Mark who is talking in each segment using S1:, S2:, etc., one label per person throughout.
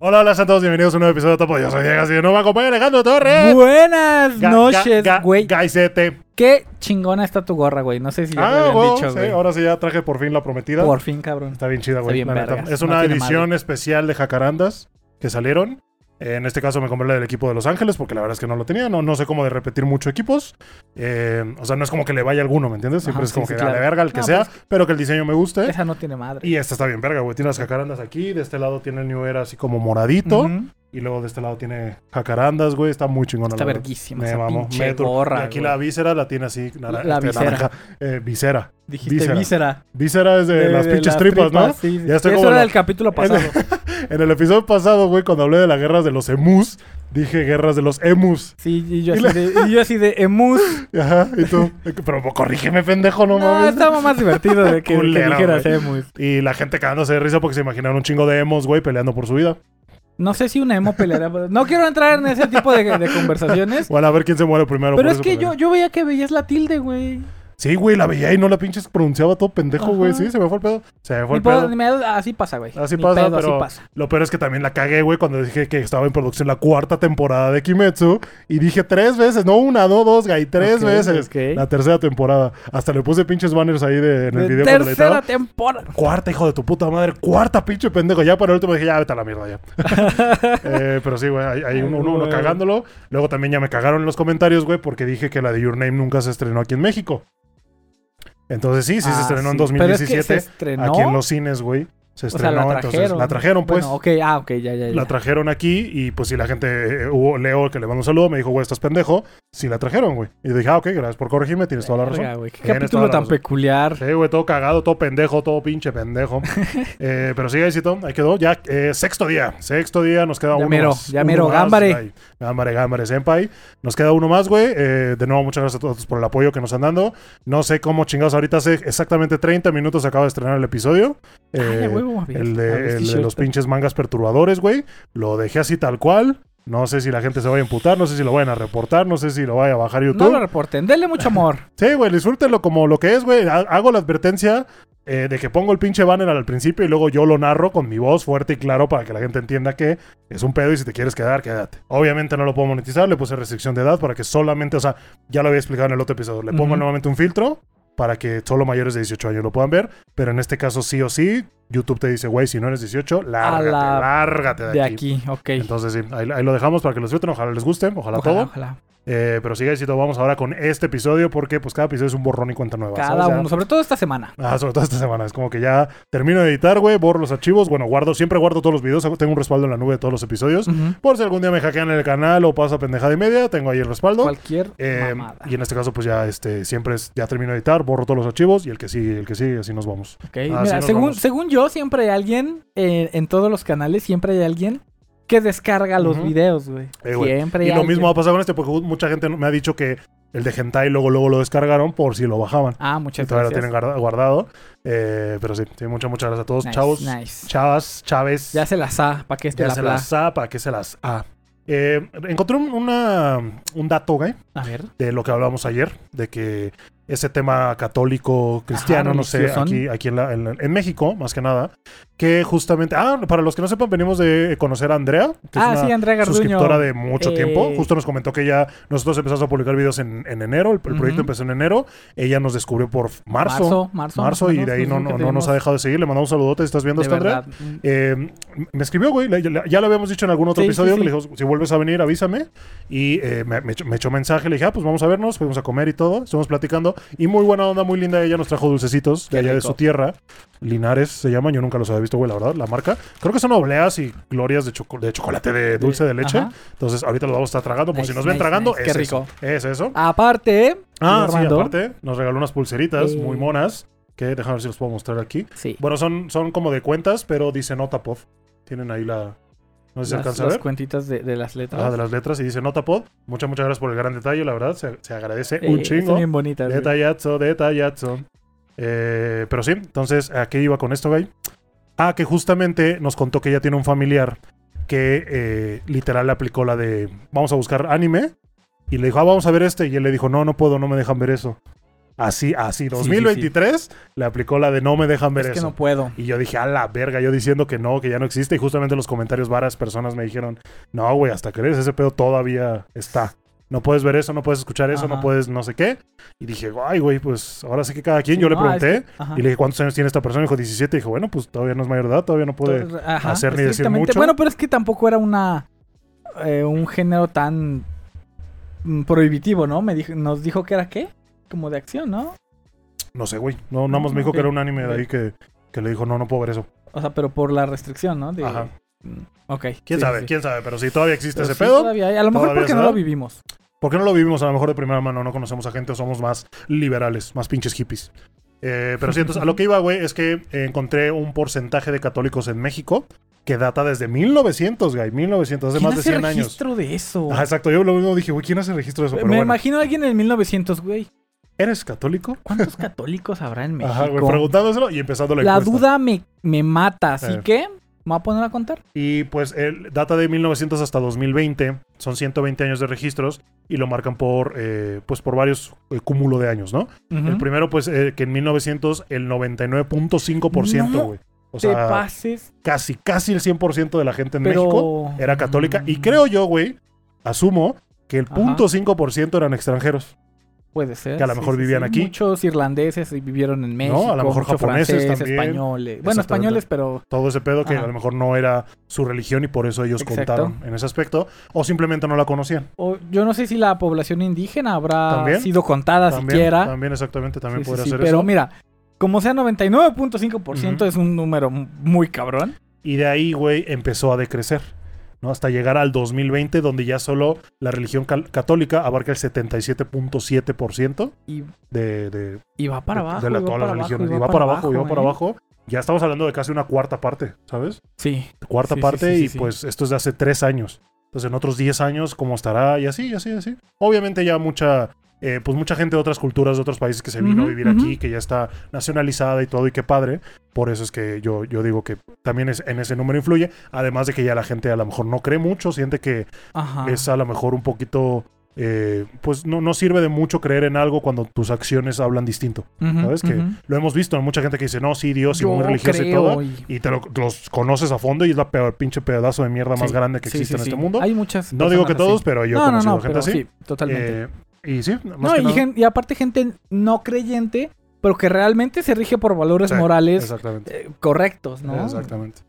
S1: Hola, hola a todos, bienvenidos a un nuevo episodio de Topo. Yo soy Diego, y no me acompaña Alejandro Torres.
S2: Buenas
S1: Ga- ga-
S2: noches,
S1: ga-
S2: güey.
S1: Gaisete.
S2: Qué chingona está tu gorra, güey. No sé si ya me
S1: Ah,
S2: habían
S1: huevo,
S2: dicho,
S1: sí,
S2: güey.
S1: ahora sí ya traje por fin la prometida.
S2: Por fin, cabrón.
S1: Está bien chida, güey.
S2: bien
S1: la neta.
S2: vergas,
S1: Es
S2: no
S1: una
S2: tiene
S1: edición especial de jacarandas que salieron. Eh, En este caso me compré la del equipo de Los Ángeles porque la verdad es que no lo tenía. No, no sé cómo de repetir mucho equipos. Eh, o sea, no es como que le vaya alguno, ¿me entiendes? Siempre
S2: Ajá,
S1: es como
S2: sí,
S1: que
S2: sí,
S1: a la
S2: claro.
S1: verga, el que
S2: No, pues
S1: sea, pero que el diseño me guste.
S2: Esa no tiene madre.
S1: ¿Eh? Y esta está bien verga, güey. Tiene las jacarandas aquí. De este lado tiene el New Era así como moradito.
S2: Ujú.
S1: Y luego de este lado tiene jacarandas, güey. Está muy chingona.
S2: Está
S1: la verdad.
S2: verguísima
S1: Me
S2: esa
S1: mamó.
S2: pinche
S1: Me tur-
S2: gorra,
S1: y aquí
S2: güey.
S1: la víscera la tiene así. nara-
S2: La
S1: este,
S2: visera.
S1: naranja. Eh, visera.
S2: Dijiste
S1: víscera.
S2: víscera.
S1: Vísera es de, las pinches tripas, ¿no?
S2: Sí, sí.
S1: Ya estoy
S2: Eso
S1: como
S2: era
S1: la-
S2: del capítulo pasado.
S1: En el episodio pasado, güey, cuando hablé de las guerras de los emus, dije guerras de los emus.
S2: Sí, y yo
S1: Y
S2: así
S1: la-
S2: de, y yo así de emus.
S1: Ajá, y tú. eh, Pero corrígeme, pendejo, no,
S2: No,
S1: mames.
S2: estaba más divertido de que, que
S1: Culero,
S2: dijeras
S1: güey.
S2: emus.
S1: Y la gente cagándose de risa porque se imaginaron un chingo de emos, güey, peleando por su vida.
S2: No sé si una emo peleará. No quiero entrar en ese tipo de, de conversaciones.
S1: Bueno, a ver quién se muere primero.
S2: Pero
S1: por
S2: es
S1: eso
S2: que yo,
S1: pelearon.
S2: yo veía que veías la tilde, güey.
S1: Sí, güey, la veía y no la pinches pronunciaba todo pendejo, güey.
S2: Ajá.
S1: Sí, se me fue el pedo. Se me fue
S2: Ni
S1: el pedo.
S2: puedo- pues, ni me- así pasa, güey.
S1: Así
S2: Ni
S1: pasa,
S2: pedo,
S1: pero
S2: así pasa.
S1: lo peor es que también la cagué, güey, cuando dije que estaba en producción la cuarta temporada de Kimetsu. Y dije tres veces, no una, no dos, gay, tres
S2: Ok,
S1: veces.
S2: ok.
S1: La tercera temporada. Hasta le puse pinches banners ahí de- en el video cuando la editaba.
S2: Tercera temporada.
S1: Cuarta, hijo de tu puta madre. Cuarta, pinche pendejo. Ya para el último dije, ya vete a la mierda ya. Eh, pero sí, güey, hay, hay uno, uno- uno
S2: Güey.
S1: cagándolo. Luego también ya me cagaron en los comentarios, güey, porque dije que la de Your Name nunca se estrenó aquí en México. Entonces sí, sí se
S2: Ah,
S1: estrenó en
S2: sí. Pero es que
S1: 2017.
S2: se estrenó.
S1: Aquí en los cines, güey. Se
S2: O sea,
S1: estrenó,
S2: la
S1: entonces
S2: trajeron.
S1: la trajeron, pues.
S2: Bueno, ok, ah, ok, ya, ya, ya.
S1: La trajeron aquí y pues si la gente, eh, hubo Leo que le mando un saludo, me dijo, güey, estás pendejo, sí la trajeron, güey. Y dije, ah, ok, gracias por corregirme, tienes toda la
S2: Verga,
S1: razón.
S2: güey, Qué
S1: Tienes toda
S2: capítulo
S1: la
S2: tan
S1: razón.
S2: peculiar.
S1: Sí, güey, todo cagado, todo pendejo, todo pinche pendejo. Eh, pero sí, éxito, ahí quedó. Ya, eh, sexto día, sexto día, nos queda
S2: Ya
S1: uno
S2: mero,
S1: más.
S2: ya
S1: uno
S2: mero,
S1: más,
S2: gámbare.
S1: ay, Gámbare, gámbare, senpai. Nos queda uno más, güey. Eh, de nuevo, muchas gracias a todos por el apoyo que nos han dando. No sé cómo chingados, ahorita hace exactamente 30 minutos se acaba de estrenar el episodio.
S2: Ay,
S1: Eh,
S2: a huevo, a ver,
S1: el
S2: a
S1: de,
S2: ver si
S1: el
S2: es
S1: de los
S2: ah, cierto.
S1: pinches mangas perturbadores, güey. Lo dejé así tal cual. No sé si la gente se vaya a imputar, no sé si lo vayan a reportar, no sé si lo vaya a bajar YouTube.
S2: No lo reporten, denle mucho amor.
S1: Sí, güey, disfrútenlo como lo que es, güey. Ha- Hago la advertencia eh, de que pongo el pinche banner al principio y luego yo lo narro con mi voz fuerte y claro para que la gente entienda que es un pedo y si te quieres quedar, quédate. Obviamente no lo puedo monetizar, le puse restricción de edad para que solamente, o sea, ya lo había explicado en el otro episodio. Le pongo
S2: Ujú.
S1: nuevamente un filtro para que solo mayores de 18 años lo puedan ver, pero en este caso sí o sí, YouTube te dice, güey, si no eres 18, lárgate,
S2: la-
S1: lárgate de,
S2: De
S1: aquí.
S2: aquí, ok.
S1: Entonces sí, ahí, ahí lo dejamos para que lo disfruten, ojalá les guste, ojalá,
S2: Ojalá,
S1: todo.
S2: ojalá.
S1: Eh, pero sí, Gaisito, vamos ahora con este episodio porque pues cada episodio es un borrón y cuenta nueva.
S2: Cada
S1: ¿sabes? Ya-
S2: uno, sobre todo esta semana.
S1: Ah, sobre todo esta semana. Es como que ya termino de editar, güey, borro los archivos. Bueno, guardo, siempre guardo todos los videos. hago- Tengo un respaldo en la nube de todos los episodios.
S2: Ujú.
S1: Por si algún día me hackean el canal o pasa pendejada y media, tengo ahí el respaldo.
S2: Cualquier
S1: Eh,
S2: mamada.
S1: y en este caso, pues ya este, siempre es, ya termino de editar, borro todos los archivos y el que sigue, el que sigue, así nos vamos. Ah,
S2: Ok,
S1: sí
S2: Mira,
S1: nos
S2: según,
S1: vamos.
S2: según yo, siempre hay alguien eh, en todos los canales, siempre hay alguien que descarga los
S1: Ujú.
S2: videos, güey.
S1: Eh, güey.
S2: siempre
S1: Y
S2: hay
S1: lo mismo ha
S2: alguien.
S1: pasado con este, porque mucha gente me ha dicho que el de Hentai luego, luego lo descargaron por si lo bajaban.
S2: Ah, muchas
S1: Y todavía lo tienen
S2: gracias.
S1: guarda- guardado. Eh, pero sí, sí, muchas, muchas gracias a todos.
S2: Nice,
S1: Chavos,
S2: nice.
S1: chavas, chaves.
S2: Ya se las ha, para que este
S1: ya
S2: la
S1: se
S2: pla-
S1: las ah, para que se las ah. Eh, encontré un, una- un dato, güey,
S2: A ver.
S1: de lo que hablábamos ayer, de que ese tema católico, cristiano,
S2: Ajá,
S1: no sé,
S2: religiosón.
S1: aquí, aquí en, la- en- en México, más que nada, que justamente, ah, para los que no sepan, venimos de conocer a Andrea, que
S2: Ah,
S1: es una
S2: sí, Andrea Garduño.
S1: suscriptora de mucho
S2: Eh.
S1: tiempo. Justo nos comentó que ella, nosotros empezamos a publicar videos en, en enero, el, el proyecto
S2: Ujú.
S1: empezó en enero, ella nos descubrió por marzo,
S2: marzo, marzo,
S1: marzo,
S2: más o
S1: y de
S2: menos,
S1: ahí
S2: pues,
S1: no,
S2: es
S1: no- no
S2: lo que
S1: nos
S2: tenemos.
S1: ha dejado de seguir. Le mandamos un saludote, ¿estás viendo
S2: De
S1: esto, Andrea?
S2: verdad. Mm,
S1: Eh, m- me escribió, güey. le- le- Ya lo habíamos dicho en algún otro
S2: Sí, sí,
S1: episodio
S2: sí.
S1: que le dijo, si vuelves a venir, avísame. Y eh, me, me echó, me echó mensaje, le dije, ah, pues vamos a vernos, fuimos a comer y todo, estuvimos platicando. Y muy buena onda, muy linda, ella nos trajo dulcecitos de
S2: Qué
S1: allá de
S2: rico.
S1: su tierra. Linares se llaman, yo nunca los había visto, güey, la verdad, la marca. Creo que son obleas y glorias de, choco- de chocolate, de dulce de leche.
S2: Ajá.
S1: Entonces, ahorita lo vamos a estar tragando, por
S2: Mm, Nice,
S1: Pues si nos ven
S2: nice,
S1: tragando,
S2: nice.
S1: es
S2: Qué
S1: eso.
S2: rico.
S1: Es eso.
S2: Aparte,
S1: Ah, sí,
S2: Armando.
S1: aparte, nos regaló unas pulseritas
S2: Eh.
S1: muy monas, que déjame ver si los puedo mostrar aquí.
S2: sí.
S1: Bueno, son, son como de cuentas, pero dice Notapod. Tienen ahí la. No sé si se
S2: las,
S1: alcanza a
S2: las
S1: ver.
S2: cuentitas de, de las letras.
S1: Ah, de las letras y dice Notapod. Muchas, muchas gracias por el gran detalle, la verdad. Se, se agradece
S2: Eh,
S1: un chingo.
S2: Están bien bonitas. güey.
S1: Detallazo, detallazo. Eh, pero sí, entonces, ¿a qué iba con esto, güey? Ah, que justamente nos contó que ella tiene un familiar que eh, literal le aplicó la de vamos a buscar anime. Y le dijo, ah, vamos a ver este. Y él le dijo, no, no puedo, no me dejan ver eso. Así, así. 2023 le aplicó la de no me dejan ver
S2: es que
S1: eso.
S2: no puedo.
S1: Y yo dije, a la verga, yo diciendo que no, que ya no existe. Y justamente en los comentarios varias personas me dijeron, no, güey, hasta que eres ese pedo todavía está. No puedes ver eso, no puedes escuchar eso, no
S2: Ajá.
S1: puedes no sé qué. Y dije, ay, güey, pues ahora sí que cada quien. yo le
S2: No, es que-
S1: pregunté
S2: ajá.
S1: y le dije, ¿cuántos años tiene esta persona? Y dijo, 17. Y dije, bueno, pues todavía no es mayor de edad, todavía no puede.
S2: Entonces, ajá,
S1: hacer ni decir
S2: estrictamente.
S1: mucho.
S2: Bueno, pero es que tampoco era una eh, un género tan mm, prohibitivo, ¿no? Me dijo, nos dijo que era qué? Como de acción, ¿no?
S1: No sé, güey. No, nada más me dijo
S2: Ok,
S1: que era un anime de
S2: ok.
S1: ahí que, que le dijo, no, no puedo ver eso.
S2: O sea, pero por la restricción, ¿no? De-
S1: Ajá.
S2: Mm, Ok.
S1: ¿Quién
S2: sí,
S1: sabe?
S2: sí, sí.
S1: ¿Quién sabe? Pero si todavía existe
S2: Pero
S1: ese
S2: sí,
S1: pedo,
S2: todavía hay. A lo mejor
S1: todavía
S2: porque
S1: se
S2: no
S1: da.
S2: lo vivimos.
S1: ¿Por qué no lo vivimos a lo mejor de primera mano? No conocemos a gente o somos más liberales, más pinches hippies. Eh, pero sí, entonces a lo que iba, güey, es que eh, encontré un porcentaje de católicos en México que data desde 1900, güey, 1900, hace
S2: ¿Quién
S1: más de
S2: hace
S1: 100 años.
S2: registro de eso?
S1: Ajá, exacto, yo lo mismo dije, güey, ¿quién hace registro de eso?
S2: Me
S1: Pero bueno,
S2: imagino a alguien en el 1900, güey.
S1: ¿eres católico?
S2: ¿Cuántos católicos habrá en México?
S1: Ajá, güey, preguntándoselo y empezando la
S2: la
S1: encuesta.
S2: duda me, me mata, así
S1: Eh.
S2: que me voy a poner a contar.
S1: Y pues el, data de 1900 hasta 2020, son 120 años de registros y lo marcan por, eh, pues por varios eh, cúmulo de años, ¿no? El
S2: Ujú.
S1: primero, pues, eh, que en 1900 el 99.5%,
S2: No
S1: güey. O
S2: Te
S1: sea,
S2: pases,
S1: casi, casi el 100% de la gente en
S2: pero...
S1: México era católica. Y
S2: Mm,
S1: creo yo, güey, asumo que el
S2: Ajá.
S1: 0.5% eran extranjeros.
S2: Puede ser.
S1: que a lo mejor vivían aquí.
S2: Muchos irlandeses y vivieron en México.
S1: a lo mejor
S2: muchos
S1: japoneses
S2: franceses,
S1: también.
S2: españoles. Bueno,
S1: Exactamente.
S2: españoles, pero...
S1: Todo ese pedo que
S2: Ajá.
S1: a lo mejor no era su religión y por eso ellos
S2: Exacto.
S1: contaron en ese aspecto. O simplemente no la conocían.
S2: o- yo no sé si la población indígena habrá
S1: También,
S2: sido contada
S1: También,
S2: siquiera.
S1: también, exactamente, también
S2: Sí, sí,
S1: podría
S2: sí,
S1: ser
S2: pero
S1: eso.
S2: mira, como sea 99.5%
S1: Ujú.
S2: es un número m- muy cabrón.
S1: Y de ahí, güey, empezó a decrecer. ¿no? Hasta llegar al 2020, donde ya solo la religión cal- católica abarca el 77.7%
S2: Y,
S1: de, de,
S2: y va para
S1: de-
S2: abajo.
S1: de la-
S2: y va
S1: todas
S2: para
S1: las
S2: abajo,
S1: religiones. Y va para abajo, y va para
S2: ¿eh?
S1: abajo. Ya estamos hablando de casi una cuarta parte, ¿sabes?
S2: Sí.
S1: Cuarta
S2: Sí, sí,
S1: parte,
S2: sí, sí,
S1: y
S2: sí.
S1: pues esto es de hace tres años. Entonces, en otros 10 años, ¿cómo estará? Y así, y así, y así. Obviamente, ya mucha. eh, pues mucha gente de otras culturas, de otros países que se vino a
S2: Ujú,
S1: vivir
S2: ujú.
S1: aquí, que ya está nacionalizada y todo, y qué padre. Por eso es que yo, yo digo que también es, en ese número influye. Además de que ya la gente a lo mejor no cree mucho, siente que
S2: Ajá.
S1: es a lo mejor un poquito, eh, pues no, no sirve de mucho creer en algo cuando tus acciones hablan distinto.
S2: Ujú,
S1: ¿sabes qué?
S2: ujú.
S1: Lo hemos visto en mucha gente que dice, no, sí, Dios, y
S2: Yo
S1: muy religioso y
S2: creo
S1: todo.
S2: y-
S1: Y te lo- los conoces a fondo y es la peor pinche pedazo de mierda más
S2: Sí,
S1: grande que
S2: sí,
S1: existe
S2: sí,
S1: en
S2: sí.
S1: este mundo.
S2: Hay muchas.
S1: no digo que
S2: personas
S1: todos,
S2: así.
S1: pero yo he
S2: No, no,
S1: conocido
S2: no,
S1: gente
S2: pero
S1: así.
S2: sí, totalmente.
S1: Eh, y sí, más
S2: no,
S1: que
S2: y,
S1: nada.
S2: gen- y aparte gente no creyente, pero que realmente se rige por valores
S1: Sí,
S2: morales
S1: Exactamente.
S2: eh, correctos, ¿no?
S1: Exactamente.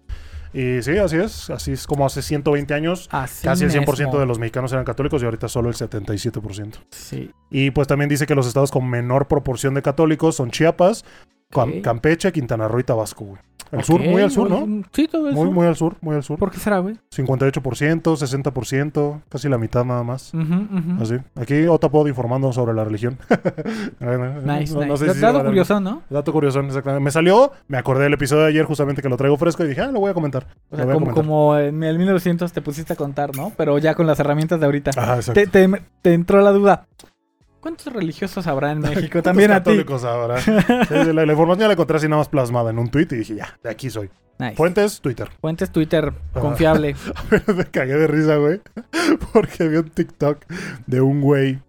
S1: Y sí, así es. Así es como hace 120 años.
S2: Así
S1: Casi el 100%
S2: mismo.
S1: de los mexicanos eran católicos y ahorita solo el 77%.
S2: Sí.
S1: Y pues también dice que los estados con menor proporción de católicos son Chiapas, Cam-
S2: Ok.
S1: Campeche, Quintana Roo y Tabasco, güey. Al
S2: Ok,
S1: sur, muy al sur, ¿no?
S2: Sí, todo eso.
S1: Muy, muy al sur, muy al sur.
S2: ¿Por qué será, güey?
S1: 58%, 60%, casi la mitad nada más.
S2: Ujú, ujú.
S1: Así. Aquí Otapod informando sobre la religión.
S2: Nice,
S1: No- no
S2: nice.
S1: sé si se va a
S2: Dato
S1: dar-
S2: curioso, ¿no?
S1: Dato curioso, exactamente. Me salió, me acordé del episodio de ayer justamente que lo traigo fresco y dije, ah, lo voy a comentar.
S2: O
S1: lo
S2: sea,
S1: voy a
S2: como,
S1: comentar.
S2: como en el 1900 te pusiste a contar, ¿no? Pero ya con las herramientas de ahorita.
S1: Ajá, exacto.
S2: Te, te- te entró la duda. ¿Cuántos religiosos habrá en México? También a ti.
S1: católicos ahora. Sí, sí, la, la información la encontré así nada más plasmada en un tweet y dije, ya, de aquí soy.
S2: Nice.
S1: Fuentes, Twitter.
S2: Fuentes Twitter,
S1: Ah,
S2: confiable.
S1: Pero me cagué de risa, güey. Porque vi un TikTok de un güey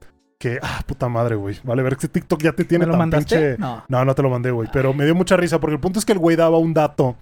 S1: que. Ah, puta madre, güey. Vale, ver que ese TikTok ya te tiene
S2: ¿Me lo
S1: tan
S2: mandaste?
S1: pinche.
S2: No.
S1: No, no te lo mandé, güey. Pero me dio mucha risa porque el punto es que el güey daba un dato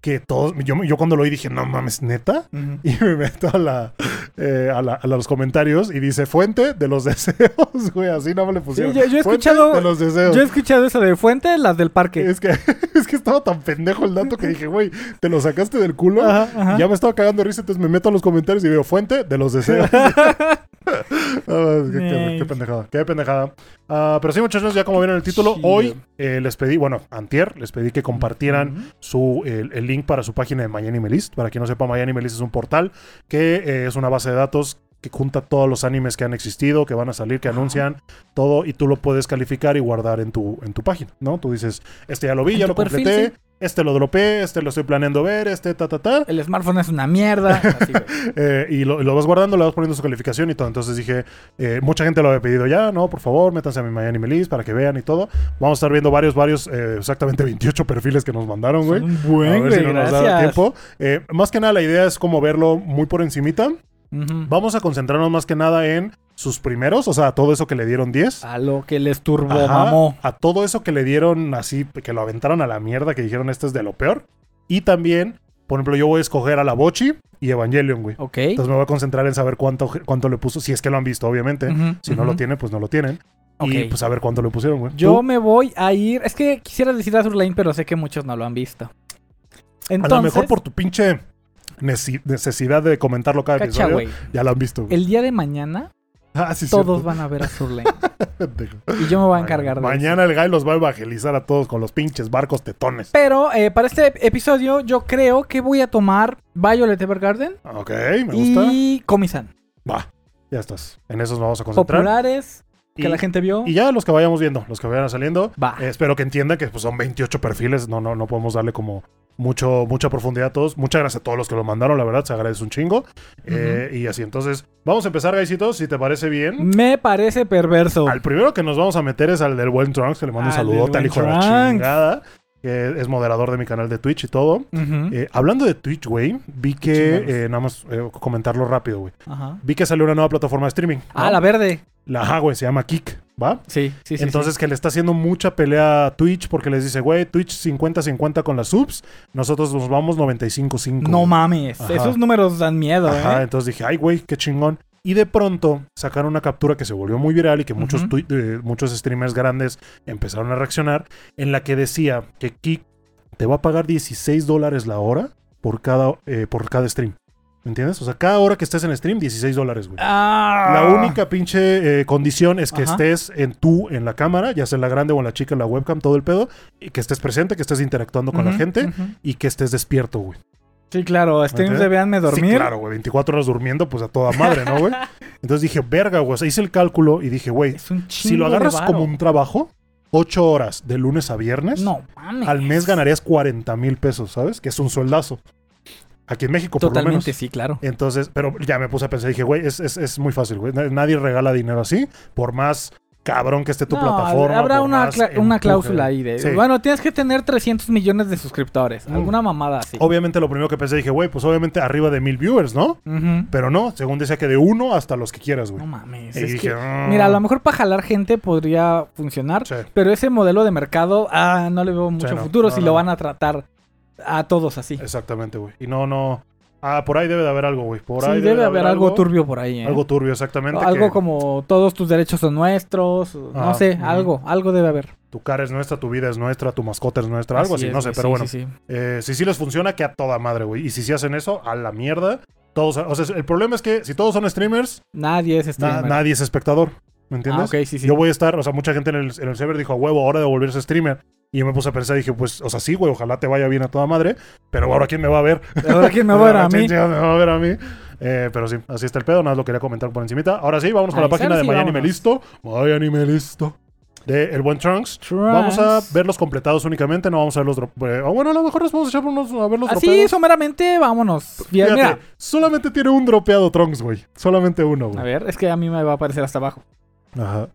S1: que todos. Yo, yo cuando lo oí dije, no mames, neta. Y me meto a, la, eh, a, la- a los comentarios y dice fuente de los deseos, güey. Así no me le pusieron.
S2: yo- yo he
S1: Fuente
S2: escuchado-
S1: De los deseos.
S2: Yo he escuchado eso de fuentes, las del parque.
S1: Es que, es que estaba tan pendejo el dato que dije, güey, te lo sacaste del culo.
S2: Ajá, ajá.
S1: Y ya me estaba cagando de risa, entonces me meto a los comentarios y veo fuente de los deseos. Ah, qué, qué- qué
S2: Nice.
S1: pendejada, qué pendejada. Ah, pero sí, muchachos, ya como vieron el título,
S2: Chido.
S1: hoy eh, les pedí, bueno, antier, les pedí que compartieran
S2: Ujú.
S1: su, el, el link para su página de My Anime List. Para quien no sepa, My Anime List es un portal que eh, es una base de datos que junta todos los animes que han existido, que van a salir, que anuncian, todo, y tú lo puedes calificar y guardar en tu, en tu página, ¿no? Tú dices, este ya lo vi,
S2: En
S1: ya
S2: tu
S1: lo
S2: perfil,
S1: completé,
S2: sí.
S1: este lo dropé, este lo estoy planeando ver, este ta, ta, ta.
S2: El smartphone es una mierda. Así, güey.
S1: Eh, y lo, lo vas guardando, le vas poniendo su calificación y todo. Entonces dije, eh, mucha gente lo había pedido ya, ¿no? Por favor, métanse a mi My Anime List para que vean y todo. Vamos a estar viendo varios, varios, eh, exactamente 28 perfiles que nos mandaron, güey.
S2: Un buen,
S1: a ver si
S2: güey,
S1: no nos da
S2: gracias.
S1: tiempo. Eh, más que nada, la idea es como verlo muy por encimita.
S2: Ujú.
S1: Vamos a concentrarnos más que nada en sus primeros, o sea, a todo eso que le dieron 10.
S2: A lo que les turbo
S1: Ajá,
S2: Ah, mamó.
S1: A todo eso que le dieron así, que lo aventaron a la mierda, que dijeron este es de lo peor. Y también, por ejemplo, yo voy a escoger a la Bochi y Evangelion, güey.
S2: Ok.
S1: Entonces me voy a concentrar en saber cuánto, cuánto le puso, si es que lo han visto, obviamente.
S2: Ujú,
S1: Si no lo
S2: ujú.
S1: tienen, pues no lo tienen. Y
S2: Ok.
S1: pues a ver cuánto le pusieron, güey.
S2: Yo
S1: Tú,
S2: me voy a ir. Es que quisiera decir Azur Lane, pero sé que muchos no lo han visto. Entonces,
S1: a lo mejor por tu pinche neci- necesidad de comentarlo cada
S2: cacha,
S1: episodio,
S2: güey.
S1: ya lo han visto, güey.
S2: El día de mañana
S1: Ah, sí,
S2: todos
S1: cierto.
S2: van a ver Azur Lane.
S1: Pendejo.
S2: y yo me voy a encargar de eso.
S1: Mañana el guy los va a evangelizar a todos con los pinches barcos tetones.
S2: Pero eh, para este ep- episodio yo creo que voy a tomar Violet Evergarden
S1: Ok, me gusta.
S2: y Comisan.
S1: Va, ya estás. En esos nos vamos a concentrar.
S2: Populares que
S1: Y-
S2: la gente vio.
S1: Y ya los que vayamos viendo, los que vayan saliendo.
S2: Va.
S1: Eh, espero que entiendan que pues, son 28 perfiles. No, no, no podemos darle como mucho, mucha profundidad a todos. Muchas gracias a todos los que lo mandaron, la verdad, se agradece un chingo. Eh, y así, entonces, vamos a empezar, guisitos, si te parece bien.
S2: Me parece perverso.
S1: Al primero que nos vamos a meter es al del buen Trunks, que le mando un
S2: Al del
S1: saludote al
S2: buen
S1: hijo de la
S2: Trunks.
S1: chingada, que es moderador de mi canal de Twitch y todo.
S2: Ujú,
S1: Eh, hablando de Twitch, güey, vi
S2: chingados.
S1: que, eh, nada más eh, comentarlo rápido, güey.
S2: ajá.
S1: Vi que salió una nueva plataforma de streaming. ¿no?
S2: Ah, la verde.
S1: La ajá, güey, se llama Kik, ¿va?
S2: Sí, sí, sí.
S1: Entonces que le está haciendo mucha pelea a Twitch porque les dice, güey, Twitch 50-50 con las subs, nosotros nos vamos 95-5.
S2: sí. No mames.
S1: Ajá.
S2: Esos números dan miedo,
S1: Ajá,
S2: ¿eh?
S1: entonces dije, ay, güey, qué chingón. Y de pronto sacaron una captura que se volvió muy viral y que muchos,
S2: Ujú.
S1: tui- eh, muchos streamers grandes empezaron a reaccionar, en la que decía que Kik te va a pagar 16 dólares la hora por cada, eh, por cada stream. ¿Me entiendes? O sea, cada hora que estés en stream, 16 dólares, güey.
S2: Ah.
S1: La única pinche eh, condición es que
S2: Ajá.
S1: estés en tú, en la cámara, ya sea en la grande o en la chica, en la webcam, todo el pedo, y que estés presente, que estés interactuando con la
S2: Ujú,
S1: gente
S2: ujú.
S1: y que estés despierto, güey.
S2: Sí, claro. Streams
S1: ¿Entiendes?
S2: de véanme dormir.
S1: Sí, claro, güey, 24 horas durmiendo, pues a toda madre, ¿no, güey? Entonces dije, verga, güey, o sea, hice el cálculo y dije, güey,
S2: Es un chingo
S1: si lo
S2: de
S1: agarras
S2: varo.
S1: como un trabajo, 8 horas de lunes a viernes,
S2: No mames.
S1: al mes ganarías 40 mil pesos, ¿sabes? Que es un sueldazo. Aquí en México, por lo menos.
S2: Totalmente, sí, claro.
S1: Entonces, pero ya me puse a pensar, dije, güey, es, es- es muy fácil, güey. Na- Nadie regala dinero así, por más cabrón que esté tu
S2: No,
S1: plataforma.
S2: Habrá
S1: por
S2: una,
S1: más
S2: cla- una
S1: empuje.
S2: cláusula ahí de.
S1: Sí.
S2: Bueno, tienes que tener 300 millones de suscriptores.
S1: Mm.
S2: Alguna mamada así.
S1: Obviamente lo primero que pensé, dije, güey, pues obviamente arriba de mil viewers, ¿no?
S2: Ujú.
S1: Pero no, según decía que de uno hasta los que quieras, güey.
S2: No mames.
S1: y
S2: es
S1: dije,
S2: que-
S1: "Mm".
S2: Mira, a lo mejor para jalar gente podría funcionar.
S1: Sí.
S2: Pero ese modelo de mercado, ah, no le veo mucho
S1: no,
S2: futuro
S1: no,
S2: si
S1: no,
S2: lo
S1: no.
S2: van a tratar a todos así.
S1: Exactamente, güey. Y no, no. Ah, por ahí debe de haber algo, güey. Por
S2: Sí,
S1: ahí
S2: debe haber algo turbio por ahí. ¿eh?
S1: Algo turbio, exactamente.
S2: algo
S1: que
S2: como todos tus derechos son nuestros. o-
S1: Ah,
S2: no sé,
S1: ujú.
S2: algo, algo debe haber.
S1: Tu cara es nuestra, tu vida es nuestra, tu mascota es nuestra, algo así,
S2: es,
S1: no sé,
S2: güey,
S1: pero
S2: sí,
S1: bueno.
S2: sí, sí.
S1: Eh, si sí les funciona, que a toda madre, güey. Y si sí hacen eso, a la mierda. Todos, o sea, el problema es que si todos son streamers,
S2: Nadie es
S1: na-
S2: streamer.
S1: nadie es espectador. ¿Me entiendes?
S2: Ah, ok, sí, sí.
S1: Yo voy a estar, o sea, mucha gente en el, en el server dijo, a huevo, ahora de volverse streamer. Y yo me puse a pensar, dije, pues, o sea, sí, güey, ojalá te vaya bien a toda madre, pero ahora quién me va a ver.
S2: Ahora quién me va a ver a mí.
S1: ¿Quién chingados me va a ver a mí? Eh, pero sí, así está el pedo, nada más lo quería comentar por encimita. Ahora sí, vamos con la
S2: Ahí,
S1: página
S2: ahora
S1: de
S2: sí,
S1: My
S2: vámonos.
S1: Anime Listo. My Anime Listo. De El Buen Trunks. Vamos a
S2: Trunks.
S1: verlos completados únicamente, no vamos a ver los drop. eh, o bueno, a lo mejor nos vamos a echar unos a ver los
S2: Así,
S1: dropeados.
S2: someramente, vámonos. Bien,
S1: Pues, Fíjate,
S2: Mira,
S1: solamente tiene un dropeado Trunks, güey. Solamente uno,
S2: a
S1: güey.
S2: ver, es que a mí me va a aparecer hasta abajo.
S1: Ajá.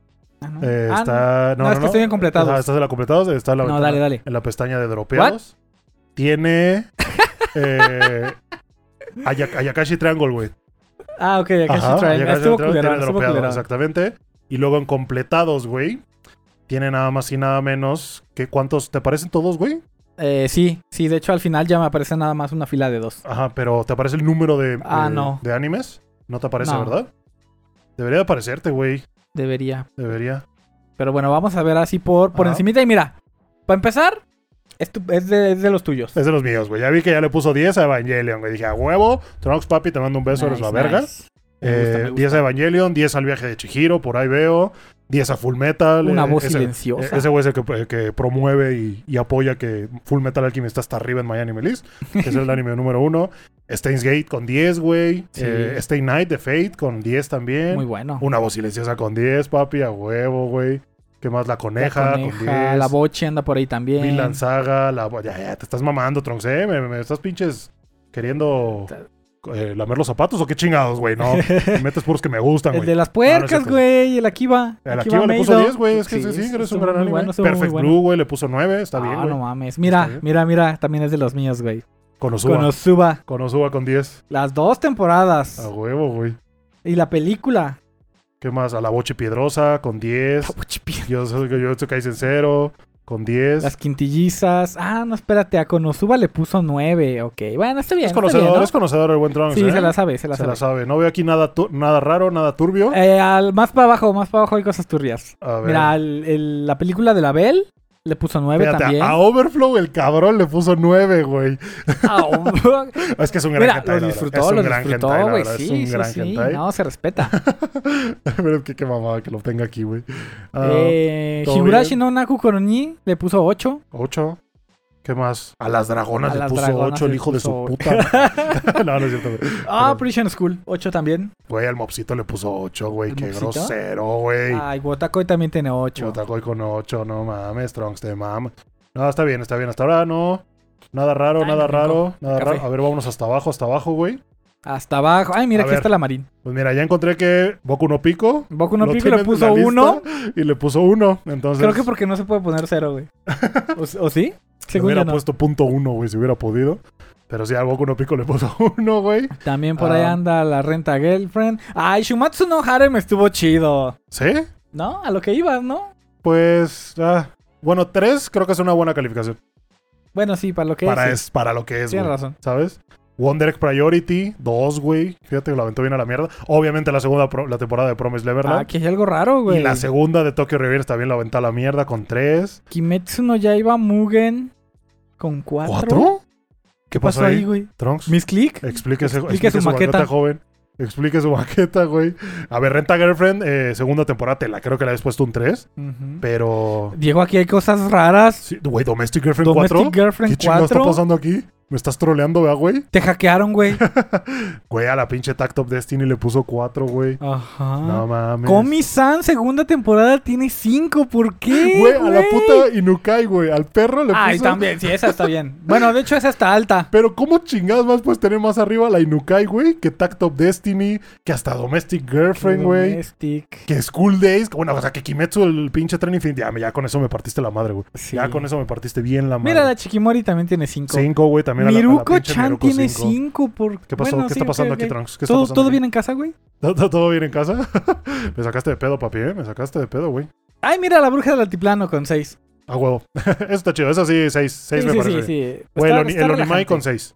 S2: Ah, no.
S1: Eh,
S2: Ah,
S1: está. No,
S2: No, es que estoy en completados.
S1: Ajá, estás en la completados, está en la
S2: No,
S1: ventana-
S2: dale, dale.
S1: En la pestaña de dropeados. Tiene. eh, Aya- Ayakashi Triangle, güey.
S2: no. Ah, ok, acá
S1: Ajá,
S2: sí trae.
S1: Ayakashi
S2: Estuvo
S1: Triangle
S2: culero,
S1: tiene
S2: estuvo
S1: dropeado,
S2: culero.
S1: Exactamente. Y luego en completados, güey. Tiene nada más y nada menos que cuántos. ¿Te parecen todos, güey?
S2: Eh, sí, sí, de hecho al final ya me aparece nada más una fila de dos.
S1: Ajá, pero ¿te aparece el número de,
S2: Ah,
S1: de-
S2: no.
S1: de animes? No te aparece,
S2: No.
S1: ¿verdad? Debería de aparecerte, güey.
S2: Debería.
S1: Debería.
S2: Pero bueno, vamos a ver así por, por
S1: Ajá.
S2: encimita. Y mira, para empezar, es, tu- es de, es de los tuyos.
S1: Es de los míos, güey. Ya vi que ya le puso 10 a Evangelion, güey. Dije, a huevo, Trunks, papi, te mando un beso, eres la
S2: Nice,
S1: verga.
S2: nice. Me gusta, me
S1: Eh,
S2: gusta.
S1: 10 a Evangelion, 10 al viaje de Chihiro, por ahí veo. 10 a Full Metal.
S2: Una
S1: eh,
S2: voz
S1: ese- eh,
S2: silenciosa.
S1: Ese güey es el que, el que promueve y, y apoya que Full Metal Alchemist está hasta arriba en My Anime List, que es el anime número uno. Stains Gate con 10, güey.
S2: Sí.
S1: Eh, Stay Night de Fate con 10 también.
S2: Muy bueno.
S1: Una voz silenciosa con 10, papi, a huevo, güey. ¿Qué más? La
S2: La
S1: coneja, con
S2: coneja,
S1: 10.
S2: la boche anda por ahí también.
S1: Vinland Saga, la... bo- Ya, ya, te estás mamando, Trunks, ¿eh? ¿Me, me estás pinches queriendo eh, lamer los zapatos o qué chingados, güey? No, me metes puros que me gustan,
S2: El
S1: güey.
S2: de las
S1: No, no
S2: puercas,
S1: es cierto.
S2: güey. El Akiba.
S1: El Akiba le puso
S2: Meido.
S1: 10, güey. Es que sí, sí, eres
S2: es-
S1: un
S2: estuvo
S1: gran
S2: muy
S1: anime.
S2: bueno, estuvo muy
S1: Perfect
S2: bueno.
S1: Blue, güey, le puso 9. Está
S2: No,
S1: bien, güey.
S2: Ah, no mames.
S1: Está
S2: Mira,
S1: bien.
S2: mira, mira. También es de los míos, güey. Pues
S1: Con Osuba.
S2: Con Osuba.
S1: Con Osuba con 10. Ah,
S2: Las dos temporadas.
S1: A huevo, güey.
S2: Y la película.
S1: ¿Qué más? A la boche piedrosa con 10. Yo soy yo, en cero con 10.
S2: Las quintillizas. Ah, no, espérate, a Konosuba le puso 9. Ok, bueno, está bien.
S1: Es
S2: está
S1: conocedor,
S2: bien, ¿no?
S1: es conocedor el buen Trunks.
S2: Sí,
S1: ¿eh?
S2: se la sabe, se la
S1: Se
S2: sabe.
S1: la sabe. No veo aquí nada, tu- nada raro, nada turbio.
S2: Eh, al, más para abajo, más para abajo hay cosas turbias.
S1: A ver.
S2: Mira, al- el- la película de la Belle le puso 9
S1: Fíjate,
S2: también.
S1: a Overflow el cabrón le puso 9, güey.
S2: Au.
S1: Es que es un gran
S2: Mira,
S1: hentai,
S2: lo
S1: la verdad.
S2: disfrutó,
S1: Es
S2: lo
S1: un gran
S2: disfrutó,
S1: hentai, la
S2: güey.
S1: verdad.
S2: Sí,
S1: Es un
S2: sí,
S1: gran
S2: sí.
S1: hentai.
S2: No, se respeta.
S1: Pero qué, qué mamada que lo tenga aquí, güey.
S2: eh,
S1: Ah, todo
S2: Higurashi
S1: bien.
S2: no Naku Koroni le puso 8.
S1: 8. ¿Qué más? A las dragonas
S2: A
S1: le
S2: las
S1: puso
S2: dragonas
S1: 8 el
S2: le
S1: hijo de su
S2: puso-
S1: puta. no, no es cierto, güey.
S2: Ah,
S1: Pero-
S2: Prison School, 8 también.
S1: Güey, al mopsito le puso 8, güey.
S2: ¿Al
S1: Qué
S2: mopsito?
S1: grosero, güey.
S2: Ay, Wotakoi también tiene 8.
S1: Chotacoy con 8, no mames, Trunks te mames. No, está bien, está bien. Hasta ahora no. Nada raro,
S2: Ay,
S1: nada
S2: me brincó
S1: raro, nada
S2: café.
S1: raro. A ver, vámonos hasta abajo, hasta abajo, güey.
S2: Hasta abajo. Ay, mira,
S1: A
S2: aquí
S1: ver.
S2: está la Marín.
S1: Pues mira, ya encontré que Boku no Pico.
S2: Boku no
S1: lo
S2: Pico
S1: tiene
S2: le
S1: en la
S2: puso
S1: lista
S2: 1.
S1: Y le puso 1. Entonces,
S2: Creo que porque no se puede poner 0, güey. ¿O, o sí?
S1: le
S2: Según
S1: hubiera
S2: yo no.
S1: puesto punto 1, güey, si hubiera podido. Pero sí, a Boku no Pico le puso 1, güey.
S2: También por ahí
S1: Ah.
S2: anda la renta girlfriend. Ay, Shumatsu no Harem estuvo chido.
S1: ¿Sí?
S2: ¿No? A lo que ibas, ¿no?
S1: Pues. ah, Bueno, 3 creo que es una buena calificación.
S2: Bueno, sí, para lo que
S1: Para,
S2: es.
S1: es, para lo que es,
S2: sí. Tienes
S1: güey.
S2: razón.
S1: ¿sabes? Wonder Egg Priority 2, güey. Fíjate que lo aventó bien a la mierda. Obviamente la segunda pro- la temporada de Promise
S2: Ah,
S1: Neverland.
S2: que hay algo raro,
S1: y
S2: güey.
S1: la segunda de Tokyo Revengers también la aventó a la mierda con 3.
S2: Kimetsu no Yaiba Mugen con 4.
S1: ¿Cuatro? ¿Qué
S2: ¿Qué pasó ahí, güey?
S1: Trunks?
S2: ¿Mis click?
S1: Explique, ese-
S2: Explique
S1: explique
S2: su
S1: su maqueta.
S2: maqueta.
S1: joven. Explique su maqueta, güey. A ver, Renta Girlfriend, eh, segunda temporada, te la creo que le habías puesto un 3, pero...
S2: Diego, aquí hay cosas raras.
S1: Sí, Güey, Domestic Girlfriend
S2: Domestic
S1: 4. ¿Qué
S2: Girlfriend
S1: chingados está
S2: 4.
S1: pasando aquí? ¿Me estás troleando, vea, güey?
S2: Te hackearon, güey.
S1: Güey, a la pinche Tact of Destiny le puso 4, güey.
S2: Ajá.
S1: No mames.
S2: Komi-san, segunda temporada, tiene 5. ¿Por qué?
S1: Güey, a la puta Inukai, güey. Al perro le
S2: Ay,
S1: puso-
S2: también, sí, esa está bien. Bueno, de hecho, esa está alta.
S1: Pero ¿cómo chingados más puedes tener más arriba a la Inukai, güey? Que Tact of Destiny, que hasta Domestic Girlfriend, güey.
S2: Domestic.
S1: Que School Days. que Bueno, o sea, que Kimetsu, el pinche tren infinito. Ya, ya con eso me partiste la madre, güey.
S2: Sí.
S1: Ya con eso me partiste bien la madre.
S2: Mira, la Chiquimori también tiene 5.
S1: Cinco, güey, también a la- a la pinche
S2: Miruko-chan
S1: Miruko
S2: tiene
S1: cinco.
S2: 5. Por...
S1: ¿Qué pasó?
S2: Bueno,
S1: ¿Qué
S2: sí,
S1: está pasando
S2: ok,
S1: aquí,
S2: ok.
S1: Trunks? ¿Qué está
S2: ¿Todo,
S1: pasando
S2: ¿Todo
S1: aquí?
S2: bien en casa, güey?
S1: ¿Todo, todo bien en casa? me sacaste de pedo, papi, ¿eh? Me sacaste de pedo, güey.
S2: Ay, mira, la bruja del altiplano con 6.
S1: A huevo. eso está chido. Eso sí, seis. Seis
S2: sí,
S1: me
S2: sí,
S1: parece.
S2: sí, sí.
S1: Güey, el
S2: Está-
S1: oni-
S2: está
S1: el Onimai
S2: relajante.
S1: con seis.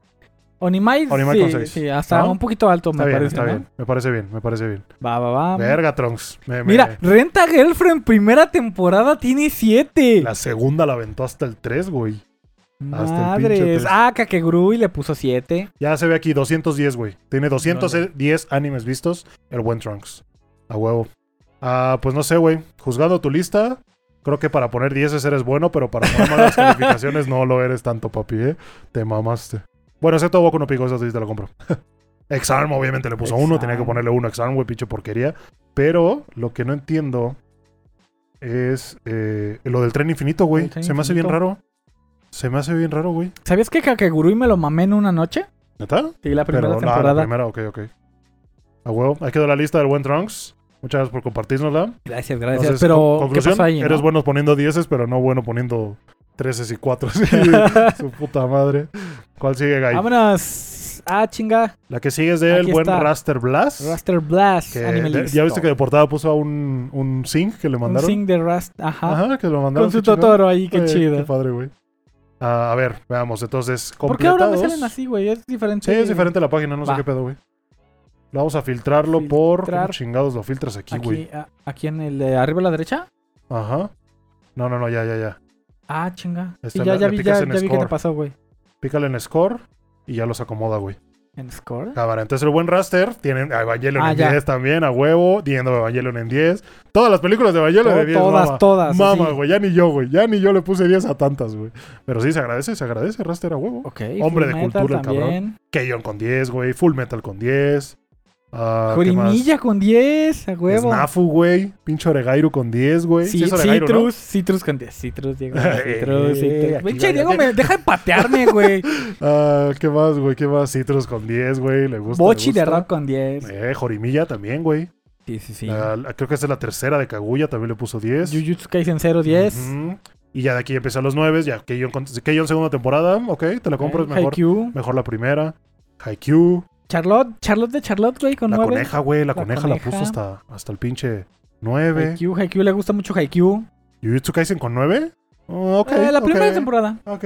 S2: Onimai,
S1: Onimai
S2: sí,
S1: con seis.
S2: sí, hasta
S1: ¿No?
S2: un poquito alto
S1: Está
S2: me
S1: bien,
S2: parece,
S1: está
S2: ¿no?
S1: bien. Me parece bien, me parece bien.
S2: Va, va, va.
S1: Verga, Trunks. Me- me-
S2: Mira, Renta Girlfriend primera temporada tiene 7.
S1: La segunda la aventó hasta el 3, güey. hasta el pinche
S2: Madres.
S1: tres.
S2: Ah, Kakegurui le puso 7.
S1: Ya se ve aquí 210, güey. Tiene 210 animes vistos. El buen Trunks. A huevo. Ah, pues no sé, güey. Juzgando tu lista, creo que para poner 10 eres bueno, pero para poner malas calificaciones no lo eres tanto, papi, ¿eh? Te mamaste. Bueno, excepto Boku no Pico, eso sí te lo compro. Exarm, obviamente, le puso uno. Tenía que
S2: Exarm.
S1: ponerle uno a Exarm, güey, pinche porquería. Pero lo que no entiendo es eh, lo del tren infinito, güey.
S2: El tren
S1: Se me hace bien
S2: infinito.
S1: raro. Se me hace bien raro, güey.
S2: ¿Sabías que Kakegurui me lo mamé en una noche?
S1: ¿Neta?
S2: Sí, la primera
S1: Pero, no,
S2: temporada.
S1: la primera, ok, ok. A huevo. Ahí quedó la lista del buen Trunks. Muchas gracias por compartirnosla.
S2: Gracias, gracias.
S1: Entonces, co-
S2: pero, ¿qué
S1: conclusión,
S2: pasó ahí?
S1: eres
S2: no?
S1: bueno poniendo 10, pero no bueno poniendo 13 y 4. su puta madre. ¿Cuál sigue, Guy?
S2: Vámonos. Ah, chinga.
S1: La que sigue es del
S2: Aquí
S1: buen
S2: está.
S1: Raster Blast.
S2: Raster Blast.
S1: que
S2: anime
S1: de-
S2: listo.
S1: ya viste que de portada puso a un, un zinc que le
S2: Un
S1: mandaron.
S2: sing de Rast. Ajá.
S1: Ajá, que lo mandaron.
S2: Con su
S1: qué chingón.
S2: Totoro ahí, qué
S1: Eh, Qué
S2: chido.
S1: padre, güey. Ah, a ver, veamos. Entonces,
S2: ¿Por qué ahora me
S1: completados.
S2: salen así, güey? Es diferente.
S1: Sí, es diferente la página, no sé
S2: Va.
S1: qué pedo, güey. Lo Vamos a filtrarlo por. ¿Cómo
S2: Filtrar.
S1: chingados lo filtras aquí, güey?
S2: Aquí, a- aquí en el de arriba a la derecha.
S1: Ajá. No, no, no, ya, ya, ya.
S2: Ah, chinga.
S1: Está
S2: Sí,
S1: en
S2: ya,
S1: la-
S2: ya
S1: le
S2: vi,
S1: picas
S2: ya,
S1: en
S2: ya vi qué te
S1: score.
S2: pasó, güey.
S1: Pícale en score y ya los acomoda, güey.
S2: En Score.
S1: Cámara, entonces el buen raster. Tienen a Evangelion
S2: Ah,
S1: en
S2: ya.
S1: 10 también, a huevo. Diendo Evangelion en 10. Todas las películas de Evangelion
S2: To-
S1: de 10.
S2: todas,
S1: mama.
S2: todas,
S1: Mama,
S2: así.
S1: güey. Ya ni yo, güey. Ya ni yo le puse 10 a tantas, güey. Pero sí, se agradece, se agradece, raster a huevo.
S2: Ok.
S1: Hombre
S2: Full
S1: de
S2: Metal
S1: cultura, el cabrón. Keyon con 10, güey. Full Metal con 10. Ah, ¿qué más?
S2: Jorimilla con 10, a huevo.
S1: Snafu, güey. Pinche Oregairu con 10, güey.
S2: Sí,
S1: es Oregairu, ¿no?
S2: citrus, citrus con 10. Citrus, Diego. Citrus,
S1: Eh,
S2: citrus.
S1: aquí
S2: Pinche
S1: va,
S2: Diego,
S1: ya.
S2: me deja de patearme, güey.
S1: Ah, ¿qué más, güey? ¿Qué más? Citrus con 10, güey. Le gusta. le
S2: Bochi de
S1: gusta.
S2: rock con 10.
S1: Eh, Jorimilla también, güey. Ah,
S2: Sí, sí, sí.
S1: La- la- creo que esa es la tercera de Kaguya, también le puso 10.
S2: Jujutsu Kaisen 0, 10.
S1: Ujú. Y ya de aquí empiezan los 9. Ya,
S2: Eh,
S1: Keyon, con- Keyon segunda temporada. Ok, te la compro, es mejor.
S2: Haikyuu.
S1: Mejor la primera. Haikyuu.
S2: Charlotte, Charlotte de Charlotte, güey, con
S1: La
S2: nueve.
S1: coneja, güey, la,
S2: La
S1: coneja,
S2: coneja.
S1: la puso hasta, hasta el pinche 9.
S2: Haikyuu, Haikyuu le gusta mucho Haikyuu.
S1: ¿Jujutsu Kaisen con 9? Oh, ok.
S2: Eh, la
S1: ok,
S2: primera temporada.
S1: Ok.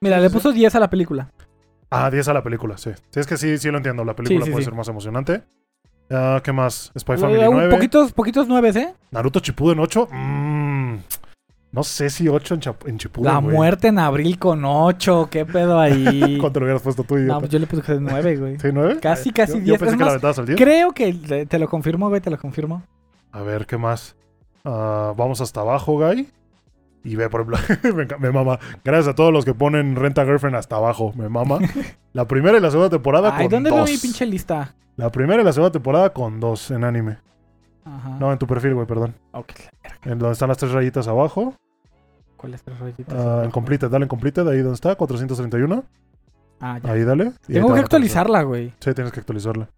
S2: Mira,
S1: Sí,
S2: le
S1: sí,
S2: puso 10 a la película.
S1: Ah, 10 a la película, sí. Sí, es que sí, sí lo entiendo. La película
S2: sí,
S1: puede
S2: sí.
S1: ser más emocionante. Ah, ¿Qué más? Spy Family
S2: Eh, un
S1: 9.
S2: poquitos, poquitos 9, ¿eh?
S1: Naruto Chipuden 8. Mm, no sé si 8 en, Chap- en Chipuden.
S2: la
S1: güey.
S2: muerte en abril con 8. ¿Qué pedo ahí?
S1: ¿Cuánto lo hubieras puesto tú,
S2: no,
S1: idiota?
S2: pues yo le puse 9, güey.
S1: ¿Sí, 9?
S2: Casi, casi
S1: yo, yo
S2: 10.
S1: pensé que
S2: Es
S1: la
S2: más,
S1: aventabas al 10.
S2: creo que te- te lo confirmo, güey, te lo confirmo.
S1: A ver, ¿qué más? Ah, vamos hasta abajo, Guy. Y ve, por ejemplo, me, enca- me mama. Gracias a todos los que ponen Renta Girlfriend hasta abajo. Me mama. La primera y la segunda temporada
S2: Ay,
S1: con
S2: ¿dónde veo
S1: dos.
S2: mi pinche lista?
S1: La primera y la segunda temporada con dos en anime.
S2: Ajá.
S1: No, en tu perfil, güey, perdón.
S2: Ok,
S1: En donde están las tres rayitas abajo.
S2: ¿cuál es el rollito?
S1: Ah, en completed, dale en completed. Ahí donde está, 431.
S2: Ah, ya.
S1: Ahí dale. Y ahí te
S2: Tengo
S1: va
S2: que
S1: a aparecer.
S2: actualizarla, güey.
S1: Sí, tienes que actualizarla.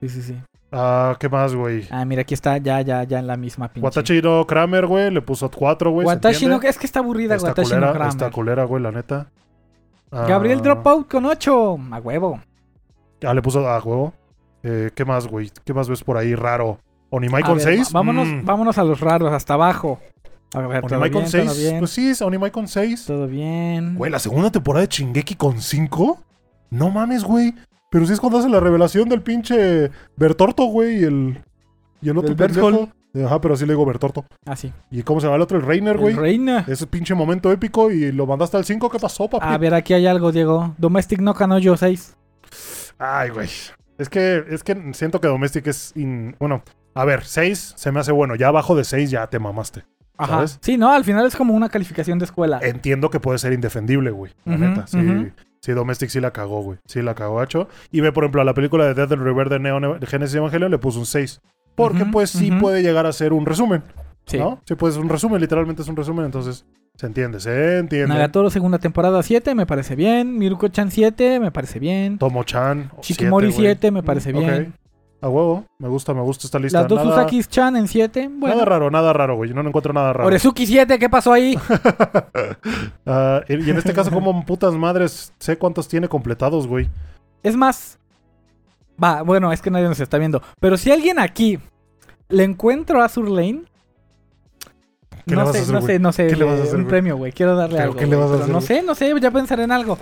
S2: Sí, sí, sí.
S1: Ah, ¿qué más, güey?
S2: Ah, mira, aquí está ya, ya, ya en la misma pinche.
S1: Watashi no Kramer, güey, le puso 4, güey. ¿se
S2: Watashi no...
S1: entiende?
S2: Es que está aburrida
S1: Está
S2: Watashi
S1: culera,
S2: no Kramer.
S1: Está culera, güey, la neta. Ah,
S2: Gabriel Dropout con 8. A huevo.
S1: Ah, le puso a huevo. Eh, ¿Qué más, güey? ¿Qué más ves por ahí raro? Onimai
S2: A
S1: con
S2: ver,
S1: 6.
S2: va- Vámonos, vámonos a los raros, hasta abajo. A ver, todo
S1: Onimai
S2: bien,
S1: con
S2: todo
S1: 6.
S2: bien.
S1: Pues sí, es Onimai con 6.
S2: Todo bien.
S1: Güey, la segunda temporada de Chingeki con 5. No mames, güey. Pero sí es cuando hace la revelación del pinche Bertorto, güey, y el. Y el otro
S2: Del
S1: pendejo. Ajá, pero sí le digo Bertorto.
S2: Ah, sí.
S1: ¿Y cómo se llama el otro? El Reiner, güey.
S2: El Reina.
S1: Ese pinche momento épico y lo mandaste al 5. ¿Qué pasó, papi?
S2: A ver, aquí hay algo, Diego. Domestic no Canoyo 6.
S1: Ay, güey. Es que, es que siento que Domestic es. in- Bueno, a ver, 6 se me hace bueno. Ya abajo de 6 ya te mamaste.
S2: Ajá.
S1: ¿Sabes?
S2: Sí, no, al final es como una calificación de escuela.
S1: Entiendo que puede ser indefendible, güey. La
S2: Ujú,
S1: neta. Sí,
S2: ujú.
S1: sí, Domestic sí la cagó, güey. Sí la cagó, hacho. Y ve, por ejemplo, a la película de Death and River de Neon Eva- de Genesis Evangelion le puso un 6. Porque,
S2: Ujú,
S1: pues, sí
S2: ujú.
S1: puede llegar a ser un resumen,
S2: sí.
S1: ¿no? Sí, pues, es un resumen. Literalmente es un resumen. Entonces, se entiende, se entiende.
S2: Nagatoro segunda temporada 7 me parece bien, Miruko-chan 7 me parece bien,
S1: Tomo-chan. o
S2: Shikimori
S1: siete, güey. Mm,
S2: 7 me parece
S1: Ok.
S2: bien,
S1: A huevo. Me gusta, me gusta esta lista.
S2: las dos
S1: Nada-
S2: Usakis-chan en 7,
S1: Nada
S2: bueno,
S1: raro, nada raro, güey. No no encuentro nada raro.
S2: Orezuki 7, ¿qué pasó ahí?
S1: Ah, y en este caso, como putas madres, sé cuántos tiene completados, güey.
S2: es más, va, bueno, es que nadie nos está viendo, pero si alguien aquí le encuentro a Surlane,
S1: ¿Qué
S2: no,
S1: le vas
S2: sé,
S1: a hacer,
S2: no
S1: güey?
S2: sé, no sé,
S1: ¿Qué le vas a
S2: eh,
S1: hacer,
S2: un
S1: güey?
S2: premio, güey, quiero darle
S1: ¿Qué-
S2: algo,
S1: qué le
S2: güey,
S1: vas a
S2: pero
S1: hacer,
S2: no
S1: güey?
S2: sé, no sé, voy a pensar en algo,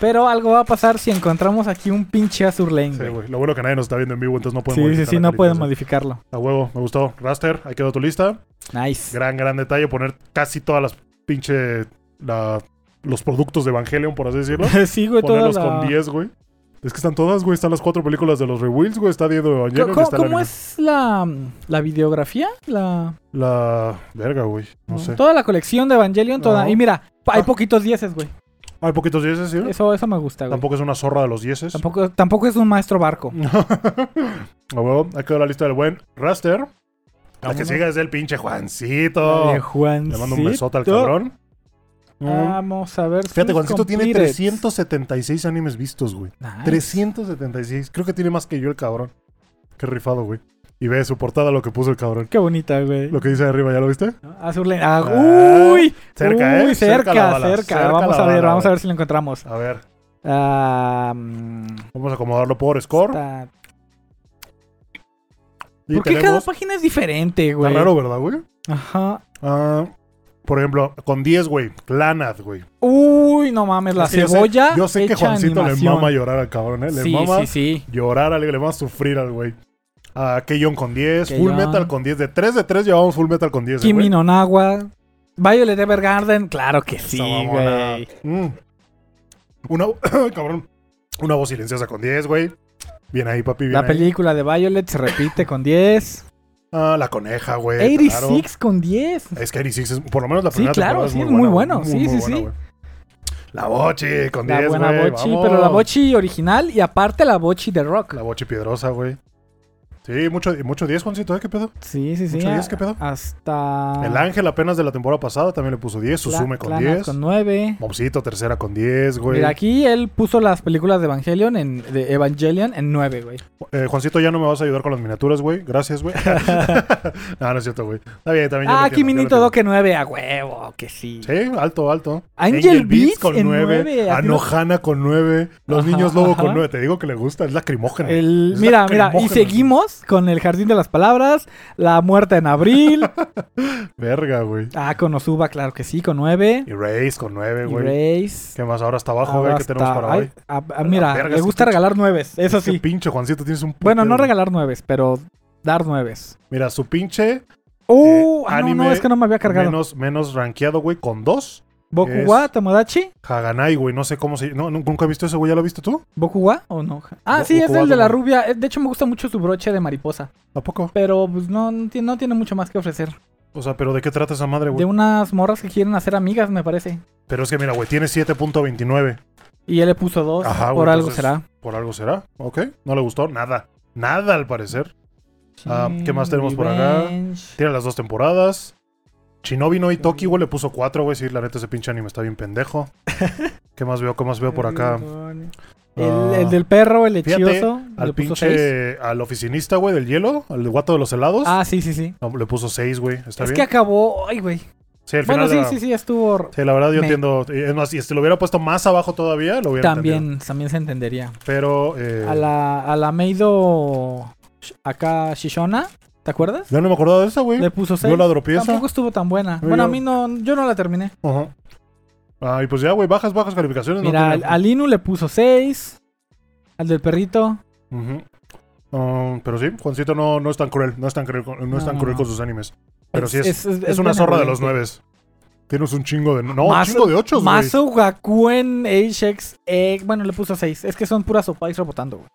S2: pero algo va a pasar si encontramos aquí un pinche Azurlane,
S1: Sí,
S2: güey.
S1: güey. Lo bueno que nadie nos está viendo en vivo, entonces no podemos.
S2: Sí, sí, sí, no pueden modificarlo.
S1: A huevo, me gustó. Raster, ahí quedó tu lista.
S2: Nice.
S1: Gran, gran detalle. Poner casi todas las pinche. la- los productos de Evangelion, por así decirlo.
S2: sí, güey, toda
S1: Ponerlos
S2: la...
S1: con 10, güey. Es que están todas, güey. Están las cuatro películas de los Rewills, güey. Está Diego de Evangelion.
S2: ¿Cómo,
S1: está el
S2: cómo
S1: anime.
S2: es la, la videografía? La,
S1: La. Verga, güey. No sé.
S2: Toda la colección de Evangelion, toda.
S1: No.
S2: Y mira, hay
S1: Ah.
S2: poquitos dieces, güey.
S1: Hay poquitos dieces, ¿sí?
S2: Eso, eso me gusta, güey.
S1: Tampoco es una zorra de los dieces.
S2: Tampoco, tampoco es un maestro barco.
S1: A huevo, ha quedado la lista del buen Raster. La que
S2: Vámonos.
S1: sigue es el pinche Juancito.
S2: Dale, Juancito. Ah,
S1: Le mando un besote al cabrón. Mm.
S2: Vamos a ver.
S1: Fíjate,
S2: sus
S1: Juancito tiene
S2: completed.
S1: 376 animes vistos, güey.
S2: Nice.
S1: 376. Creo que tiene más que yo el cabrón. Qué rifado, güey. Y ve su portada lo que puso el cabrón.
S2: Qué bonita, güey.
S1: Lo que dice arriba, ¿ya lo viste?
S2: Azul Lane. Ah,
S1: Ah,
S2: uy.
S1: Cerca,
S2: uy,
S1: ¿eh?
S2: cerca,
S1: la
S2: cerca.
S1: bala, cerca
S2: vamos
S1: la
S2: a ver,
S1: bala,
S2: vamos a
S1: güey.
S2: ver si lo encontramos.
S1: A ver,
S2: Ah, mm,
S1: vamos a acomodarlo por score.
S2: está-
S1: Y
S2: ¿Por qué cada
S1: tenemos-
S2: página es diferente,
S1: Está
S2: güey?
S1: raro, ¿verdad, güey?
S2: Ajá.
S1: Ah, por ejemplo, con 10, güey. Clanad, güey.
S2: Uy, no mames, la
S1: Es que yo sé-
S2: cebolla.
S1: Yo sé, que
S2: hecha
S1: Juancito
S2: animación.
S1: le mama llorar al cabrón, ¿eh? Le
S2: Sí,
S1: mama
S2: sí, sí.
S1: llorar, al- le mama sufrir al güey. Ah, Keyon con 10,
S2: Keyon.
S1: Full Metal con 10. De 3 de 3 llevamos Full Metal con 10, eh,
S2: Kimi
S1: güey.
S2: no Nawa. Violet Evergarden, claro que sí,
S1: Esa mamona.
S2: güey.
S1: Mm. Una, cabrón. Una voz silenciosa con 10, güey. Bien ahí, papi, bien
S2: La
S1: ahí.
S2: película de Violet se repite con 10.
S1: Ah, la coneja, güey. claro.
S2: 86 con 10.
S1: Es que 86 es, por lo menos la
S2: Sí,
S1: primera
S2: claro,
S1: temporada
S2: sí,
S1: es
S2: es
S1: muy,
S2: muy
S1: buena,
S2: bueno,
S1: güey.
S2: sí, sí,
S1: buena,
S2: sí.
S1: güey. La bochi con 10,
S2: La
S1: güey.
S2: buena Bochi,
S1: vamos.
S2: pero la Bochi original y aparte la Bochi de Rock.
S1: La bochi piedrosa, güey. Sí, mucho, mucho 10, Juancito, ¿eh? ¿Qué pedo?
S2: Sí, sí, sí.
S1: ¿Mucho
S2: a-
S1: 10? ¿Qué pedo?
S2: Hasta.
S1: El Ángel apenas de la temporada pasada también le puso 10,
S2: Cla-
S1: Susume con
S2: Clannad
S1: 10,
S2: Con 9.
S1: Mopsito tercera con 10, güey.
S2: Mira, aquí él puso las películas de Evangelion en, de Evangelion en 9, güey. Ah,
S1: Eh, Juancito, ya no me vas a ayudar con las miniaturas, güey. Gracias, güey. no, no es cierto, güey. Está bien, también. yo
S2: Ah,
S1: lo entiendo, yo
S2: Kiminito
S1: lo
S2: Doke 9, a huevo, que sí.
S1: entiendo. Sí, alto, alto.
S2: Angel Beats en nueve, a ti no-
S1: Anohana con 9. Los
S2: Ajá,
S1: niños lobo
S2: ajá.
S1: con 9. Te digo que le gusta, es lacrimógena.
S2: El-
S1: Es
S2: mira, mira, y
S1: lacrimógena.
S2: seguimos con el Jardín de las Palabras, La Muerte en Abril,
S1: Verga, güey.
S2: ah, con Osuba, claro que sí, con 9,
S1: Y Race con 9, güey.
S2: Erase.
S1: ¿Qué más? Ahora hasta abajo,
S2: Ahora
S1: güey. ¿Qué tenemos
S2: hasta-
S1: para
S2: ay,
S1: hoy?
S2: ah, ah, mira,
S1: verga,
S2: le
S1: ese
S2: gusta
S1: pinche-
S2: regalar nueves, eso
S1: Qué
S2: sí.
S1: pinche, Juancito, tienes un
S2: Bueno, no
S1: putero.
S2: regalar nueves, pero dar nueves.
S1: Mira, su pinche
S2: Uh, ah, no,
S1: anime
S2: no, es que no me había cargado.
S1: menos, menos rankeado, güey, con 2. es-
S2: ¿Boku wa Tomodachi?
S1: Haganai, güey, no sé cómo se... No, nunca he visto ese, güey, ¿ya lo viste tú?
S2: ¿Boku wa o no? Ah,
S1: Bo-
S2: sí, es
S1: Boku wa
S2: el de la
S1: Tomodachi.
S2: rubia. Eh, De hecho, me gusta mucho su broche de mariposa.
S1: ¿A poco?
S2: Pero pues no, no tiene, no tiene mucho más que ofrecer.
S1: O sea, ¿pero de qué trata esa madre,
S2: De
S1: güey?
S2: unas morras que quieren hacer amigas, me parece.
S1: Pero es que, mira, güey, tiene 7.29.
S2: Y él le puso dos.
S1: Ajá, güey,
S2: por algo
S1: entonces-
S2: será.
S1: Por algo será, ¿ok? No le gustó nada. Nada, al parecer. Ah, ¿qué más tenemos por acá?
S2: Revenge.
S1: Tiene las dos temporadas. Shinobi no Itoki, güey, le puso 4, güey. Sí, la neta, ese pinche anime está bien pendejo. ¿Qué más veo? ¿Qué más veo por acá?
S2: El,
S1: Ah.
S2: el del perro, el
S1: Fíjate,
S2: lechoso.
S1: Al
S2: le puso seis.
S1: pinche... Al oficinista, güey, del hielo. Al guato de los helados.
S2: Ah, sí, sí, sí.
S1: No, le puso 6, güey. Está
S2: es
S1: bien.
S2: que acabó. Ay, güey.
S1: Sí, el
S2: Bueno,
S1: final
S2: sí,
S1: era-
S2: sí, sí, estuvo.
S1: Sí, la verdad yo
S2: Me-
S1: entiendo. Es más, si se lo hubiera puesto más abajo todavía, lo hubiera entendido.
S2: También, también se entendería.
S1: Pero eh,
S2: A la, a la Meido. sh- Acá, Shishona. ¿Te acuerdas?
S1: yo no me acordaba de esa, güey.
S2: Le puso seis.
S1: Yo la dropié esa.
S2: Tampoco estuvo tan buena.
S1: Yo-
S2: Bueno, a mí no. Yo no la terminé.
S1: Ajá. Ah, y pues ya, güey, bajas, bajas calificaciones. no
S2: Mira, al,
S1: tiene-
S2: al Inu le puso 6. Al del perrito.
S1: Ujú. Um, pero sí, Juancito no, no es tan cruel, no es tan cruel, con- no, es
S2: No,
S1: tan
S2: no,
S1: cruel
S2: no.
S1: con sus animes. Pero sí es, es,
S2: es
S1: una zorra de
S2: benevolente.
S1: los nueves. Tienes un chingo de... No, un
S2: Mazo-
S1: chingo de ochos, güey.
S2: Mazo Gakuen Ajax Egg. Bueno, le puso 6. Es que son puras sopais rebotando, güey.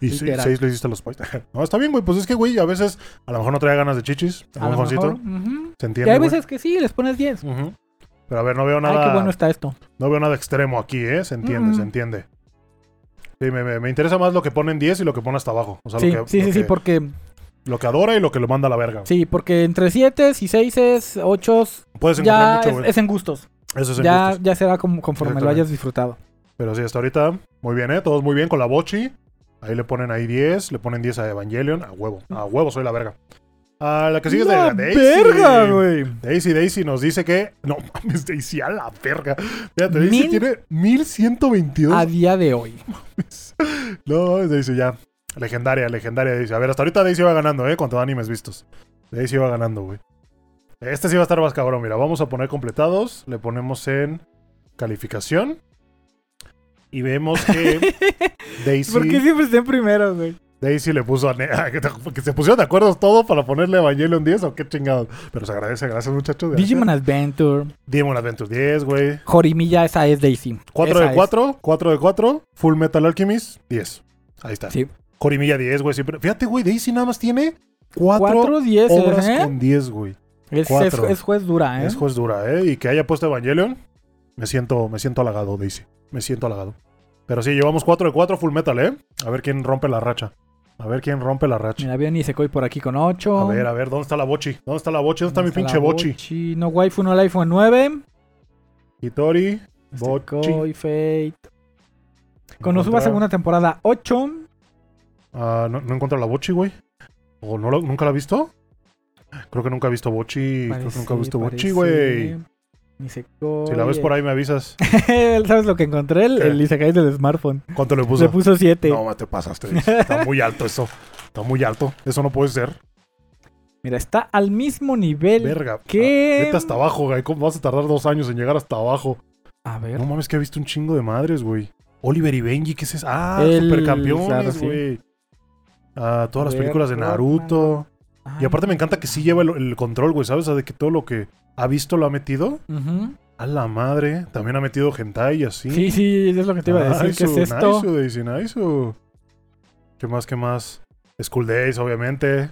S1: Y sí,
S2: literal.
S1: seis le hiciste a los boys. No, está bien, güey. Pues es que, güey, a veces a lo mejor no trae ganas de chichis. A
S2: A
S1: lo
S2: lo
S1: Juancito.
S2: mejor, ujú.
S1: Se
S2: Y
S1: entiende,
S2: hay
S1: güey.
S2: veces que sí, les pones 10.
S1: Ujú. Pero a ver, no veo nada...
S2: Ay, qué bueno está esto.
S1: No veo nada extremo aquí, ¿eh? Se entiende,
S2: Mm.
S1: se entiende. Sí, me, me- me interesa más lo que ponen 10 y lo que pone hasta abajo. O sea,
S2: sí,
S1: lo, que,
S2: sí,
S1: lo
S2: sí, sí,
S1: que-
S2: porque,
S1: lo que adora y lo que lo manda a la verga.
S2: sí, porque entre 7 y 6, 8
S1: Puedes encontrar
S2: ya
S1: mucho,
S2: es,
S1: güey.
S2: es en gustos.
S1: Eso es en
S2: ya,
S1: gustos.
S2: ya será como, conforme lo
S1: Exactamente.
S2: hayas disfrutado.
S1: Pero sí, hasta ahorita, muy bien, ¿eh? Todos muy bien con la bochi. Ahí le ponen ahí 10, le ponen 10 a Evangelion. A huevo, a huevo, soy la verga. Ah, la que sigue es de
S2: ¡La
S1: Daisy.
S2: verga, güey!
S1: Daisy, Daisy nos dice que... No mames, Daisy a la verga. Fíjate, Daisy
S2: Mil- Ah.
S1: tiene 1122
S2: A día de hoy.
S1: No, Daisy ya. Legendaria, legendaria Daisy. A ver, hasta ahorita Daisy va ganando, ¿eh? Cuanto animes vistos. Daisy va ganando, güey. Este sí va a estar más cabrón. Mira, vamos a poner completados. Le ponemos en calificación. Y vemos que
S2: ¿Por qué
S1: Daisy,
S2: siempre está en primero, güey?
S1: Daisy le puso a... Ne- ah, que te- que se pusieron de acuerdo todo para ponerle Evangelion 10 o qué chingados. Pero se agradece, gracias muchachos. gracias.
S2: Digimon Adventure.
S1: Demon Adventure 10, güey.
S2: Jorimilla, esa es Daisy.
S1: 4
S2: Esa
S1: de
S2: es.
S1: 4, 4 de 4. Full Metal Alchemist 10. Ahí está.
S2: Sí.
S1: Corimilla 10, güey. Siempre. Fíjate, güey, Daisy nada más tiene 4
S2: 4 10
S1: horas
S2: ¿eh?
S1: con 10, güey.
S2: Es, es,
S1: cuatro.
S2: es juez dura, ¿eh?
S1: Es juez dura, ¿eh? Y que haya puesto Evangelion, me siento, me siento halagado, Daisy. Me siento halagado. Pero sí, llevamos 4 de 4 full metal, ¿eh? A ver quién rompe la racha. A ver quién rompe la racha.
S2: Mira, bien Isekoi por aquí con 8.
S1: A ver, a ver, ¿dónde está la bochi? ¿Dónde está la bochi? ¿Dónde, está mi pinche bochi?
S2: No waifu, no life en 9.
S1: Hitori,
S2: Este
S1: bochi.
S2: Isekoi, Fate. Konosuba segunda temporada 8.
S1: Ah, no, no encuentro la bochi, güey. ¿O no lo- nunca la he visto? Creo que nunca he visto bochi. creo que nunca he visto bochi, güey.
S2: Isekoi.
S1: Si la ves por ahí, me avisas.
S2: ¿Sabes lo que encontré? El,
S1: ¿Qué?
S2: el Isekai del smartphone.
S1: ¿Cuánto le puso?
S2: Le puso 7.
S1: No, ma, te pasaste. Dios. Está muy alto eso. Está muy alto. Eso no puede ser.
S2: Mira, está al mismo nivel.
S1: Verga. Ah,
S2: que...
S1: Vete hasta abajo, güey. ¿Cómo vas a tardar dos años en llegar hasta abajo?
S2: A ver.
S1: No mames, que he visto un chingo de madres, güey. Oliver y Benji, ¿qué es eso? Ah,
S2: El-
S1: supercampeones,
S2: claro, sí.
S1: güey. Ah, todas las
S2: Ver,
S1: películas de
S2: Rockman.
S1: Naruto. Y
S2: Ay,
S1: aparte me encanta que sí lleva el, el control, güey, ¿sabes? O sea, de que todo lo que ha visto lo ha metido.
S2: ujú.
S1: A la madre. También ha metido hentai y así.
S2: Sí, sí, es lo que te iba a decir. ¿Qué es
S1: Nice,
S2: esto?
S1: Daisy, nice. ¿Qué más, qué más? School Days, obviamente.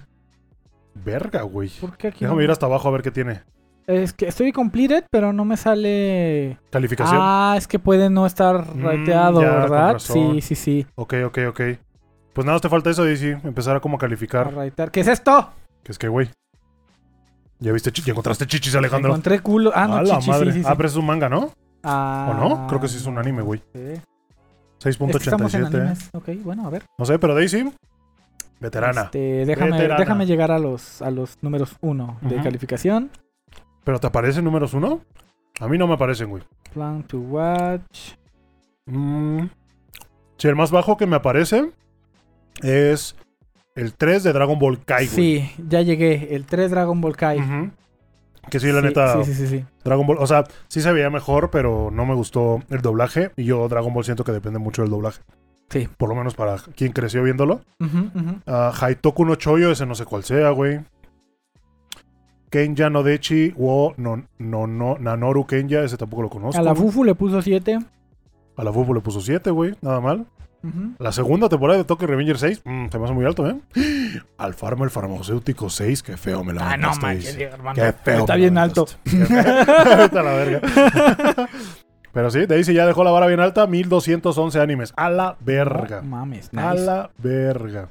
S1: Verga, güey.
S2: ¿Por qué aquí? no?
S1: Déjame ir hasta abajo a ver qué tiene.
S2: Es que estoy completed, pero no me sale.
S1: Calificación.
S2: Ah, es que puede no estar
S1: Mm,
S2: rateado,
S1: ya, con
S2: ¿verdad?
S1: razón.
S2: Sí, sí, sí.
S1: Ok, ok, ok. Pues nada, más te falta eso, DC. Empezar a como a
S2: A
S1: calificar.
S2: raitear. ¿Qué es esto?
S1: Que es que, güey. Ya viste, chi- ya encontraste chichis, Alejandro.
S2: Encontré culo. Ah, no,
S1: a la
S2: chichi,
S1: madre.
S2: sí, sí, sí.
S1: Ah, pero es un manga, ¿no? ¿O
S2: Ah,
S1: no? Creo que sí es un anime, güey.
S2: sí. Es que estamos en
S1: 6.87.
S2: animes. Ok, bueno, a ver.
S1: No sé, pero Daisy, veterana.
S2: Este, déjame,
S1: Veterana.
S2: déjame llegar a los, a los números 1 de
S1: Ujú.
S2: calificación.
S1: ¿Pero te aparecen números uno? A mí no me aparecen, güey.
S2: Plan to watch.
S1: Mm. Sí, el más bajo que me aparece es el 3 de Dragon Ball Kai, güey.
S2: sí, ya llegué. El 3 Dragon Ball Kai.
S1: Ujú. Que sí, la neta,
S2: Sí, sí, sí. sí.
S1: Dragon Ball, o sea, sí se veía mejor, pero no me gustó el doblaje. Y yo, Dragon Ball, siento que depende mucho del doblaje.
S2: Sí.
S1: Por lo menos para quien creció viéndolo.
S2: Ujú, ujú.
S1: Ah, Haitoku no Choyo, ese no sé cuál sea, güey. Kenja no Dechi wo no, no, no, Nanoru Kenja, ese tampoco lo conozco.
S2: A la Fufu le puso 7.
S1: A la Fufu le puso 7, güey, nada mal. La segunda temporada de Tokyo Revenger 6, mm, se me hace muy alto, ¿eh? Al Pharma el Farmacéutico 6, qué feo me la
S2: Ah, no
S1: aventaste,
S2: manches,
S1: dice.
S2: Diego, hermano.
S1: Qué feo.
S2: Está
S1: me
S2: bien
S1: la
S2: alto.
S1: aventaste. Qué feo. Vete a la verga. Pero sí, Daisy ya dejó la vara bien alta, 1211 animes. A la verga.
S2: No mames,
S1: A
S2: nice.
S1: la verga.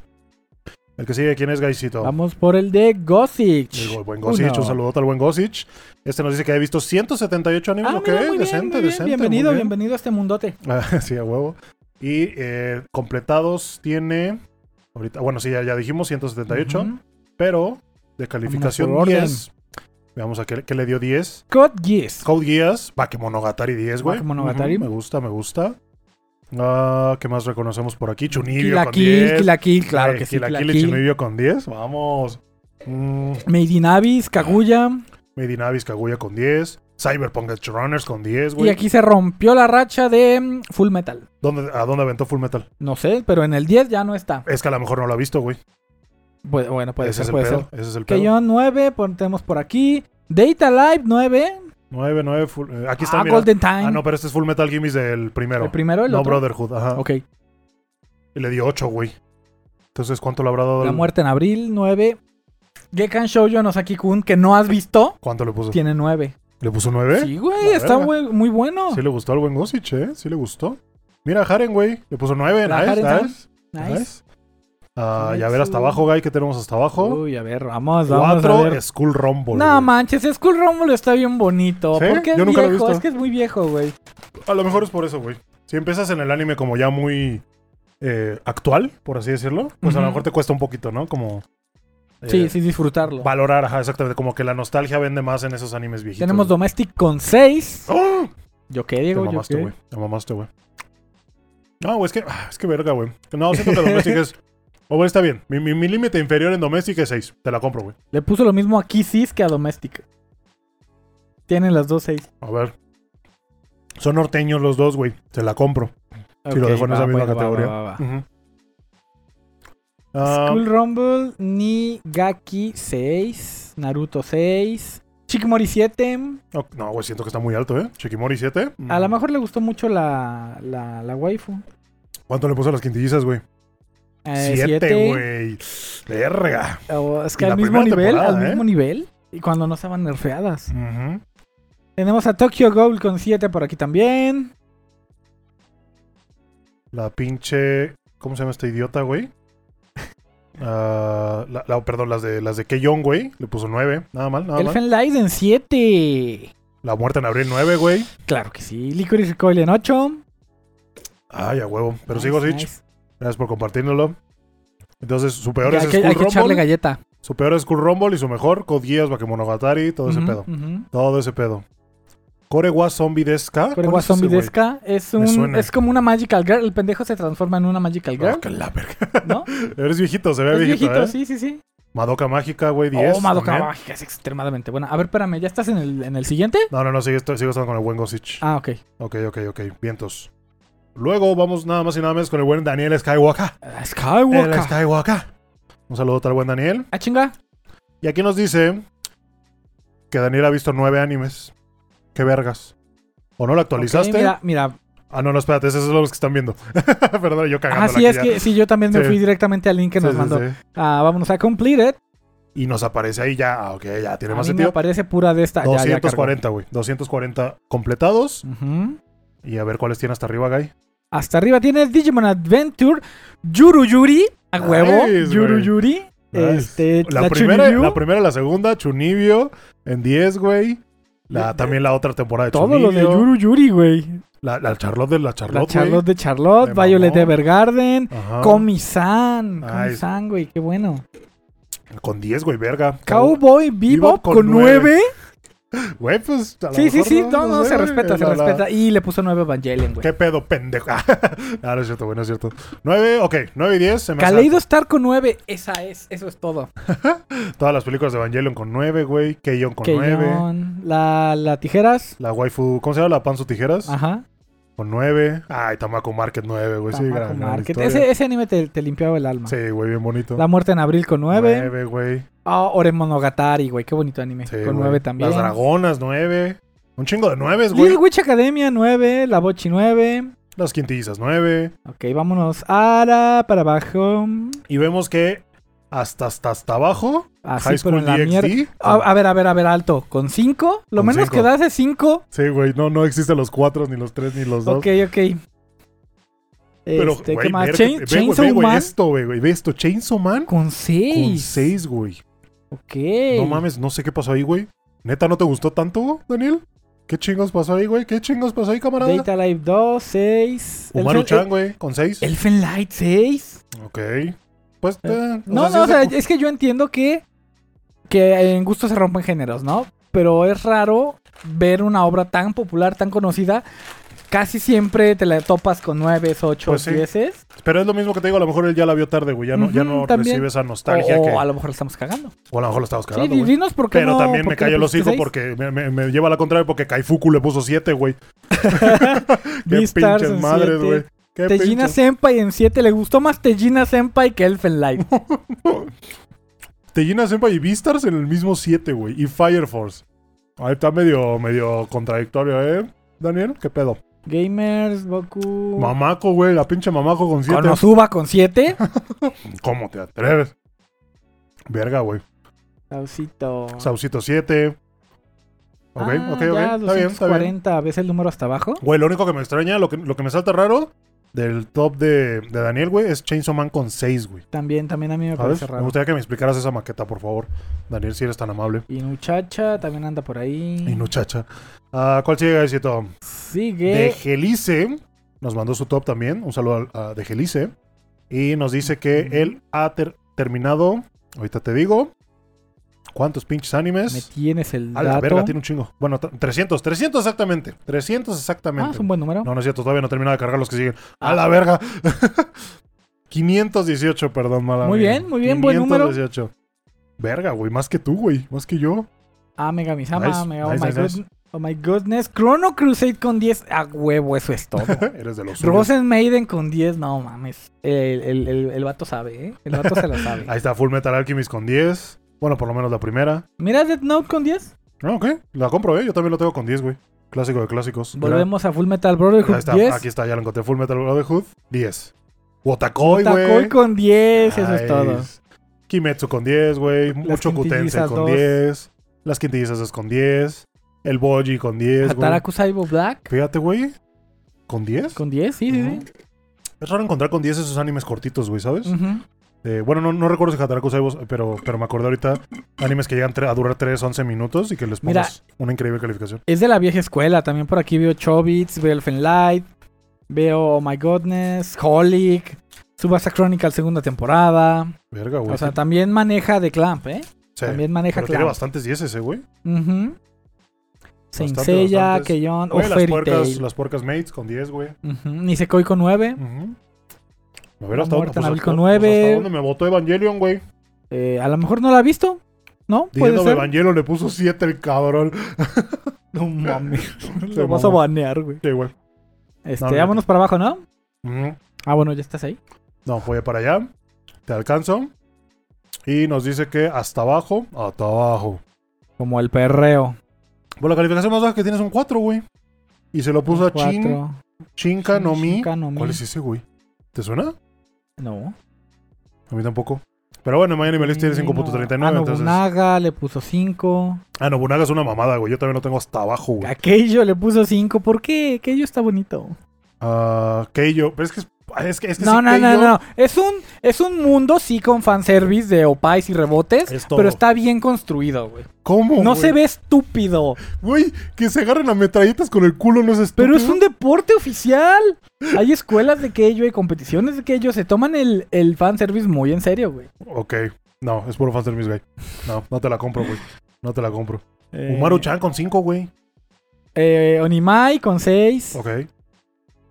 S1: El que sigue, ¿quién es Gaisito?
S2: Vamos por el de Gossip.
S1: El go- buen Gosich, un saludote al buen Gosich. Este nos dice que ha visto 178 animes.
S2: Ah,
S1: ok,
S2: mira, muy bien,
S1: decente,
S2: muy bien.
S1: decente. muy
S2: Bienvenido,
S1: bien.
S2: bienvenido a este mundote.
S1: Ah, sí, a huevo. Y eh, completados tiene. Ahorita, bueno, sí, ya, ya dijimos 178,
S2: Ujú.
S1: pero de calificación
S2: por
S1: 10. Veamos a qué, qué le dio 10.
S2: Code Geass.
S1: Code Geass, Bakemonogatari 10, güey.
S2: Bakemonogatari.
S1: Ujú, me gusta, me gusta. Ah, ¿qué más reconocemos por aquí? Chunibio
S2: Kill la
S1: con
S2: Kill,
S1: 10.
S2: Kill la Kill, claro
S1: Eh,
S2: que sí.
S1: Kill la
S2: Kill la
S1: Kill y
S2: Kill.
S1: Chunibyo con 10. Vamos. Mm,
S2: Made in Abyss, Kaguya.
S1: Medinavis Kaguya con 10. Cyberpunk Edge Runners con 10,
S2: Y
S1: güey.
S2: aquí se rompió la racha de mm, Full Metal.
S1: ¿Dónde- ¿A dónde aventó Full Metal?
S2: No sé, pero en el 10 ya no está.
S1: Es que a lo mejor no lo ha visto, güey.
S2: Bu- Bueno, puede
S1: Ese
S2: ser,
S1: es el
S2: puede
S1: pedo.
S2: ser.
S1: Ese es el pedo.
S2: Keyon 9, pon- tenemos por aquí. Data Live 9.
S1: 9, 9. full- eh, aquí está,
S2: Ah,
S1: mira.
S2: Golden Time.
S1: Ah, no, pero este es Full Metal Gimmies del primero.
S2: el primero, el
S1: no,
S2: otro.
S1: Brotherhood. Ajá.
S2: Ok.
S1: Y le dio 8, güey. Entonces, ¿cuánto le habrá dado?
S2: La
S1: al-
S2: muerte en abril 9. Gekan Shoujo Nosaki Kun, que no has visto,
S1: ¿Cuánto le puso?
S2: tiene 9.
S1: ¿Le puso 9? Sí.
S2: Sí, güey,
S1: ¿Eh? La
S2: está
S1: verga.
S2: muy, muy bueno.
S1: le gustó al buen Gosich, ¿eh? Sí le gustó. Mira, Haren, güey. Le puso 9.
S2: La
S1: Nice,
S2: Haren,
S1: nice,
S2: nice.
S1: nice. Ah, ya
S2: Nice.
S1: ver hasta abajo, güey. ¿Qué tenemos hasta abajo?
S2: Uy, a ver, vamos, vamos a
S1: 4,
S2: ver.
S1: Skull Rumble.
S2: No
S1: güey.
S2: manches, Skull Rumble está bien bonito.
S1: ¿Sí?
S2: Porque es
S1: Yo nunca lo he
S2: viejo,
S1: visto.
S2: es que es muy viejo, güey.
S1: A lo mejor es por eso, güey. Si empiezas en el anime como ya muy eh, actual, por así decirlo, pues a
S2: Ujú.
S1: lo mejor te cuesta un poquito, ¿no? Como. eh,
S2: Sí, sí, disfrutarlo.
S1: Valorar, ajá, exactamente. Como que la nostalgia vende más en esos animes viejitos.
S2: Tenemos
S1: güey.
S2: Domestic con 6.
S1: ¡Oh!
S2: ¿Yo qué,
S1: Te
S2: Diego? ¿Yo
S1: mamaste,
S2: qué?
S1: güey. Te mamaste, güey. No, güey, es que. ah, Es que verga, güey. No, siento que Domestic es. O bueno, está bien. Mi, mi- mi límite inferior en Domestic es 6. Te la compro, güey.
S2: Le puso lo mismo a Kisses que a Domestic. Tienen las dos 6.
S1: A ver. Son norteños los dos, güey. Te la compro. Sí, lo dejo en esa misma categoría. Ujú. Ah,
S2: School Rumble, Nigaki 6, Naruto 6, Chikmori 7.
S1: No, no, güey, siento que está muy alto, ¿eh? Mm. Chikimori 7.
S2: A lo mejor le gustó mucho la, la, la waifu.
S1: ¿Cuánto le puso a las quintillizas, güey?
S2: Eh,
S1: 7,
S2: siete.
S1: güey. Verga.
S2: O- es que
S1: Y la
S2: al mismo
S1: primera
S2: nivel, al
S1: temporada, ¿eh?
S2: mismo nivel. Y cuando no estaban nerfeadas.
S1: Ujú.
S2: Tenemos a Tokyo Gold con 7 por aquí también.
S1: La pinche. ¿Cómo se llama este idiota, güey? Ah, la- la- perdón, las de las de Keyon, güey. Le puso 9. Nada mal, nada mal.
S2: Elfen Light en 7.
S1: La muerte en abril 9, güey.
S2: Claro que sí. Licorice Recoil en 8.
S1: Ay, a huevo. Pero
S2: Nice,
S1: sigo, Sich.
S2: nice.
S1: Gracias por compartiéndolo. Entonces, su peor
S2: Hay
S1: es
S2: que- hay
S1: Skull
S2: que echarle
S1: Rumble.
S2: galleta.
S1: Su peor es Skull Rumble y su mejor, Code Geass, Bakemonogatari, todo ese
S2: Uwa
S1: pedo. Ah, Todo ese pedo. Korewa Zombie Deska. ¿Cuál es ese, güey?
S2: Zombiesca es,
S1: Me
S2: un,
S1: suena.
S2: es como una Magical Girl. El pendejo se transforma en una Magical
S1: Ah,
S2: Girl,
S1: que la verga.
S2: ¿no?
S1: Eres viejito, se ve
S2: Es
S1: viejito,
S2: viejito,
S1: ¿eh?
S2: sí, sí, sí.
S1: Madoka Mágica, güey, 10.
S2: Oh, Madoka
S1: también.
S2: Mágica es extremadamente buena. A ver, espérame, ¿ya estás en el, en el siguiente?
S1: No, no, no, sigo, estoy- sigo estando con el buen Gosich.
S2: Ah, ok.
S1: Ok, ok, ok, vientos. Luego vamos nada más y nada menos con el buen Daniel Skywalker.
S2: Ah,
S1: El
S2: Skywalker.
S1: Skywalker. Un saludo al buen Daniel.
S2: Ah, chinga.
S1: Y aquí nos dice que Daniel ha visto nueve animes. Qué vergas. ¿O no lo actualizaste?
S2: Ok, mira, mira.
S1: Ah, no, no, espérate, esos son los que están viendo. Perdón, yo cagando.
S2: Ah, sí, es que sí, yo también me
S1: Sí.
S2: fui directamente al link que nos mandó. Ah, vámonos a Completed.
S1: Y nos aparece ahí ya, ah, ok, ya tiene
S2: A
S1: más
S2: mí me
S1: sentido.
S2: aparece pura de esta. Ya, ya cargó.
S1: 240, güey. 240 completados.
S2: Ujú.
S1: Y a ver cuáles tiene hasta arriba, Guy.
S2: Hasta arriba tiene Digimon Adventure, Yuru Yuri, A huevo,
S1: Nice,
S2: Yuru
S1: güey.
S2: Yuri.
S1: Nice.
S2: Este,
S1: La,
S2: la
S1: primera,
S2: Chunibyo,
S1: la primera, y la segunda, Chunibio en 10, güey. La,
S2: De-
S1: también la otra temporada de
S2: todo lo de
S1: Chunibyo.
S2: Yuru Yuri, güey.
S1: La, la Charlotte de la
S2: La
S1: Charlotte,
S2: Charlotte de Charlotte,
S1: Me
S2: Violet
S1: mamó.
S2: Evergarden,
S1: güey. Ajá.
S2: Comi-san,
S1: Nice.
S2: Comi-san, güey, qué bueno.
S1: Con 10, güey, verga.
S2: Cowboy Bebop
S1: con
S2: con
S1: nueve.
S2: 9.
S1: Güey, pues. a lo
S2: Sí, sí,
S1: mejor
S2: sí, no,
S1: lo
S2: no,
S1: sé,
S2: se
S1: güey.
S2: respeta, se
S1: La- la-
S2: respeta. Y le puso 9 Evangelion, güey.
S1: ¿Qué pedo, pendejo? Ah, no es cierto, güey, no es cierto. 9, ok, 9 y 10. Se me hace
S2: Kaleido Star con 9, esa es, eso es todo.
S1: alto. Todas las películas de Evangelion con 9, güey. Keion con 9.
S2: Keion, la, la tijeras,
S1: La waifu, ¿cómo se llama? La Panzo Tijeras.
S2: ajá.
S1: Con 9. Ay, Tamako Market 9, güey. Pues Sí,
S2: Tamako
S1: gran, gran
S2: Market.
S1: historia.
S2: Ese, ese anime te, te limpiaba el alma.
S1: Sí, güey, bien bonito.
S2: La muerte en abril con 9.
S1: 9, güey.
S2: Ah, Oremonogatari, güey, qué bonito anime.
S1: Sí,
S2: con
S1: güey.
S2: 9 también.
S1: Las dragonas 9. Un chingo de 9,
S2: Little
S1: güey.
S2: Witch Academia 9, La Bochi 9.
S1: Las quintillizas 9.
S2: Ok, vámonos ahora para abajo.
S1: Y vemos que hasta, hasta, hasta abajo.
S2: Así,
S1: High
S2: Ah, pero
S1: School E
S2: en la mierda. Ah,
S1: DxD.
S2: A, a ver, a ver, a ver, alto. ¿Con 5? Lo
S1: Con
S2: menos
S1: cinco.
S2: que das es 5.
S1: Sí, güey. No, no existen los 4, ni los 3, ni los 2.
S2: Ok, ok.
S1: Pero,
S2: Este,
S1: güey,
S2: ¿qué más?
S1: verga,
S2: Chain-
S1: ve, güey,
S2: Chainsaw
S1: ve, güey,
S2: Man
S1: esto, güey, güey, ve esto, Chainsaw Man
S2: con
S1: con
S2: 6.
S1: 6, güey.
S2: Ok.
S1: No mames, no sé qué pasó ahí, güey. ¿Neta no te gustó tanto, Daniel? ¿Qué chingos pasó ahí, güey? ¿Qué chingos pasó ahí, camarada?
S2: Data Live 2, 6.
S1: Humano Chan, güey, con 6.
S2: Elfen Light 6.
S1: Ok. Pues, eh,
S2: No,
S1: o sea, sí
S2: no, o sea,
S1: se-
S2: es que yo entiendo que, que en gusto se rompen géneros, ¿no? Pero es raro ver una obra tan popular, tan conocida. Casi siempre te la topas con 9, 8,
S1: Pues sí.
S2: 10.
S1: Pero es lo mismo que te digo, a lo mejor él ya la vio tarde, güey. Ya no, ya
S2: Ujú,
S1: no
S2: también.
S1: recibe esa nostalgia
S2: o
S1: que.
S2: a lo mejor la estamos cagando.
S1: O a lo mejor lo estabas cagando,
S2: sí, di-
S1: güey.
S2: dinos por qué
S1: Pero
S2: no- pues,
S1: también
S2: por
S1: me
S2: qué le
S1: cayó los
S2: pusiste
S1: hijos
S2: seis.
S1: porque me, me- me lleva a la contraria porque Kaifuku le puso 7, güey. Qué
S2: Beastars
S1: pinches
S2: en
S1: madres,
S2: siete.
S1: güey. Qué
S2: Tejina
S1: pinches.
S2: Senpai en 7. Le gustó más Tejina Senpai que Elfen Light.
S1: Tejina Senpai y Beastars en el mismo 7, güey. Y Fire Force. Ahí está medio, medio contradictorio, ¿eh? Daniel, ¿qué pedo?
S2: Gamers, Boku.
S1: Mamaco, güey, la pinche mamaco con 7.
S2: Konosuba con 7.
S1: ¿Cómo te atreves? Verga, güey.
S2: Sausito.
S1: Saucito 7. Ok,
S2: Ah,
S1: ok, ok.
S2: ya,
S1: Está bien, está bien.
S2: 240 veces el número hasta abajo.
S1: Güey, lo único que me extraña, lo que, lo que me salta raro del top de, de Daniel, güey, es Chainsaw Man con 6, güey.
S2: También, también a mí me
S1: ¿Sabes?
S2: parece
S1: Me
S2: raro.
S1: gustaría que me explicaras esa maqueta, por favor. Daniel, si eres tan amable.
S2: Y Nuchacha también anda por ahí.
S1: Y no, chacha. Ah, ¿Cuál sigue, Gaisito? De
S2: Sigue.
S1: Gelice nos mandó su top también. Un saludo a, a De Gelice. Y nos dice que
S2: Ujú.
S1: él ha ter- terminado. Ahorita te digo. ¿Cuántos pinches
S2: Me
S1: animes?
S2: tienes el
S1: A la
S2: dato.
S1: verga, tiene un chingo. Bueno, t- 300, 300 exactamente. 300
S2: ah,
S1: exactamente.
S2: es un buen número.
S1: No, no es cierto, todavía no he terminado de cargar los que siguen.
S2: Ah.
S1: ¡A la verga! 518, perdón, mala
S2: Muy
S1: mía.
S2: bien, muy bien, buen número.
S1: 518. Verga, güey, más que tú, güey, más que yo.
S2: Ah, Mega Misama,
S1: Nice,
S2: Mega, oh,
S1: nice,
S2: my
S1: nice, nice.
S2: good- oh my goodness. Chrono Crusade con 10. A huevo, eso es todo.
S1: Eres de los suyos.
S2: Rosen Maiden con 10. No mames. El, el, el, el vato sabe, ¿eh? El vato se la sabe.
S1: Ahí está Full Metal Alchemist con 10. Bueno, por lo menos la primera.
S2: Mira Death Note con 10.
S1: No, ok, la compro, eh. Yo también lo tengo con 10, güey. Clásico de clásicos. Mira.
S2: Volvemos a Full Metal
S1: Ahí
S2: Brotherhood
S1: está,
S2: 10.
S1: aquí está, ya lo encontré. Full Metal Brotherhood, 10. Wotakoi, güey.
S2: Takoi con 10. Eso es todo.
S1: Nice. Kimetsu con 10, güey. Mucho Cutense
S2: quintillizas
S1: con
S2: dos.
S1: 10. Las quintillizas es con 10. El Boji con 10, güey.
S2: Hataraku Saibo Black
S1: Fíjate, güey. ¿Con 10?
S2: con 10. Sí, sí, sí.
S1: Es raro encontrar con 10 esos animes cortitos, güey, ¿sabes?
S2: Ujú.
S1: Eh, bueno, no, no recuerdo si Hataraku Saibos, pero, pero me acordé ahorita animes que llegan tre- a durar 3, 11 minutos y que les
S2: Mira.
S1: pones una increíble calificación.
S2: Es de la vieja escuela. También por aquí veo Chobits, veo Elfen Light, veo Oh My Goodness, Holic, Subasa Chronicle segunda temporada.
S1: Verga, güey.
S2: O sea, también maneja The Clamp, ¿eh?
S1: Sí.
S2: También maneja
S1: Pero tiene
S2: Clamp.
S1: bastantes 10 ese, güey.
S2: Ujú. Saint
S1: Bastante,
S2: Seiya,
S1: bastantes.
S2: Keyon, o
S1: Güey, las
S2: Fairy
S1: puercas,
S2: Tail.
S1: las puercas mates con 10, güey.
S2: Ujú. Nisekoi con 9.
S1: Ujú. A ver,
S2: La
S1: hasta dónde,
S2: muerte en abril
S1: hasta-
S2: con
S1: pues, hasta
S2: nueve.
S1: dónde me votó Evangelion, güey.
S2: Eh, a lo mejor no la ha visto. ¿No? Puede
S1: Diciéndome
S2: ser.
S1: Evangelion le puso 7 el cabrón.
S2: No mames.
S1: Se
S2: Lo vas a
S1: mamó.
S2: banear, güey.
S1: Sí, güey.
S2: Este,
S1: No, no,
S2: vámonos para abajo, ¿no?
S1: Ujú.
S2: Ah, bueno, ya estás ahí.
S1: No, voy para allá. Te alcanzo. Y nos dice que hasta abajo. Hasta abajo.
S2: Como el perreo.
S1: Bueno, la calificación más baja que tienes son 4, güey. Y se lo puso a Chin,
S2: Cuatro.
S1: Chinka no Mi.
S2: Shinka no Mi.
S1: ¿Cuál es ese, güey? ¿Te suena?
S2: No.
S1: A mí tampoco. Pero bueno, My Animalist tiene 5.39,
S2: A
S1: entonces...
S2: Ah, Nobunaga le puso 5.
S1: Ah, Nobunaga es una mamada, güey. Yo también lo tengo hasta abajo, güey.
S2: A Keijo le puso 5. ¿Por qué? Keijo está bonito.
S1: Ah, Keijo. Pero es que es- Es que, es que
S2: No,
S1: sí
S2: no,
S1: te-
S2: no,
S1: yo-
S2: no. Es un, es un mundo, sí, con fanservice de opais y rebotes,
S1: Es todo.
S2: pero está bien construido, güey.
S1: ¿Cómo?
S2: No
S1: güey?
S2: se ve estúpido,
S1: Güey, que se agarren a metralletas con el culo no es estúpido.
S2: pero es un deporte oficial. Hay escuelas de que ello, hay competiciones de que ello. Se toman el, el fanservice muy en serio, güey.
S1: Ok. No, es puro fanservice, güey. No, no te la compro, güey. No te la compro.
S2: Eh,
S1: Umaru-chan con 5, güey.
S2: eh, Onimai con 6.
S1: Ok.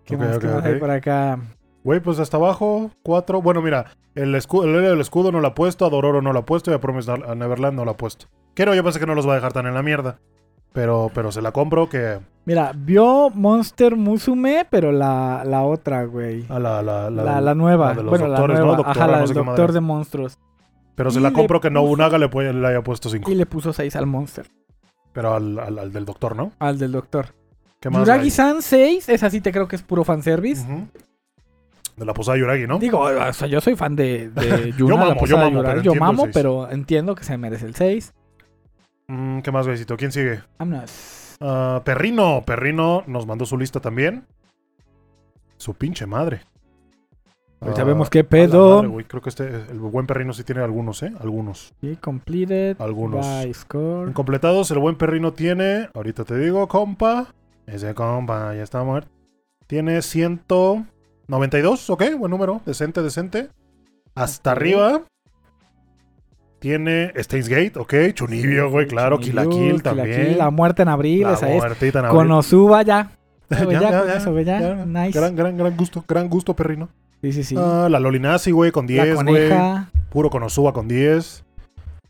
S2: ¿Qué
S1: ok,
S2: más,
S1: ok,
S2: qué más
S1: ok.
S2: hay por acá?
S1: Güey, pues hasta abajo, 4. Bueno, mira, el escudo, el héroe del escudo no la ha puesto, a Dororo no la ha puesto y a Promise a Neverland no la ha puesto. Quiero, yo pensé que no los va a dejar tan en la mierda. Pero, pero se la compro que
S2: Mira, vio Monster Musume, pero la, la otra, güey.
S1: a la, la, Ah, la-
S2: La, la nueva.
S1: de los
S2: bueno,
S1: doctores,
S2: la
S1: ¿no?
S2: nueva.
S1: Doctora,
S2: Ajá, la
S1: no
S2: del
S1: sé qué
S2: doctor
S1: madre.
S2: de monstruos.
S1: Pero se
S2: Y
S1: la
S2: le
S1: compro que no
S2: puso-
S1: Unaga le, puede- le haya puesto 5.
S2: Y le puso 6 al Monster,
S1: Pero al, al- al del doctor, ¿no?
S2: al del doctor.
S1: ¿Qué más? hay?
S2: Yuragi-san 6, esa sí te creo que es puro fanservice.
S1: Ujú. De la posada Yuragi, ¿no?
S2: Digo, o sea, yo soy fan de, de Yuna,
S1: Yo mamo,
S2: la
S1: yo
S2: posada
S1: mamo,
S2: de Yuragi.
S1: pero
S2: Yo
S1: entiendo el
S2: mamo,
S1: seis.
S2: pero entiendo que se merece el 6.
S1: Mm, ¿Qué más, güeycito? ¿Quién sigue?
S2: Vámonos.
S1: Ah, Perrino. Perrino nos mandó su lista también. Su pinche madre.
S2: Ahorita
S1: Ah,
S2: Pues vemos qué
S1: a la
S2: pedo.
S1: madre, güey. Creo que este, el buen perrino sí tiene algunos, ¿eh? Algunos.
S2: Y completed.
S1: Algunos.
S2: by score.
S1: Incompletados, el buen perrino tiene. Ahorita te digo, compa. Ese compa ya está muerto. Tiene 192, ok, buen número. Decente, decente. Hasta
S2: Ok.
S1: arriba. Tiene Stains Gate, ok. Chunibio, güey, claro. Kill la
S2: Kill
S1: Kill
S2: la Kill,
S1: también.
S2: La muerte en abril,
S1: La
S2: esa es.
S1: muertita en abril.
S2: Konosuba ya.
S1: Ya,
S2: Güey, ya,
S1: ya,
S2: con
S1: ya,
S2: eso, güey, ya.
S1: ya.
S2: Nice.
S1: Gran, gran, gran gusto. Gran gusto, perrino.
S2: Sí, sí, sí.
S1: Ah, la Lolinazi, güey, con
S2: la
S1: 10, güey.
S2: coneja.
S1: Puro Konosuba con 10.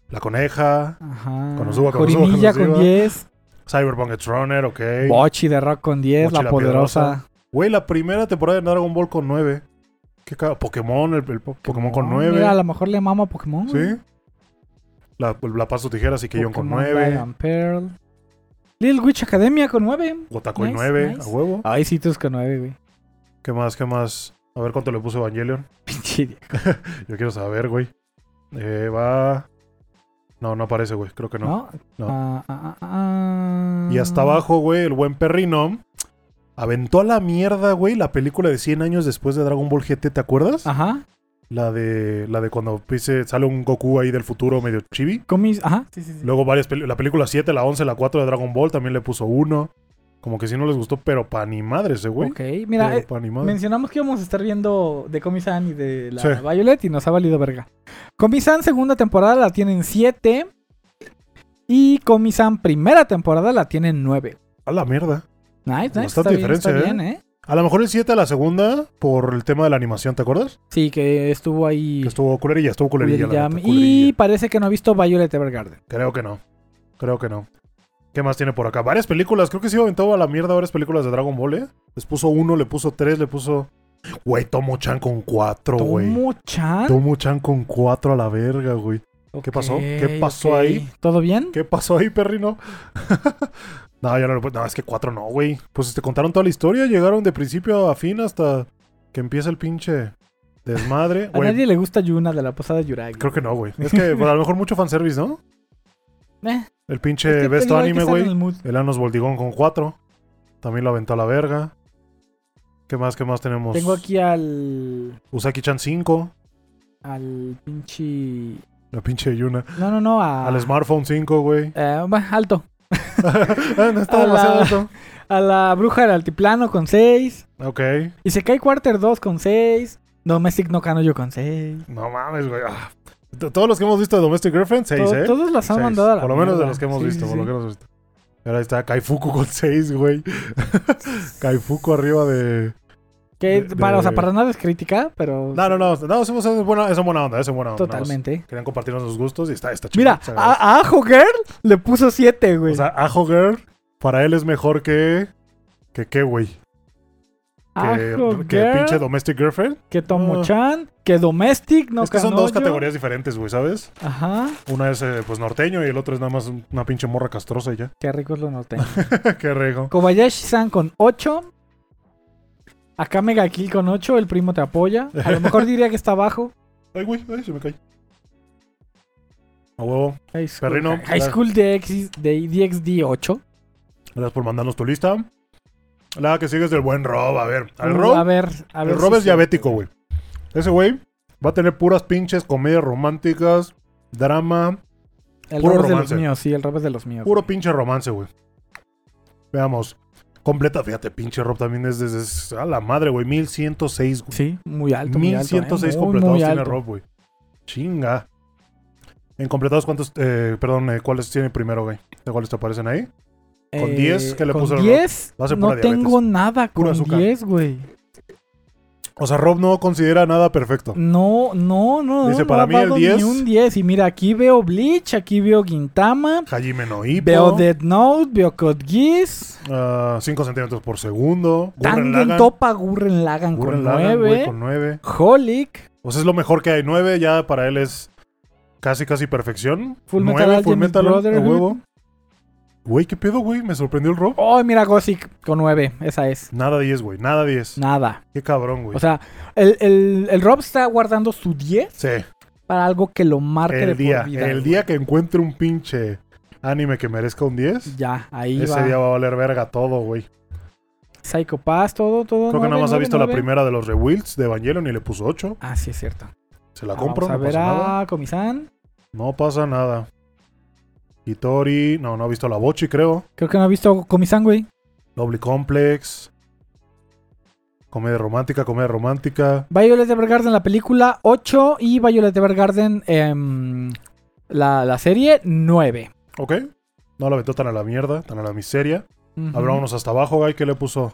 S1: La coneja.
S2: Ajá.
S1: Konosuba, Konosuba,
S2: Jorimilla con
S1: Konosuba.
S2: 10.
S1: Cyberpunk Troner, ok.
S2: Bochi de Rock con 10.
S1: Bochi
S2: La
S1: la
S2: poderosa.
S1: Güey, la primera temporada de Dragon Ball con 9. Qué cagado. Pokémon, el, el po- Pokémon, con
S2: Oh,
S1: 9.
S2: Mira, a lo mejor le mamo a Pokémon. güey.
S1: Sí. La, la Paz o Tijeras y Keyon con
S2: Pokémon
S1: 9.
S2: Diamond Pearl. Lil Witch Academia con 9.
S1: Gotaku
S2: Nice,
S1: 9,
S2: nice.
S1: a huevo.
S2: Ay, sí, tus con 9, güey.
S1: ¿Qué más, qué más? A ver cuánto le puso Evangelion.
S2: Pinche Diego.
S1: Yo quiero saber, güey. Eh, va. No, no aparece, güey. Creo que no.
S2: ¿No?
S1: no.
S2: Ah, ah, ah, ah.
S1: Y hasta abajo, güey, el buen perrino. Aventó a la mierda, güey, la película de 100 años después de Dragon Ball GT, ¿te acuerdas?
S2: Ajá.
S1: La de la de cuando dice, sale un Goku ahí del futuro medio chibi.
S2: Comis. Ajá. Sí, sí, sí.
S1: Luego varias peli- la película 7, la 11, la 4 de Dragon Ball también le puso uno. Como que si no les gustó, pero pa' ni madre ese güey.
S2: ok, mira,
S1: Pero
S2: eh,
S1: pa' ni madre.
S2: mencionamos que íbamos a estar viendo de Comisan y de la
S1: Sí.
S2: Violet y nos ha valido verga. Comisan segunda temporada la tienen 7 y Comisan primera temporada la tienen 9.
S1: A la mierda.
S2: Nice, nice.
S1: Bastante
S2: está bien,
S1: diferencia,
S2: está
S1: ¿eh?
S2: bien, ¿eh?
S1: A lo mejor el 7 a la segunda, por el tema de la animación, ¿te acuerdas?
S2: Sí, que estuvo ahí.
S1: Que estuvo culerilla, estuvo culerilla. la
S2: Yam-
S1: neta,
S2: y
S1: culerilla.
S2: parece que no ha visto Violet Evergarden.
S1: Creo que no. Creo que no. ¿Qué más tiene por acá? Varias películas. Creo que sí aventó a la mierda varias películas de Dragon Ball, ¿eh? Les puso uno, le puso tres, le puso. Güey, Tomo Chan con cuatro, güey.
S2: Tomo-chan.
S1: Tomo Chan con cuatro a la verga, güey. ¿Qué pasó? ¿Qué
S2: Ok,
S1: pasó
S2: ok.
S1: ahí?
S2: ¿Todo bien?
S1: ¿Qué pasó ahí, perrino? no, ya no lo puedo. No, es que cuatro no, güey. Pues te contaron toda la historia, llegaron de principio a fin hasta que empieza el pinche desmadre.
S2: A
S1: Güey,
S2: nadie le gusta Yuna de la posada Yuragi.
S1: creo que no, güey. Es que bueno, a lo mejor mucho fanservice, ¿no?
S2: Eh,
S1: El
S2: es que
S1: pinche
S2: te
S1: besto
S2: digo, hay que
S1: anime,
S2: estar en
S1: güey.
S2: el mood.
S1: El Anos Voldigón con cuatro. También lo aventó a la verga. ¿Qué más, qué más tenemos?
S2: Tengo aquí al.
S1: Usaki-chan 5.
S2: al pinche.
S1: La pinche Yuna.
S2: No, no, no, a.
S1: Al Smartphone 5, güey.
S2: Eh, va, alto.
S1: Ah, no está
S2: A la-
S1: demasiado alto.
S2: A la bruja del altiplano con 6.
S1: Ok.
S2: Y se cae Quarter 2 con 6. Domestic no cano yo con 6.
S1: No mames, güey. Ah. T- Todos los que hemos visto de Domestic Girlfriend, 6, ¿eh?
S2: Todos las han
S1: Seis.
S2: mandado a la
S1: Por lo menos de
S2: mierda.
S1: los que hemos
S2: Sí,
S1: visto,
S2: sí,
S1: por lo
S2: sí.
S1: que hemos visto. Ahora ahí está Kaifuku con 6, güey. Kaifuku arriba de.
S2: Que
S1: de-
S2: para, o sea,
S1: de-
S2: para nada es crítica, pero.
S1: No, no, no. No, somos, es, buena, es buena onda, es buena onda. nada más.
S2: Totalmente.
S1: Querían compartirnos los gustos y está, está chido.
S2: Mira,
S1: se agradece.
S2: a, a Ajo Girl le puso 7, güey.
S1: O sea, Ajo Girl, para él es mejor que. ¿Que qué, güey? Que,
S2: Ajo
S1: que
S2: Girl,
S1: pinche Domestic Girlfriend.
S2: que Tomo-chan, que Domestic no
S1: es que son
S2: Kanoyo.
S1: dos categorías diferentes, güey, ¿sabes?
S2: Ajá.
S1: Una es eh, pues norteño y el otro es nada más un- una pinche morra castrosa y ya.
S2: Qué ricos los norteños.
S1: qué rego.
S2: Kobayashi-san con 8. Acá Mega Kill con 8, el primo te apoya. A lo mejor diría que está abajo.
S1: Ay, güey, ay, se me cae. A huevo.
S2: High School,
S1: Perrino,
S2: High School DX, de DXD 8.
S1: Gracias por mandarnos tu lista. La que sigue es del buen Rob. A ver, al
S2: Uh,
S1: Rob.
S2: a ver, a ver.
S1: el Rob
S2: si
S1: es diabético, güey. Ese güey va a tener puras pinches comedias románticas, drama,
S2: El
S1: Puro
S2: Rob es de los
S1: romance.
S2: míos, sí, el Rob es de los míos.
S1: puro
S2: güey.
S1: pinche romance, güey. Veamos. Completa, fíjate, pinche Rob también es desde. a la madre, güey. 1106, güey.
S2: Sí, muy alto. muy alto, ¿eh?
S1: 1106
S2: Muy,
S1: completados
S2: muy
S1: tiene
S2: alto.
S1: Rob, güey. Chinga. En completados, ¿cuántos? eh, perdón, eh, ¿cuáles tiene primero, güey? ¿De cuáles te aparecen ahí? Con
S2: Eh,
S1: 10, ¿qué le puso el
S2: Con
S1: Rob?
S2: 10,
S1: Va a ser
S2: no
S1: pura diabetes.
S2: tengo nada
S1: Puro
S2: con
S1: azúcar.
S2: 10, güey.
S1: O sea, Rob no considera nada perfecto.
S2: No, no, no.
S1: Dice,
S2: no
S1: para
S2: ha
S1: mí el
S2: dado
S1: 10.
S2: Ni un 10. Y mira, aquí veo Bleach, aquí veo Gintama,
S1: Hajime no Ippo.
S2: veo Dead Note, veo Code Geass.
S1: 5 ah, centímetros por segundo. Gurren
S2: Tangen
S1: Lagann.
S2: Topa, Gurren Lagan
S1: Gurren
S2: con
S1: Lagann, güey,
S2: 9.
S1: con 9.
S2: Holic,
S1: O sea, es lo mejor que hay. 9 ya para él es casi, casi perfección.
S2: Full
S1: Nueve,
S2: Metal
S1: Full
S2: Alchemist
S1: Metal, a
S2: Brotherhood.
S1: huevo. Güey, ¿qué pedo, güey? Me sorprendió el Rob.
S2: Oh, mira, Gothic con 9. Esa es.
S1: Nada 10, güey. Nada 10.
S2: Nada.
S1: Qué cabrón, güey.
S2: O sea, el, el, el Rob está guardando su 10
S1: sí.
S2: para algo que lo marque de
S1: El
S2: por
S1: día,
S2: vida,
S1: el
S2: güey.
S1: día que encuentre un pinche anime que merezca un 10,
S2: Ya, ahí
S1: ese
S2: va.
S1: día va a valer verga todo, güey.
S2: Psycho Pass, todo, todo.
S1: Creo que nada
S2: nueve,
S1: más ha
S2: nueve,
S1: visto la
S2: nueve.
S1: primera de los Rewilds de Evangelion y le puso 8.
S2: Ah, sí, es cierto.
S1: Se la
S2: Ah,
S1: compro,
S2: Vamos a
S1: no
S2: ver
S1: pasa nada.
S2: a Comisan.
S1: No pasa nada. Hitori, no, no ha visto la Bochi, creo.
S2: Creo que no ha visto Comisan, güey.
S1: Lovely Complex. Comedia romántica, comedia romántica.
S2: Violet Evergarden, la película 8. Y Violet Evergarden, em, la, la serie 9.
S1: Ok. No la aventó tan a la mierda, tan a la miseria.
S2: Ujú.
S1: Habrá unos hasta abajo, güey, que le puso.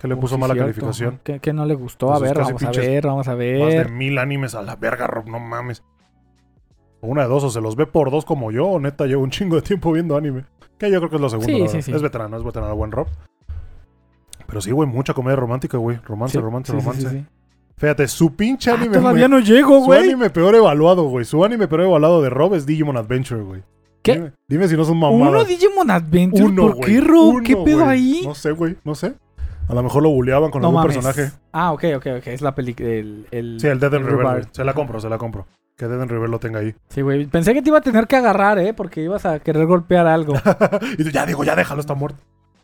S1: Que le
S2: Oh,
S1: puso
S2: sí,
S1: mala
S2: cierto.
S1: calificación.
S2: Que, que no le gustó. A
S1: Pues es
S2: ver,
S1: casi
S2: vamos a
S1: pinches-
S2: ver, vamos a
S1: Más de
S2: ver.
S1: mil animes a la verga, Rob, no mames. O Una de dos, o se los ve por dos como yo, o neta, llevo un chingo de tiempo viendo anime. Que yo creo que es lo segundo.
S2: Sí,
S1: la
S2: sí,
S1: verdad.
S2: sí.
S1: Es veterano, es veterano, buen Rob. Pero sí, güey, mucha comedia romántica, güey. Romance,
S2: Sí,
S1: romance,
S2: sí, sí,
S1: romance.
S2: sí, sí.
S1: Fíjate, su pinche
S2: Ah,
S1: anime.
S2: todavía
S1: güey.
S2: no llego,
S1: Su
S2: güey.
S1: anime peor evaluado, güey. Su anime peor evaluado de Rob es Digimon Adventure, güey.
S2: ¿Qué?
S1: Dime, dime si no son
S2: Uno
S1: mamadas.
S2: Digimon Adventure. ¿Por
S1: güey,
S2: qué, Rob?
S1: uno,
S2: ¿Qué pedo
S1: güey.
S2: ahí?
S1: No sé, güey. No sé. A lo mejor lo buleaban con algún
S2: mames.
S1: personaje.
S2: Ah, ok, ok, ok. Es la película. El, el-
S1: Sí, el Dead and
S2: El
S1: River.
S2: River.
S1: güey. Se la compro, se la compro. Que Dead and River lo tenga ahí.
S2: Sí, güey. Pensé que te iba a tener que agarrar, ¿eh? Porque ibas a querer golpear algo.
S1: y tú, ya digo, ya déjalo, está muerto.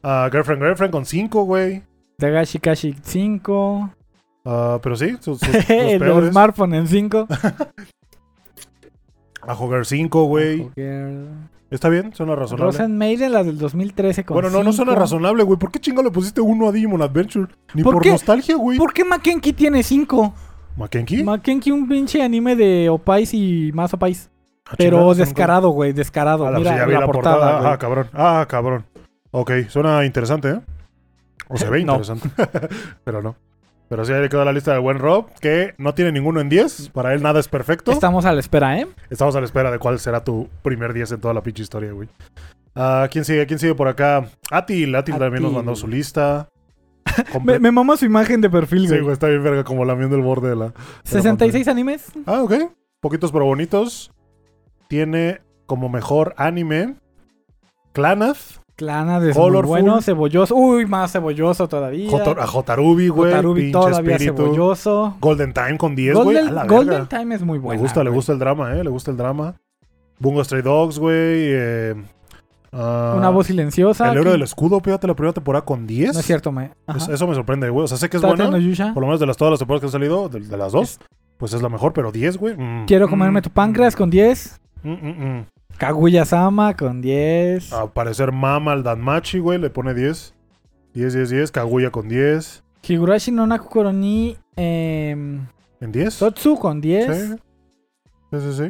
S1: Ah, girlfriend, girlfriend con 5, güey.
S2: Tagashi Kashi 5.
S1: Ah, pero sí, sus, sus- sus
S2: el del
S1: peores.
S2: smartphone en 5.
S1: A jugar 5, güey. Está bien, suena razonable.
S2: Rosen Maiden, la del 2013 con
S1: bueno, no, no suena
S2: cinco.
S1: razonable, güey. ¿Por qué chingo le pusiste uno a Digimon Adventure? Ni
S2: ¿Por
S1: por,
S2: qué?
S1: nostalgia, güey.
S2: ¿Por qué Makenki tiene 5?
S1: ¿Makenki?
S2: Makenki un pinche anime de Opais y más Opais.
S1: Ah,
S2: Pero
S1: chingada, nunca-
S2: descarado, güey, descarado.
S1: Ah, la-
S2: Mira
S1: sí, ya vi
S2: la, portada,
S1: Ah, cabrón. Ah, cabrón. Ok, suena interesante, ¿eh? O se ve
S2: No.
S1: interesante. Pero no. Pero sí, ahí le quedó la lista del buen Rob, que no tiene ninguno en 10. Para él nada es perfecto.
S2: güey. Estamos a la espera, ¿eh?
S1: Estamos a la espera de cuál será tu primer 10 en toda la pinche historia, güey. Ah, ¿Quién sigue? ¿Quién sigue por acá? Atil. Atil también nos
S2: Atil.
S1: mandó su lista.
S2: Me,
S1: Comple-
S2: me mama su imagen de perfil,
S1: Sí,
S2: güey.
S1: güey, está bien verga, como lamiendo el borde de la...
S2: 66 animes.
S1: Ah, ok. Poquitos pero bonitos. Tiene como mejor anime... Clanath.
S2: Clana de
S1: Colorful.
S2: bueno, cebolloso. Uy, más cebolloso todavía.
S1: Jotor- a Jotarubi, güey.
S2: Jotarubi
S1: pinche
S2: todavía
S1: espíritu.
S2: cebolloso.
S1: Golden Time con 10, güey.
S2: Golden,
S1: A la
S2: Golden
S1: verga.
S2: Time es muy bueno.
S1: le gusta, le gusta el drama, eh. Le gusta el drama. Bungo Stray Dogs, güey. eh, ah,
S2: Una voz silenciosa.
S1: El héroe
S2: que-
S1: del escudo, fíjate, la primera temporada con 10.
S2: No es cierto, me. Ajá.
S1: Es- eso me sorprende, güey. O sea, sé que es
S2: Tate
S1: buena.
S2: no Yusha.
S1: Por lo menos de las, todas las temporadas que han salido, de, de las dos,
S2: Es-
S1: pues es la mejor, pero 10, güey. mm,
S2: Quiero
S1: mm,
S2: comerme tu páncreas con 10.
S1: mm, mm, mm.
S2: Kaguya-sama con 10.
S1: A parecer Mama al Danmachi, güey, le pone 10. 10, 10, 10. Kaguya con 10.
S2: Higurashi no Nakukoro ni em,
S1: ¿En 10?
S2: Totsu con 10.
S1: Sí. Sí, sí, sí.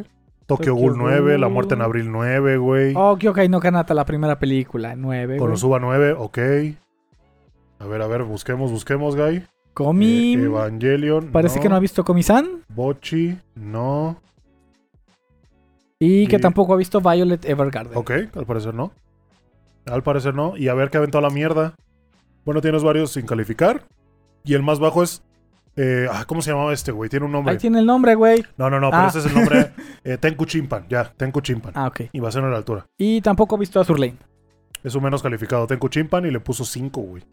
S1: Tokyo
S2: Tokyo
S1: Ghoul 9, La
S2: Ghoul.
S1: Muerte en Abril 9, güey.
S2: Oh, Kyokai no Kanata, la primera película. 9.
S1: Konosuba 9, ok. A ver, a ver, busquemos, busquemos, guy.
S2: Komi.
S1: Eh, Evangelion.
S2: parece que no ha visto Komi-san.
S1: Bochi, no.
S2: Y que
S1: Y-
S2: tampoco ha visto Violet Evergarden.
S1: Ok, al parecer no. Al parecer no. Y a ver qué aventó a la mierda. Bueno, tienes varios sin calificar. Y el más bajo es. eh, ah, ¿Cómo se llamaba este, güey? Tiene un nombre.
S2: Ahí tiene el nombre, güey.
S1: No, no, no, pero
S2: Ah.
S1: ese es el nombre. eh, Tenku Chimpan, ya, Tenku Chimpan.
S2: Ah, ok.
S1: Y va a ser a la altura.
S2: Y tampoco ha visto Azur Lane.
S1: Es un menos calificado. Tenku Chimpan y le puso 5, güey.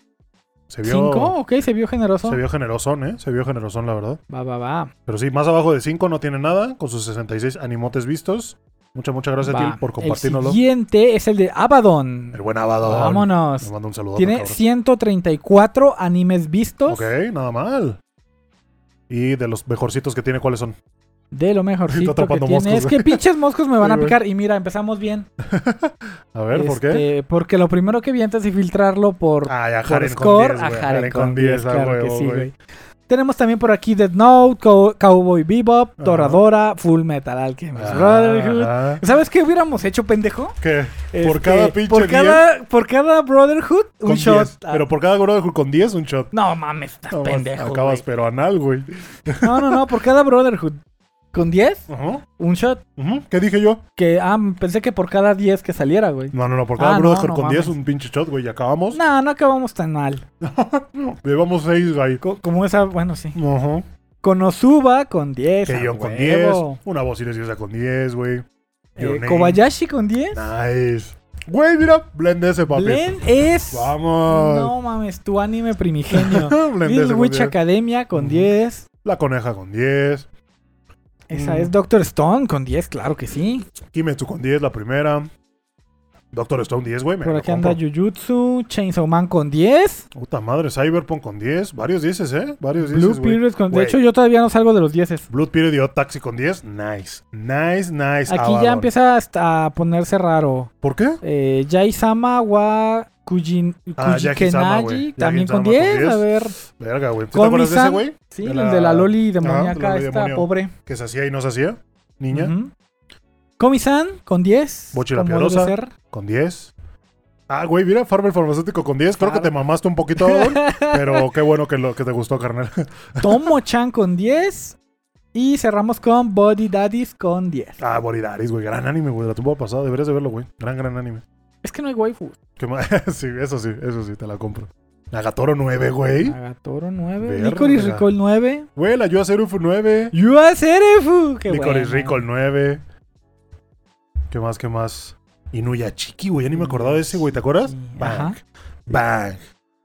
S1: Se vio.
S2: ¿Cinco? Ok, se vio generoso.
S1: Se vio generosón, ¿eh? Se vio generosón, la verdad.
S2: Va, va, va.
S1: Pero sí, más abajo de 5 no tiene nada, con sus 66 animotes vistos. Muchas, muchas gracias
S2: Va.
S1: a ti por compartirnoslo.
S2: El siguiente es el de Abaddon.
S1: El buen Abadón.
S2: Vámonos.
S1: Le mando un saludo.
S2: Tiene 134 animes vistos.
S1: Ok, nada mal. Y de los mejorcitos que tiene, ¿cuáles son?
S2: De lo
S1: Está
S2: mejorcito que
S1: atrapando
S2: tiene.
S1: moscos,
S2: es que pinches moscos me van
S1: Sí,
S2: a
S1: güey.
S2: picar. Y mira, empezamos bien.
S1: A ver, ¿por qué?
S2: Este, Porque lo primero que vi antes de filtrarlo por,
S1: Ay, a
S2: por
S1: Jaren con
S2: score,
S1: 10,
S2: a
S1: güey.
S2: Jaren con 10,
S1: a
S2: claro que
S1: huevo,
S2: sí,
S1: güey.
S2: güey. Tenemos también por aquí Dead Note, Cow- Cowboy Bebop,
S1: Ajá. Ah.
S2: Toradora, Full Metal Alchemist Brotherhood.
S1: Ajá.
S2: ¿Sabes qué hubiéramos hecho, pendejo?
S1: ¿Qué?
S2: Este,
S1: por cada pinche
S2: por cada, por cada Brotherhood, un
S1: con
S2: shot. Ah,
S1: 10. Pero por cada Brotherhood con 10, un shot.
S2: No mames, estás
S1: No,
S2: Ah, pendejo.
S1: Acabas,
S2: güey.
S1: pero anal, güey.
S2: No, no, no, por cada Brotherhood. Con 10,
S1: Ajá.
S2: un shot.
S1: Ujú, ¿Qué dije yo?
S2: Que, ah, pensé que por cada 10 que saliera, güey.
S1: No, no, no, por cada
S2: Ah, no,
S1: Brotherhood
S2: no
S1: con 10,
S2: mames.
S1: un pinche shot, güey. Y acabamos.
S2: No, no acabamos tan mal.
S1: Llevamos 6 ahí.
S2: Co- como esa, bueno, sí.
S1: Ajá.
S2: Konosuba con 10. a
S1: Que yo con 10.
S2: huevo.
S1: Una bocina silenciosa con 10, güey. Your
S2: Eh,
S1: Name.
S2: Kobayashi con 10.
S1: Nice. Güey, mira, blend ese, papi.
S2: Blend es.
S1: Vamos.
S2: No mames, tu anime primigenio.
S1: Blend ese
S2: Little
S1: Ah, con
S2: Witch
S1: 10.
S2: Academia con
S1: Ujú.
S2: 10.
S1: La coneja con 10.
S2: Esa
S1: Mm.
S2: es Doctor Stone con 10, claro que sí.
S1: Kimetsu con 10, la primera. Doctor Stone 10, güey. me
S2: Por
S1: lo
S2: aquí anda
S1: compro.
S2: Jujutsu, Chainsaw Man con 10,
S1: Puta madre, Cyberpunk con 10. Varios 10, ¿eh? Varios 10.
S2: Blue Period con... De
S1: Güey.
S2: hecho, yo todavía no salgo de los 10.
S1: Blood Period y Odd Taxi con 10. Nice. Nice, nice.
S2: Aquí
S1: Abaddon.
S2: ya empieza hasta a ponerse raro.
S1: ¿Por qué?
S2: Eh, Yaisama wa Kujin,
S1: Ah, Yaki-sama,
S2: Kujikenagi,
S1: güey.
S2: también con
S1: Yaki-sama con
S2: 10. A ver,
S1: Verga, güey. ¿Sí ¿Te acuerdas de ese,
S2: Komi-san.
S1: güey?
S2: sí,
S1: De
S2: el
S1: la-
S2: de la Loli demoníaca,
S1: de la Loli
S2: esta
S1: demonio.
S2: pobre.
S1: Que se hacía y no se hacía. Niña.
S2: Ujú. Komi-san con 10.
S1: Bochi la
S2: como debe
S1: piadosa.
S2: ser.
S1: Con 10. Ah, güey, mira, Farmer Farmacéutico con 10. Creo que
S2: Claro.
S1: te mamaste un poquito, Adon, pero qué bueno que, lo, que te gustó, carnal.
S2: Tomo-chan con 10. Y cerramos con Body Daddies con 10.
S1: Ah, Boridaris, güey. Gran anime, güey. de La tumba pasada. Deberías de verlo, güey. Gran, gran anime.
S2: Es que no hay waifu.
S1: ¿Qué más? sí, eso sí, eso sí, te la compro. Nagatoro 9, güey.
S2: Nagatoro 9.
S1: Verga.
S2: Licorice Recall 9.
S1: Güey, la Yo Zero 9.
S2: You are Serefu. Qué
S1: Licorice
S2: bueno.
S1: Rico el 9. ¿Qué más, qué más? Inuyachiki, güey. Ya ni me acordaba de ese, güey. ¿Te acuerdas?
S2: Inuyachiki,
S1: Bang.
S2: ajá.
S1: Bang.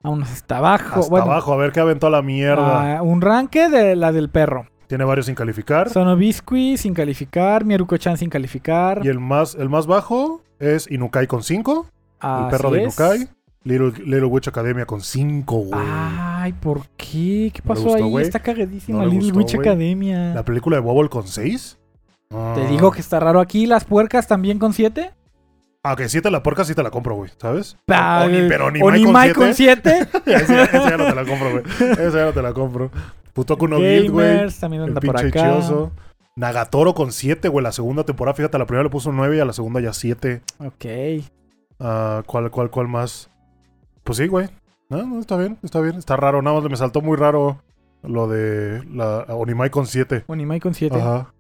S2: Aún hasta abajo.
S1: Hasta
S2: bueno,
S1: abajo. A ver qué aventó a la mierda.
S2: ah, un ranque de la del perro.
S1: Tiene varios sin calificar.
S2: Sonobiscuit sin calificar. Mieruko-chan sin calificar.
S1: Y el más, el más bajo es Inukai con 5. El
S2: Así
S1: perro de
S2: es.
S1: Inukai. Little, Little Witch Academia con 5, güey.
S2: Ay, ¿por qué? ¿Qué
S1: No le
S2: pasó
S1: gustó,
S2: ahí?
S1: güey.
S2: Está cagadísima
S1: No le
S2: Little
S1: gustó,
S2: Witch
S1: güey.
S2: Academia.
S1: La película de Bobble con Ah, 6.
S2: Te digo que está raro aquí. Las puercas también con 7.
S1: Aunque 7 ah, la porca sí te la compro, güey, ¿sabes?
S2: Ah,
S1: Oni- pero Onimai
S2: Onimai
S1: con
S2: con 7.
S1: Esa esa ya no te la compro, güey. Esa ya no te la compro. Putoku no Guild, güey.
S2: Gamers también
S1: El
S2: anda por
S1: pinche
S2: acá.
S1: Ichioso. Nagatoro con 7, güey. La segunda temporada, fíjate, a la primera le puso 9 y a la segunda ya 7.
S2: Ok.
S1: Ah, ¿Cuál, cuál, cuál más? Pues sí, güey. No, no, está bien, está bien. Está raro, nada más me saltó muy raro lo de la Onimai con 7.
S2: Onimai con 7.
S1: Ajá.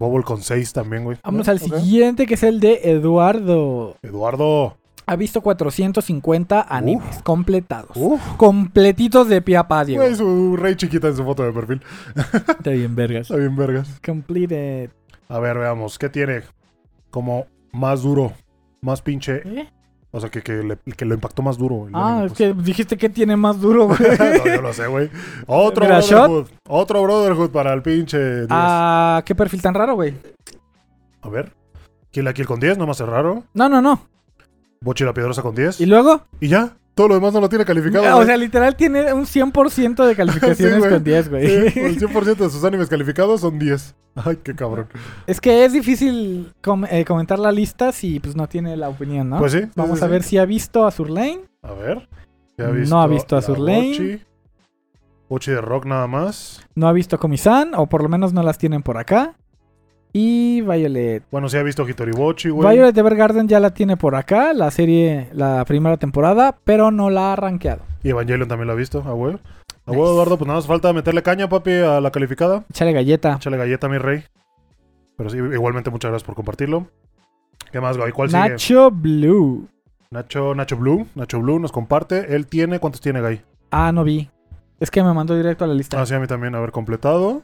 S1: Bobble con 6 también, güey.
S2: Vamos
S1: Ah,
S2: al
S1: ok.
S2: siguiente, que es el de Eduardo.
S1: Eduardo.
S2: Ha visto 450 animes completados.
S1: Uf, Pues,
S2: Completitos de pie a pa, Diego.
S1: güey, su rey chiquita en su foto de perfil.
S2: Está bien, vergas.
S1: Está bien, vergas.
S2: Completed.
S1: A ver, veamos. ¿Qué tiene? Como más duro. Más pinche.
S2: ¿Eh?
S1: O sea, que, que, le- que lo impactó más duro. el
S2: Ah,
S1: anime,
S2: es
S1: pues.
S2: que dijiste que tiene más duro, güey.
S1: no, yo lo sé, güey. Otro
S2: Mira,
S1: Brotherhood. Otro Brotherhood para el pinche 10.
S2: ah, qué perfil tan raro, güey.
S1: A ver. Kill la Kill con 10, nomás es raro.
S2: No, no, no.
S1: Bochi la Piedrosa con 10.
S2: ¿Y
S1: ¿Y,
S2: luego?
S1: ya. Todo lo demás no lo tiene calificado.
S2: o
S1: güey.
S2: sea, literal tiene un 100% de
S1: Sí,
S2: calificaciones
S1: güey.
S2: con 10, güey.
S1: Sí, el 100% de sus animes calificados son 10. Ay, qué cabrón.
S2: Es que es difícil com- eh, comentar la lista si pues no tiene la opinión, ¿no?
S1: Pues sí. sí,
S2: Vamos
S1: sí,
S2: a
S1: sí.
S2: ver si ha visto a Surlane.
S1: A ver.
S2: No ha visto a
S1: la
S2: Surlane.
S1: Bochi? Bochi de Rock nada más.
S2: No ha visto a Comisan, o por lo menos no las tienen por acá. Y Violet.
S1: Bueno, sí ha visto Hitori Bochi, güey.
S2: Violet Evergarden ya la tiene por acá, la serie, la primera temporada, pero no la ha rankeado.
S1: Y Evangelion también lo ha visto, a huevo. A
S2: Nice.
S1: huevo, Eduardo, pues nada más falta meterle caña, papi, a la calificada.
S2: Échale galleta.
S1: Échale galleta, mi rey. Pero sí, igualmente muchas gracias por compartirlo. ¿Qué más, Gaby? ¿Cuál sigue?
S2: Nacho Blue.
S1: Nacho, Nacho Blue. Nacho Blue nos comparte. Él tiene, ¿cuántos tiene, Gaby?
S2: Ah, no vi. Es que me mandó directo a la lista.
S1: Ah, sí, a mí también, haber completado.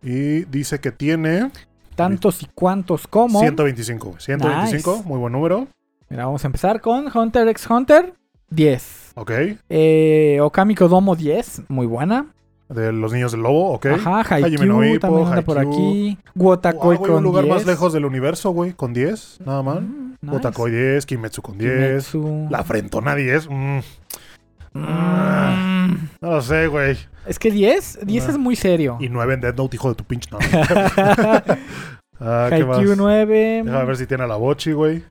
S1: Y dice que tiene
S2: Tantos y cuantos como.
S1: 125. güey. 125,
S2: Oh, Nice.
S1: muy buen número.
S2: Mira, vamos a empezar con Hunter x Hunter 10.
S1: Ok.
S2: Eh, Okami Kodomo 10, muy buena.
S1: de los niños del lobo, ok.
S2: Ajá, Haikyuu
S1: Hajime no Ippo,
S2: también anda por
S1: Haikyuu.
S2: aquí.
S1: Ah,
S2: Wotakoi
S1: güey,
S2: con
S1: un lugar
S2: 10.
S1: más lejos del universo, güey, con 10, nada más.
S2: Mm, nice.
S1: Otakoi 10, Kimetsu con 10,
S2: Kimetsu.
S1: La Frentona 10. mm,
S2: Mm.
S1: no lo sé, güey.
S2: Es que 10, 10
S1: Ah.
S2: es muy serio.
S1: Y 9 en Dead Note, hijo de tu pinche. No. ah, ¿qué más?
S2: Haikyuu 9.
S1: Déjame ver si tiene a la Bochi, güey.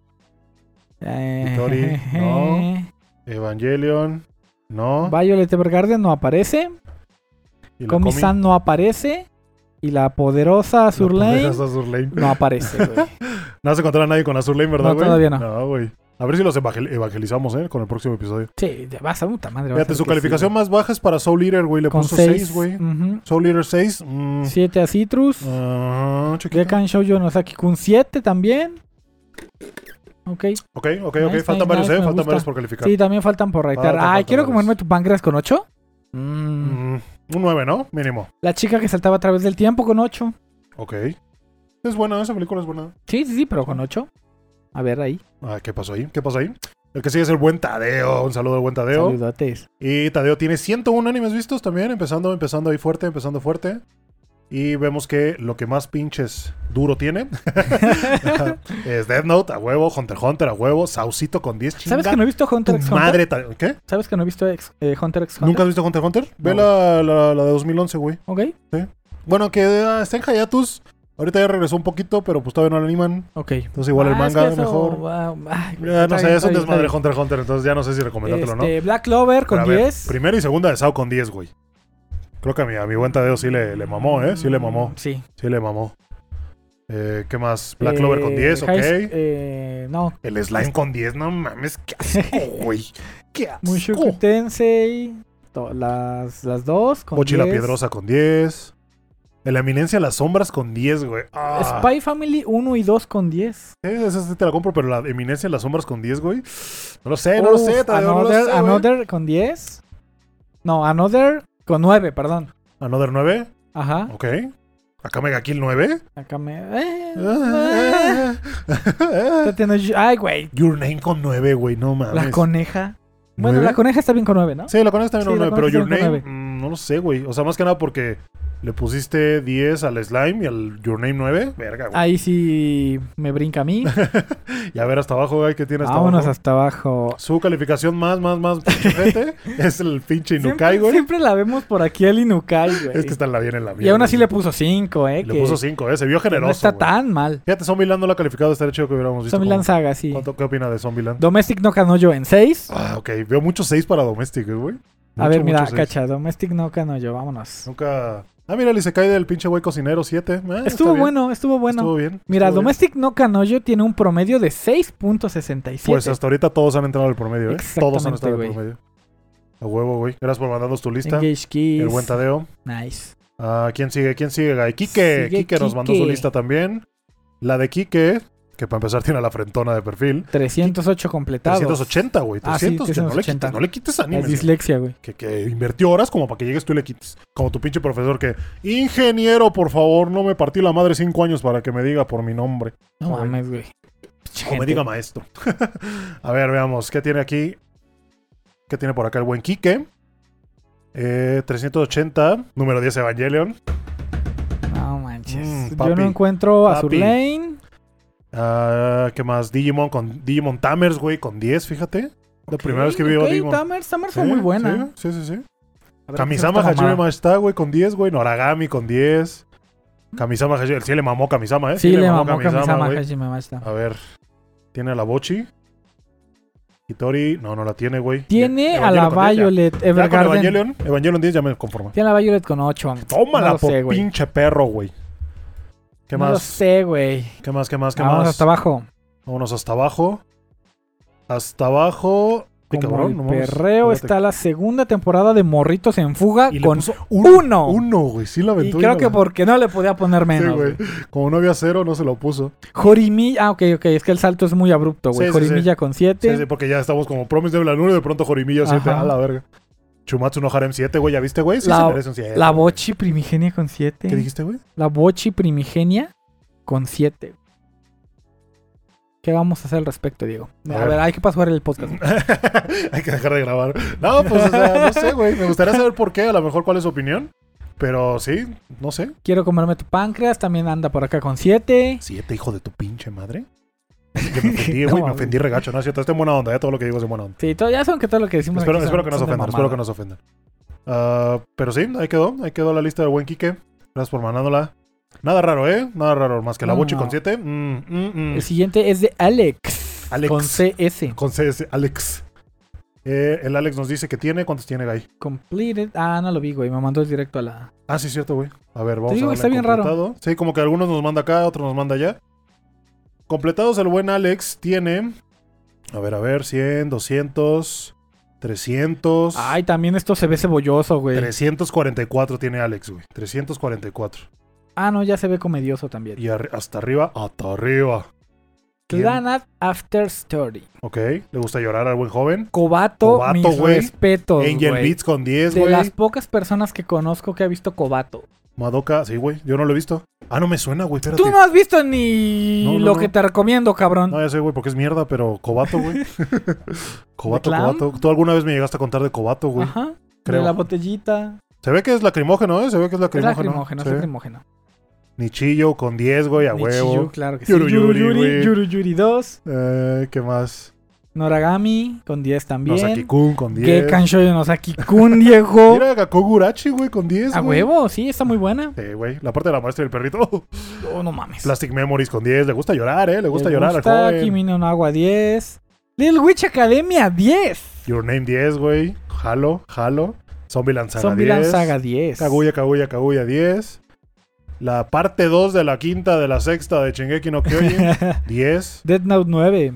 S2: Eh,
S1: Victory, no. Evangelion. No.
S2: Violet Evergarden no aparece.
S1: Y la Komi-
S2: Komi-san no aparece. Y la poderosa
S1: la pendeja
S2: Surlane
S1: está Surlane.
S2: no aparece, güey.
S1: No has encontrado a nadie con Azur Lane, ¿verdad,
S2: No,
S1: güey?
S2: todavía no.
S1: No, güey. A ver si los evangel- evangelizamos, ¿eh? Con el próximo episodio.
S2: Sí, ya vas a puta madre. vas a
S1: Fíjate,
S2: ver
S1: su
S2: que sí,
S1: calificación
S2: güey.
S1: más baja es para Soul Eater, güey. Le
S2: Con
S1: puso 6,
S2: seis,
S1: güey.
S2: ujú.
S1: Soul Eater 6. Mm.
S2: Siete a Citrus.
S1: Ah, chiquito.
S2: Gekan Shoujo Nosaki Kun 7 también. Ok.
S1: Ok, ok, ok.
S2: Nice,
S1: faltan varios,
S2: nice, nice,
S1: ¿eh?
S2: me
S1: Faltan
S2: gusta.
S1: varios por calificar.
S2: Sí, también faltan por reiterar.
S1: Faltan,
S2: Ay,
S1: faltan
S2: quiero
S1: varios.
S2: comerme tu páncreas con 8.
S1: Mm, un 9, ¿no? Mínimo.
S2: La chica que saltaba a través del tiempo con 8.
S1: Ok. Es buena, esa película es buena.
S2: Sí, sí, sí, pero con 8. A ver ahí.
S1: Ah, ¿qué pasó ahí? ¿Qué pasó ahí? El que sigue es el buen Tadeo. Un saludo al buen Tadeo.
S2: Saludotes.
S1: Y Tadeo tiene 101 animes vistos también, empezando, empezando ahí fuerte, empezando fuerte. Y vemos que lo que más pinches duro tiene es Death Note a huevo, Hunter x Hunter a huevo, Saucito con 10 chingas.
S2: ¿Sabes que no he visto Hunter
S1: tu
S2: x Hunter?
S1: madre, Tadeo. ¿qué?
S2: ¿Sabes que no he visto ex- eh, Hunter x Hunter?
S1: ¿Nunca has visto Hunter x Hunter? Ve
S2: No,
S1: la, la- la de 2011, güey.
S2: Ok,
S1: Bueno, que ah, está en hiatus. Ahorita ya regresó un poquito, pero pues todavía no lo animan.
S2: ok.
S1: Entonces igual el
S2: Ah, es
S1: manga
S2: que eso-
S1: mejor.
S2: ah, ay,
S1: Ya, no
S2: está
S1: sé,
S2: bien,
S1: es un
S2: está bien,
S1: desmadre
S2: está
S1: Hunter x Hunter, entonces ya no sé si
S2: bien.
S1: recomendártelo o no.
S2: Este, Black Clover con
S1: A ver,
S2: 10.
S1: Primera y segunda de Sao con 10, güey. Creo que a mi, a mi buen Tadeo sí le, le mamó, ¿eh? Sí le mamó.
S2: Mm, Sí.
S1: Sí le mamó. Eh, ¿Qué más? Black
S2: Eh,
S1: Clover con 10, ok.
S2: High- eh, no,
S1: El Slime con 10, no mames, qué asco, güey. Qué
S2: Mushoku
S1: asco.
S2: Tensei. to- las, las dos. Con
S1: Mochila
S2: 10.
S1: Piedrosa con 10. La Eminencia de las Sombras con 10, güey. Ah,
S2: Spy Family 1 y 2 con 10.
S1: eh, esa sí te la compro, pero la Eminencia de las Sombras con 10, güey. No lo sé, Eh, no lo
S2: Uf,
S1: sé, Tadeo, no lo
S2: Another,
S1: sé, güey.
S2: Another con 10. No, Another con 9, perdón.
S1: Another 9,
S2: Ajá.
S1: ok. Acá Mega Kill 9.
S2: Acá me. eh, eh. Está teniendo- Ay, güey.
S1: Your Name con 9, güey, no mames.
S2: La coneja. Bueno,
S1: Ah, ¿Nueve?
S2: la coneja está bien con 9, ¿no?
S1: Sí, la coneja también
S2: Sí,
S1: con
S2: la
S1: 9, pero
S2: coneja
S1: Your Name,
S2: también con
S1: mm, no lo sé, güey. O sea, más que nada porque le pusiste 10 al Slime y al Your Name 9. Verga, güey.
S2: Ahí sí me brinca a mí.
S1: Y a ver hasta abajo, güey, ¿qué tiene hasta
S2: Vámonos
S1: abajo?
S2: hasta abajo.
S1: Su calificación más, más, más gente es el pinche Inukai,
S2: siempre,
S1: güey.
S2: siempre la vemos por aquí al Inukai, güey.
S1: Es que está en la bien en la mierda.
S2: y aún así le
S1: güey.
S2: puso 5, ¿eh?
S1: Le
S2: que
S1: puso 5, ¿eh? Se vio generoso,
S2: No está
S1: güey.
S2: tan mal.
S1: Fíjate, Zombieland no lo ha calificado, estaría chido que hubiéramos visto.
S2: Zombieland
S1: cómo-
S2: Saga, sí.
S1: ¿Cuánto, ¿Qué opina de Zombieland?
S2: Domestic no Kanoyo en 6.
S1: Ah, ok. Veo muchos 6 para Domestic, güey.
S2: A
S1: Ah, Mucho,
S2: ver, mira,
S1: mucho seis.
S2: cacha. Domestic no Kanoyo, vámonos.
S1: Nunca... Ah, mira, el Isekai del pinche güey cocinero 7. Eh, está
S2: Estuvo
S1: bien.
S2: bueno, estuvo bueno.
S1: Estuvo bien.
S2: Mira,
S1: estuvo bien.
S2: Domestic no Kanoyo tiene un promedio de 6.67.
S1: Pues hasta ahorita todos han entrado al promedio, ¿eh? Todos han
S2: Exactamente,
S1: estado al
S2: güey.
S1: promedio. A huevo, güey. Gracias por mandarnos tu lista.
S2: Engage Kiss.
S1: El buen Tadeo.
S2: Nice.
S1: Ah, ¿Quién sigue? ¿Quién sigue? Gai? Quique.
S2: Sigue
S1: Quique nos mandó su
S2: Quique.
S1: lista también. La de Quique, que para empezar tiene a la frentona de perfil.
S2: 308 completados.
S1: 380, güey.
S2: Ah, sí,
S1: 300, que no le
S2: 380.
S1: quites, no le quites
S2: La
S1: animes. güey.
S2: dislexia, güey.
S1: Que, que invirtió horas como para que llegues tú y le quites. Como tu pinche profesor que, ingeniero, por favor, no me partí la madre cinco años para que me diga por mi nombre.
S2: No
S1: Joder.
S2: mames, güey.
S1: O me diga maestro. a ver, veamos. ¿Qué tiene aquí? ¿Qué tiene por acá el buen Quique? Eh, 380, número 10 Evangelion.
S2: No manches.
S1: Mm,
S2: Yo
S1: papi.
S2: no encuentro a
S1: Papi.
S2: Surlane.
S1: Ah, ¿Qué más? Digimon con Digimon Tamers, güey, con 10, fíjate. La primera vez que veo
S2: Ok,
S1: Digimon.
S2: Tamers, Tamers fue muy buena.
S1: Sí, sí, sí. sí.
S2: A ver,
S1: Kamisama
S2: ¿qué es esta
S1: Hajime
S2: mamada?
S1: Mashita, güey, con 10, güey. Noragami con 10. Kamisama Hajime. Sí, le mamó Kamisama, ¿eh?
S2: Sí, le mamó
S1: Kamisama,
S2: Kamisama
S1: güey. Ah,
S2: Hajime Mashita.
S1: A ver. ¿Tiene a la Bochi? Hitori. No, no la tiene, güey.
S2: Tiene a
S1: Evangelion
S2: la
S1: con 10, ya.
S2: Violet
S1: Ya con
S2: Evergarden.
S1: Evangelion, Evangelion 10 ya me conformo.
S2: Tiene a la Violet con 8.
S1: Tómala
S2: no lo
S1: por
S2: sé, güey.
S1: pinche perro, güey. ¿Qué
S2: No lo
S1: más?
S2: sé, güey.
S1: ¿Qué más? ¿Qué más? ¿Qué
S2: Vamos
S1: más?
S2: hasta abajo.
S1: Vámonos hasta abajo. Hasta abajo. Ay,
S2: Como
S1: cabrón,
S2: el
S1: no mames.
S2: perreo
S1: Espérate.
S2: está la segunda temporada de Morritos en Fuga
S1: Y le
S2: con
S1: puso
S2: uno.
S1: Uno, güey. Sí la
S2: Y
S1: aventó.
S2: creo
S1: la-
S2: que porque no le podía poner
S1: Sí,
S2: menos.
S1: güey.
S2: güey.
S1: Como no había cero, no se lo puso.
S2: Jorimi, ah, ok, ok, es que el salto es muy abrupto, güey.
S1: Sí, sí,
S2: Jorimilla con
S1: Sí,
S2: 7.
S1: sí, porque ya estamos como Promise de la 1 y de pronto Jorimillo 7.
S2: Ajá.
S1: A la verga. Chumatsu no Harem 7, güey. ¿Ya viste, güey? Sí
S2: La-
S1: se merece un 7.
S2: La Bochi primigenia con 7.
S1: ¿Qué dijiste, güey?
S2: La Bochi primigenia con 7. ¿Qué vamos a hacer al respecto, Diego?
S1: A
S2: A,
S1: ver.
S2: ver. hay que pasar el podcast.
S1: Hay que dejar de grabar. No, pues, o sea, no sé, güey. Me gustaría saber por qué. A lo mejor, ¿cuál es su opinión? Pero sí, no sé.
S2: Quiero comerme tu páncreas, también anda por acá con 7.
S1: Siete, hijo de tu pinche madre. Que me ofendí,
S2: No,
S1: güey, me
S2: mames.
S1: ofendí regacho, ¿no es cierto? Este es buena onda, ya todo lo que digo es buena onda.
S2: Sí, todo, ya saben que todo lo que decimos
S1: espero,
S2: aquí son-
S1: espero que nos
S2: son de
S1: ofendan, espero que
S2: mamada.
S1: nos ofendan. Ah, pero sí, ahí quedó, ahí quedó la lista de buen Quique. Gracias por mandándola. Nada raro, ¿eh? Nada raro, más que la
S2: No,
S1: bochi
S2: no.
S1: con 7. Mm, mm, mm.
S2: El siguiente es de Alex.
S1: Alex.
S2: Con CS.
S1: Con CS, Alex. Eh, el Alex nos dice que tiene, ¿cuántos tiene, Guy?
S2: Completed. Ah, no lo vi, güey. Me mandó directo a la.
S1: Ah, sí, cierto, güey. A ver, vamos
S2: digo
S1: a
S2: que
S1: ver.
S2: está bien raro.
S1: Sí, como que algunos nos manda acá, otros nos manda allá. Completados, el buen Alex tiene. A ver, a ver, 100, 200, 300.
S2: Ay, también esto se ve cebolloso, güey.
S1: 344 tiene Alex, güey. 344.
S2: Ah, no, ya se ve comedioso también.
S1: Y arri- hasta arriba, hasta arriba. ¿Quién?
S2: Planet After Story.
S1: Ok, le gusta llorar al buen joven.
S2: Cobato,
S1: Cobato,
S2: mis
S1: güey.
S2: respetos,
S1: Angel
S2: Pues, güey.
S1: Beats con 10,
S2: De
S1: güey.
S2: las pocas personas que conozco que ha visto Cobato.
S1: Madoka, sí, güey. Yo no lo he visto. Ah, no me suena, güey. Espérate.
S2: Tú no has visto ni
S1: No, no,
S2: lo
S1: no.
S2: que te recomiendo, cabrón.
S1: No, ya sé, güey, porque es mierda, pero Cobato, güey. cobato,
S2: ¿De Clam?
S1: Cobato. Tú alguna vez me llegaste a contar de Cobato, güey.
S2: Ajá.
S1: creo.
S2: De la botellita.
S1: Se ve que es lacrimógeno, ¿eh? Se ve que es
S2: Es
S1: lacrimógeno.
S2: lacrimógeno, es
S1: Sí.
S2: lacrimógeno.
S1: Nichillo con 10, güey, a
S2: Nichiyu,
S1: huevo.
S2: claro que sí.
S1: Yuru
S2: Yuru
S1: Yuri,
S2: Yuri,
S1: güey.
S2: Yuru Yuri 2.
S1: Eh, ¿Qué más?
S2: Noragami con 10 también.
S1: Nosaki-kun con 10.
S2: Gekan Shoyo Nosaki Kun, Diego.
S1: Mira, Gakogurachi, güey, con 10.
S2: A
S1: güey.
S2: huevo, sí, está muy buena.
S1: Sí, güey. La parte de la maestra y el perrito.
S2: Oh, no mames.
S1: Plastic Memories con 10. Le gusta llorar, ¿eh? Le gusta
S2: Me
S1: llorar
S2: gusta
S1: al joven.
S2: Kimi no Na Wa 10. Little Witch Academia 10.
S1: Your Name 10, güey. Halo, Halo. Zombieland Saga
S2: Zombieland
S1: 10.
S2: Saga 10.
S1: Kaguya, Kaguya, Kaguya 10. La parte 2 de la quinta de la sexta de Shingeki no Kyojin 10.
S2: Dead Note 9.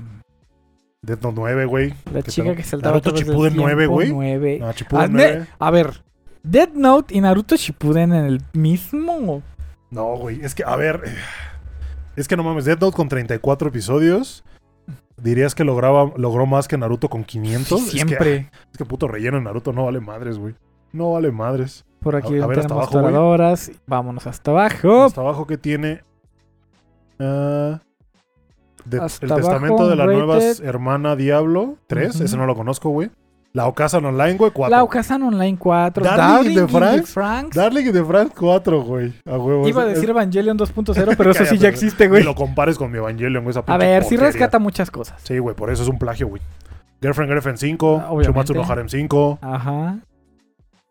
S1: Death Note 9, güey.
S2: La
S1: ¿Qué
S2: chica
S1: pedo?
S2: que saltaba
S1: Naruto
S2: a través del
S1: Shippuden 9,
S2: tiempo,
S1: güey.
S2: 9.
S1: No,
S2: Ah,
S1: Chipuden
S2: ne-
S1: 9.
S2: A ver, Dead Note y Naruto Shippuden en el mismo.
S1: No, güey. Es que, a ver. Es que no mames. Death Note con 34 episodios. ¿Dirías que lograba, logró más que Naruto con 500?
S2: Sí,
S1: Es que-
S2: siempre.
S1: Es que puto relleno en Naruto no vale madres, güey. No vale madres.
S2: Por aquí
S1: a ver, hasta
S2: tenemos
S1: abajo, güey.
S2: doradoras. Vámonos hasta abajo.
S1: Hasta abajo que tiene. ah, de-
S2: Hasta
S1: el
S2: abajo,
S1: testamento de la
S2: rated.
S1: nueva hermana Diablo 3.
S2: Ujú.
S1: Ese no lo conozco, güey. La Ocasan Online, güey, 4.
S2: La Ocasan Online 4.
S1: Darling
S2: Darling
S1: de
S2: in the
S1: Franks.
S2: Franks.
S1: Darling in the Franxx 4, güey. A huevo.
S2: Iba a
S1: Es-
S2: decir
S1: es-
S2: Evangelion 2.0, pero eso sí
S1: Cállate,
S2: ya existe,
S1: Ni
S2: güey.
S1: lo compares con mi Evangelion, güey. Esa
S2: A
S1: pinche
S2: ver, sí
S1: porquería.
S2: rescata muchas cosas.
S1: Sí, güey, por eso es un plagio, güey. Girlfriend Girlfriend 5,
S2: Ah, obviamente.
S1: Shumatsu no Harem 5.
S2: Ajá.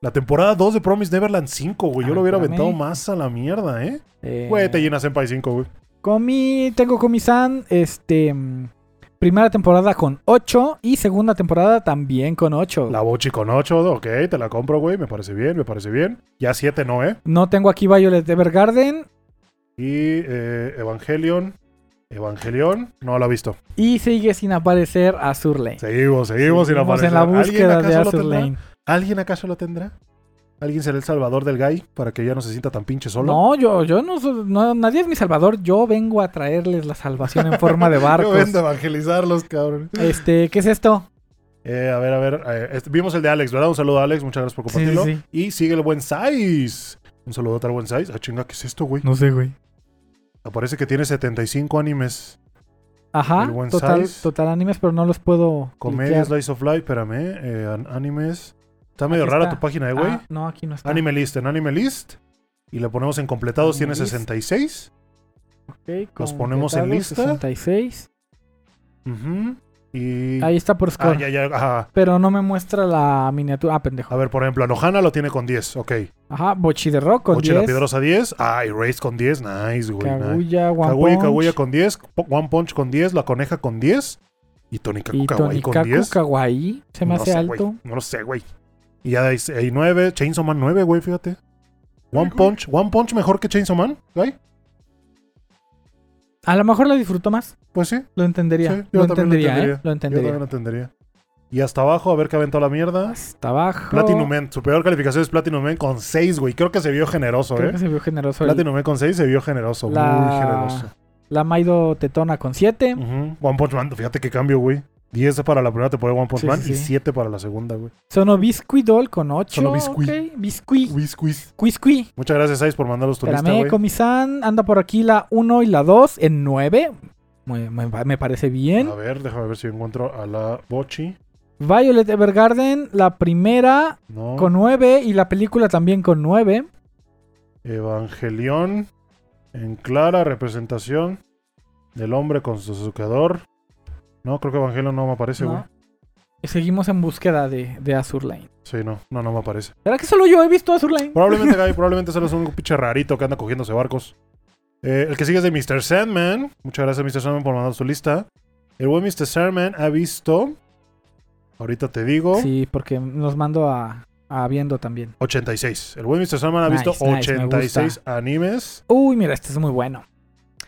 S1: La temporada 2 de Promise Neverland 5, güey.
S2: A
S1: Yo
S2: ver,
S1: lo hubiera
S2: Ah, espérame.
S1: aventado más a la mierda, ¿eh?
S2: Eh,
S1: Güey, te llenas en Pai 5, güey.
S2: Komi, tengo Komi-san, este... mm, Primera temporada con 8 y segunda temporada también con 8.
S1: La Bochi con 8, ok, te la compro, güey. Me parece bien, me parece bien. Ya 7 no, ¿eh?
S2: No tengo aquí Violet Evergarden
S1: Y eh, Evangelion. Evangelion, no la ha visto.
S2: y sigue sin aparecer Azur Lane.
S1: Seguimos, seguimos sin
S2: Seguimos
S1: aparecer.
S2: en la búsqueda de
S1: ¿Alguien acaso,
S2: Azur
S1: lo tendrá?
S2: Lane.
S1: ¿Alguien acaso lo tendrá? ¿Alguien será el salvador del guy para que ya no se sienta tan pinche solo?
S2: No, yo, yo no, soy- no- nadie es mi salvador. Yo vengo a traerles la salvación en forma de
S1: Yo
S2: barcos.
S1: vendo a evangelizarlos, cabrón.
S2: Este, ¿qué es esto?
S1: Eh, a ver, a ver. eh, este- vimos el de Alex, ¿verdad? Un saludo a Alex, muchas gracias por
S2: Sí, sí,
S1: compartirlo.
S2: sí.
S1: Y sigue el buen Size. Un saludo al buen Size. Ah, chinga, ¿qué es esto, güey?
S2: No sé, güey.
S1: Aparece que tiene 75 animes.
S2: Ajá,
S1: El buen
S2: total,
S1: size.
S2: total animes, pero no los puedo.
S1: Comedia,
S2: cliquear.
S1: Slice of Life, espérame. eh, an- animes. Está medio
S2: Aquí
S1: rara
S2: está.
S1: tu página, eh, güey.
S2: Ah, no, aquí no está.
S1: Anime List, en Anime List. Y le ponemos en completados, tiene
S2: Anime List.
S1: 66.
S2: Ok,
S1: los ponemos en
S2: completados,
S1: lista.
S2: 66.
S1: Ujú. Y.
S2: Ahí está por
S1: ah,
S2: score.
S1: ya, ya. ajá.
S2: Pero no me muestra la miniatura. Ah, pendejo.
S1: A ver, por ejemplo, Anohana lo tiene con 10. Ok.
S2: Ajá, Bochi de Rock con
S1: Ochi la
S2: 10.
S1: Piedrosa 10. Ah, Erase con 10. Nice, güey. nice.
S2: Kaguya, One
S1: Kaguya,
S2: Punch
S1: Kaguya con 10, Po- One Punch con 10, La Coneja con 10 y Tony
S2: y
S1: Kawaii con
S2: Tonikaku
S1: 10.
S2: Kawaii. Se me
S1: No
S2: hace
S1: sé, güey,
S2: alto.
S1: no lo sé, güey. Y ya hay, hay 9, Chainsaw Man 9, güey, fíjate. One Punch, One Punch mejor que Chainsaw Man, güey.
S2: A lo mejor la disfruto más.
S1: Pues sí,
S2: Lo entendería.
S1: Sí, yo
S2: lo,
S1: también lo
S2: entendería ¿eh?
S1: entendería.
S2: Lo
S1: yo
S2: entendería.
S1: también lo entendería. Y hasta abajo, a ver qué aventó la mierda.
S2: Hasta abajo.
S1: Platinum Man, su peor calificación es Platinum Man con 6, güey. Creo que se vio generoso,
S2: Creo
S1: eh.
S2: que se vio generoso. el-
S1: Platinum Man con 6 se vio generoso, muy
S2: La-
S1: generoso.
S2: La Maido Tetona con 7.
S1: Ujú. One Punch Man, fíjate qué cambio, güey. 10 para la primera temporada de One Punch
S2: Sí,
S1: Man
S2: sí,
S1: y
S2: sí.
S1: 7 para la segunda, güey.
S2: Sono Biscuit Doll con 8.
S1: Sono Biscuit.
S2: ok. Biscuit.
S1: Whiz, whiz.
S2: Quisqui.
S1: Muchas gracias, Ais, por mandarnos tu lista,
S2: Espérame,
S1: güey.
S2: Comisan. Anda por aquí la 1 y la 2 en 9. Me, me- me parece bien.
S1: A ver, déjame ver si encuentro a la Bochi.
S2: Violet Evergarden, la primera
S1: No.
S2: con 9 y la película también con 9.
S1: Evangelión en clara representación del hombre con su sucador. No, creo que Evangelion no me aparece, güey.
S2: ¿no? Seguimos en búsqueda de, de Azur Lane.
S1: Sí, no, no, no me aparece.
S2: ¿Verdad que solo yo he visto Azur Lane?
S1: Probablemente, Gaby, probablemente solo es un pinche rarito que anda cogiéndose barcos. Eh, el que sigue es de Mr. Sandman. Muchas gracias, Mr. Sandman, por mandar su lista. El buen Mr. Sandman ha visto. Ahorita te digo.
S2: Sí, porque nos mando a, a viendo también.
S1: 86. El buen Mr. Sandman ha
S2: Nice,
S1: visto
S2: nice, me
S1: 86 animes.
S2: Uy, mira, este es muy bueno.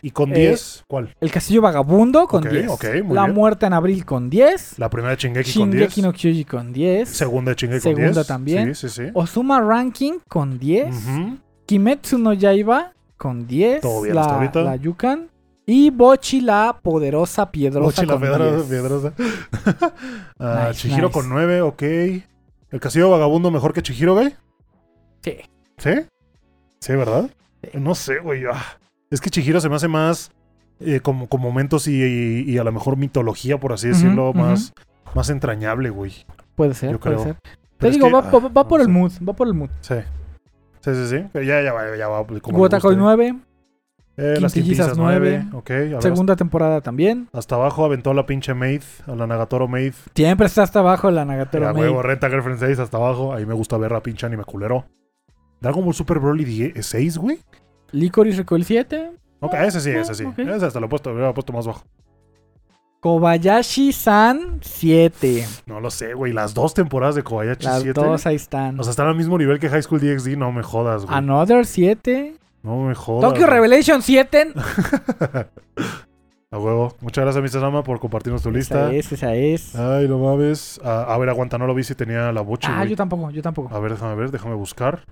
S1: Y con
S2: Eh,
S1: 10, ¿cuál?
S2: El Castillo Vagabundo con
S1: Ok,
S2: 10.
S1: ok, muy
S2: La
S1: bien.
S2: Muerte en Abril con 10.
S1: La primera de Shingeki,
S2: Shingeki
S1: con
S2: no Kyuji con 10.
S1: 10. Segunda de Shingeki con 10.
S2: Segunda también.
S1: Sí, sí, sí.
S2: Osuma Ranking con 10.
S1: Ujú.
S2: Kimetsu no Yaiba con 10.
S1: Todo bien hasta
S2: la,
S1: ahorita.
S2: la Yukan. Y Bochi la Poderosa Piedrosa
S1: Mochila
S2: con
S1: pedrosa,
S2: 10.
S1: piedrosa. Ah,
S2: Nice,
S1: Chihiro
S2: nice.
S1: con 9, ok. ¿El Castillo Vagabundo mejor que Chihiro, güey?
S2: Sí.
S1: ¿Sí? Sí, ¿verdad?
S2: Sí.
S1: No sé, güey. ah. Es que Chihiro se me hace más eh, como con momentos y, y- y a lo mejor mitología, por así
S2: Ujú,
S1: decirlo,
S2: ujú.
S1: más, más entrañable, güey.
S2: Puede ser,
S1: Yo
S2: puede
S1: creo.
S2: ser. Te
S1: Pero es
S2: digo,
S1: que-
S2: va, va- va
S1: ah,
S2: por
S1: no
S2: el
S1: sé.
S2: mood, va por el mood.
S1: Sí. Sí, sí, sí. Pero ya, ya va, ya va. pues, como le
S2: Wotakoi
S1: guste.
S2: 9,
S1: Eh, las
S2: Quintillizas
S1: quintillizas 9.
S2: nueve.
S1: Ok, a ver,
S2: segunda temporada también.
S1: Hasta abajo aventó la pinche Maid, a la Nagatoro Maid.
S2: Siempre está hasta abajo la Nagatoro
S1: Era
S2: Maid.
S1: huevo, Renta Girlfriend 6 hasta abajo. Ahí me gusta ver la pinche anime culero. Dragon Ball Super Broly 10 6, güey.
S2: Licorice Recoil 7.
S1: Ok,
S2: Ah,
S1: ese sí,
S2: ah,
S1: ese sí.
S2: ok.
S1: Ese hasta lo he puesto, lo he puesto más bajo.
S2: Kobayashi-san 7.
S1: No lo sé, güey. Las dos temporadas de Kobayashi
S2: Las
S1: 7.
S2: dos ahí están.
S1: O sea, están al mismo nivel que High School DxD. No me jodas, güey.
S2: Another 7.
S1: No me jodas.
S2: Tokyo
S1: güey.
S2: Revelation 7.
S1: A huevo. Muchas gracias, Mr. Sama, por compartirnos tu lista.
S2: Esa es, esa es.
S1: Ay, no mames. Ah, A, a ver, aguanta, no lo vi si tenía la bochi,
S2: Ah,
S1: güey.
S2: yo tampoco, yo tampoco.
S1: A ver, déjame ver, déjame buscar.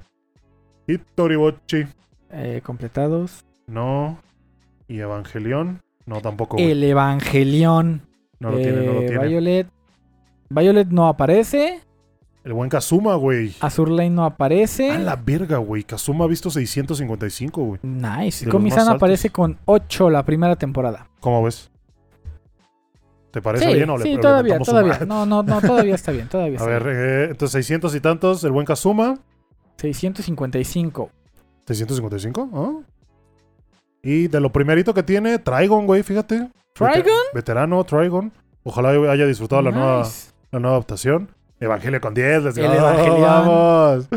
S1: Hitori Bochi.
S2: Eh, completados.
S1: No. Y Evangelion. No, tampoco, güey.
S2: El Evangelión.
S1: No lo tiene, no lo
S2: Eh,
S1: tiene.
S2: Violet. Violet no aparece.
S1: El buen Kazuma, güey.
S2: Azur Lane no aparece.
S1: A la verga, güey. Kazuma ha visto 655, güey.
S2: Nice.
S1: De los más
S2: Komi-san
S1: altos.
S2: aparece con 8 la primera temporada.
S1: ¿Cómo ves? ¿Te parece
S2: sí,
S1: bien o le
S2: sí
S1: le
S2: todavía,
S1: inventamos
S2: todavía.
S1: una?
S2: No, no, no, todavía está bien, todavía
S1: A
S2: está
S1: ver,
S2: bien.
S1: eh, entonces 600 y tantos, el buen Kazuma.
S2: 655.
S1: 655, ¿ah? Y de lo primerito que tiene, Trigon, güey, fíjate.
S2: ¿Trigon?
S1: Vete- veterano, Trigon. Ojalá yo haya disfrutado la, nueva,
S2: Nice.
S1: la nueva adaptación. Evangelio con 10, les digo. ¡Oh,
S2: El Evangelion.
S1: vamos!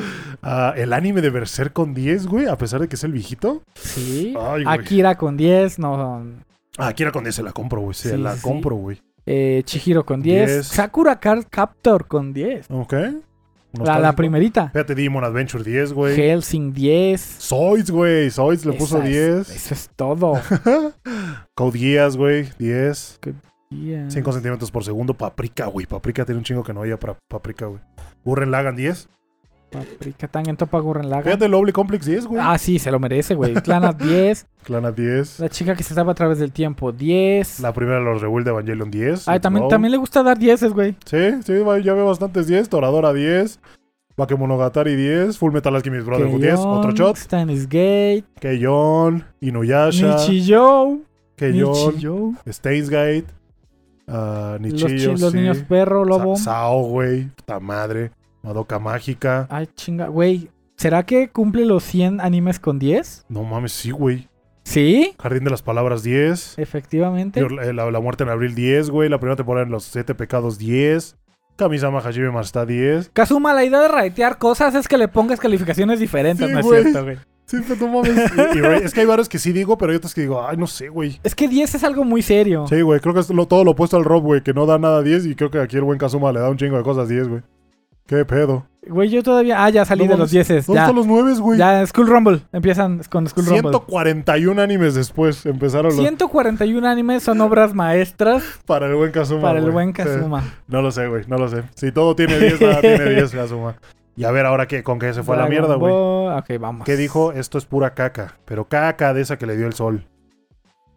S1: Ah, el anime de Berserk con 10, güey, a pesar de que es el viejito.
S2: Sí.
S1: Ay, güey.
S2: Akira con 10, no.
S1: Ah, Kira con 10 se la compro, güey. Se
S2: Sí,
S1: la
S2: sí, sí.
S1: compro, güey.
S2: eh, Chihiro con 10,
S1: 10.
S2: Sakura Card Captor con 10.
S1: Ok.
S2: La, la
S1: Nostálgico.
S2: primerita.
S1: Fíjate, Demon Adventure 10, güey.
S2: Helsing 10.
S1: Soids, güey. Soids le
S2: Esa
S1: puso
S2: es-
S1: 10.
S2: eso es todo.
S1: Code Geass, güey. 10.
S2: Yeah.
S1: 5 centímetros por segundo. Paprika, güey. Paprika tiene un chingo que no haya para Paprika, güey. Gurren Lagan 10.
S2: Paprika Tangen Topa Gurren Lagann.
S1: Fíjate, Lovely Complex 10, güey.
S2: Ah, sí, se lo merece, güey. Clana 10.
S1: Clana 10.
S2: La chica que se estaba a través del tiempo, 10.
S1: La primera de los Rebuild de Evangelion 10.
S2: Ay,
S1: Let's
S2: también,
S1: go.
S2: también le gusta dar 10, güey.
S1: Sí, sí, güey, ya veo bastantes 10. Toradora 10. Bakemonogatari 10. Full Metal Alchemist Brotherhood 10. Otro
S2: Keion,
S1: shot.
S2: Stannis Gate.
S1: Keyon. Inuyasha.
S2: Nichijou.
S1: Keyon.
S2: Nichijou.
S1: Stainsgate, ah,
S2: Los,
S1: Nichillo,
S2: chi- los
S1: sí.
S2: niños perro,
S1: Sa-
S2: lobo.
S1: Sao, güey. Puta madre. Madoka Mágica.
S2: Ay, chinga, güey. ¿Será que cumple los 100 animes con 10?
S1: No mames, sí, güey.
S2: Sí,
S1: Jardín de las Palabras
S2: ¿Este?
S1: 10.
S2: efectivamente.
S1: Digo, La, la- la Muerte en Abril 10, güey. La primera temporada en Los Siete Pecados 10. Kamisama Hajime Masta 10.
S2: Kazuma, la idea de ratear cosas es que le pongas calificaciones diferentes,
S1: Sí,
S2: ¿no es
S1: güey.
S2: cierto, güey?
S1: Sí, pero no mames. Y- y, güey, es que hay varios que sí digo, pero hay otros que digo, ay, no sé, güey.
S2: Es que 10 es algo muy serio.
S1: Sí, güey. Creo que es lo- todo lo opuesto al Rob, güey. Que no da nada 10. Y creo que aquí el buen Kazuma le da un chingo de cosas 10, güey. ¿Qué pedo?
S2: Güey, yo todavía. Ah, ya salí
S1: No
S2: de los 10.
S1: ¿Dónde
S2: Ya,
S1: están los 9, güey?
S2: ya, School Rumble. Empiezan con School Rumble.
S1: 141 animes después empezaron los
S2: 141 animes son obras maestras
S1: para el buen Kazuma.
S2: para el
S1: Ah, güey.
S2: buen
S1: Sí.
S2: Kazuma.
S1: No lo sé, güey, no lo sé. Si todo tiene 10, nada tiene 10 Kazuma. Y a ver ahora qué, con qué se fue a la
S2: Dragon
S1: mierda, güey.
S2: Ball. Ok, vamos.
S1: ¿Qué dijo? Esto es pura caca, pero caca de esa que le dio el sol.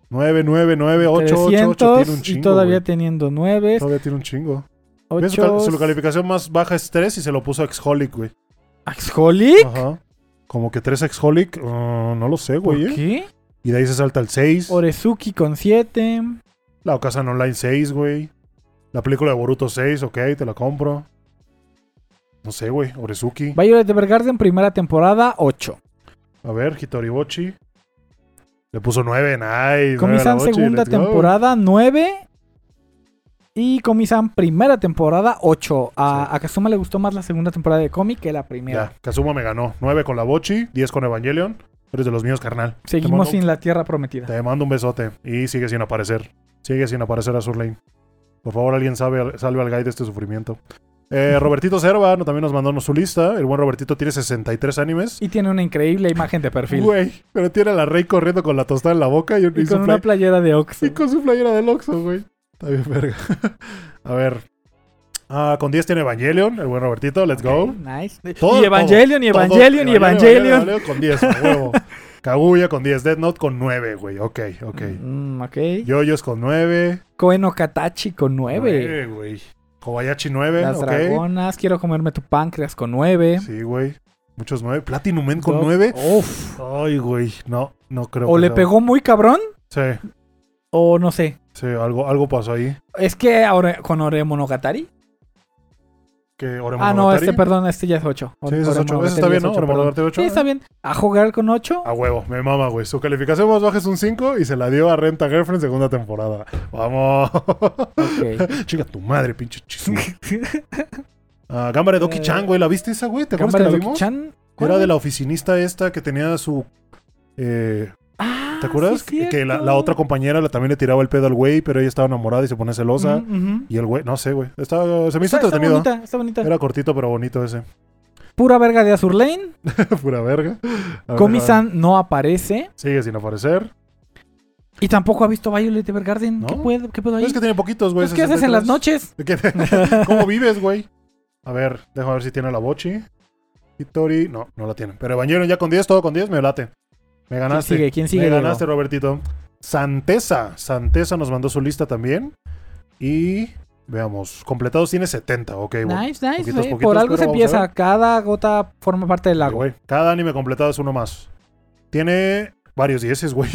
S1: 9, 9, 9, 8, 8, 8
S2: 300
S1: tiene un chingo.
S2: y todavía
S1: güey.
S2: teniendo 9.
S1: Todavía tiene un chingo. Ve, Su, cal-
S2: 8.
S1: su calificación más baja es 3 y se lo puso Exholic, güey.
S2: Ah, ¿Axholic?
S1: Ajá. Como que 3 Exholic, uh, no lo sé, güey.
S2: ¿Por
S1: eh.
S2: qué?
S1: Y de ahí se salta el 6.
S2: Orezuki con 7.
S1: La Ocasan Online 6, güey. La película de Boruto 6, ok, te la compro. No sé, güey. Orezuki.
S2: Violet Evergarden, primera temporada, 8.
S1: A ver, Hitoribochi. Le puso 9, nice.
S2: Comisan segunda temporada 9 y Comisan primera temporada 8. A, a Kazuma le gustó más la segunda temporada de cómic que la primera.
S1: Ya, Kazuma me ganó. 9 con la Bochi, 10 con Evangelion. Eres de los míos, carnal. Te
S2: Seguimos
S1: mando-
S2: sin la tierra prometida.
S1: Te mando un besote. Y sigue sin aparecer. Sigue sin aparecer Azur Lane. Por favor, alguien sabe, salve al guy de este sufrimiento. Eh, Robertito Cerva no, también nos mandó su lista. El buen Robertito tiene 63 animes.
S2: Y tiene una increíble imagen de perfil.
S1: Güey, pero tiene a la Rey corriendo con la tostada en la boca y, un-
S2: y
S1: y su
S2: con una
S1: play-
S2: playera de Oxxo.
S1: y con su playera del Oxxo, güey. Está bien, verga. a ver. Ah, con 10 tiene Evangelion, el buen Robertito. Let's
S2: Ok,
S1: go.
S2: Nice.
S1: Todo,
S2: y Evangelion, y
S1: Todo-
S2: Evangelion, y Evangelion.
S1: Con 10, a huevo. Kaguya con 10. Dead Note con 9, güey. Ok, ok.
S2: Mm, ok.
S1: Yoyos con 9.
S2: Koen Okatachi con 9.
S1: güey. Kobayashi 9,
S2: Las
S1: ok.
S2: dragonas, quiero comerme tu páncreas con 9.
S1: Sí, güey. Muchos 9. Platinum Men con 9.
S2: Uf.
S1: Ay, güey. No, no creo.
S2: O
S1: que
S2: le
S1: sea.
S2: pegó muy cabrón,
S1: Sí,
S2: o no sé.
S1: sí, algo, algo pasó ahí.
S2: Es que ahora con Ore Monogatari.
S1: Que
S2: Ah, no, este, perdón, este ya es 8.
S1: Sí, ese es 8. Ese está bien, ¿no? Oremonogatari 8.
S2: Sí, está bien. A jugar con 8.
S1: A huevo, me mama, güey. Su calificación más baja es un 5 y se la dio a Renta Girlfriend segunda temporada. Vamos. Chica, tu madre, pinche chisu. Ah, Gambare Doki Chan, güey. ¿La viste esa, güey? ¿Te acuerdas que la vimos?
S2: Chan.
S1: Era de la oficinista esta que tenía su. eh,
S2: Ah,
S1: ¿Te acuerdas?
S2: sí,
S1: que la,
S2: cierto.
S1: la otra compañera la- también le tiraba el pedo al güey, pero ella estaba enamorada y se pone celosa.
S2: Ujú, Mm, ujú.
S1: Y el güey, no sé, güey. Estaba, se me hizo
S2: Está, está
S1: entretenido.
S2: bonita, está bonita.
S1: Era cortito, pero bonito ese.
S2: Pura verga de Azur Lane.
S1: Pura verga. A ver, a ver.
S2: Komi-san no aparece.
S1: Sigue sin aparecer.
S2: Y tampoco ha visto Violet Evergarden. ¿Qué,
S1: No.
S2: puedo, ¿Qué puedo ahí?
S1: Es que tiene poquitos, güey.
S2: Pues, ¿Qué haces en las
S1: 63.
S2: noches?
S1: ¿De qué te- ¿Cómo vives, güey? A ver, déjame ver si tiene la bochi. Hitori. No, no la tiene. Pero Evangelion ya con 10, todo con 10, me late. Me
S2: ¿Quién
S1: ganaste.
S2: sigue? ¿Quién sigue?
S1: me
S2: Diego?
S1: ganaste, Robertito. Santesa. Santesa nos mandó su lista también. Y veamos, completados tiene 70. Ok, güey.
S2: Nice, nice.
S1: Poquitos,
S2: eh.
S1: poquitos,
S2: Por algo
S1: pero vamos
S2: se
S1: a
S2: empieza.
S1: ver.
S2: Cada gota forma parte del
S1: Ok,
S2: lago.
S1: güey. Cada anime completado es uno más. Tiene varios dieces, güey.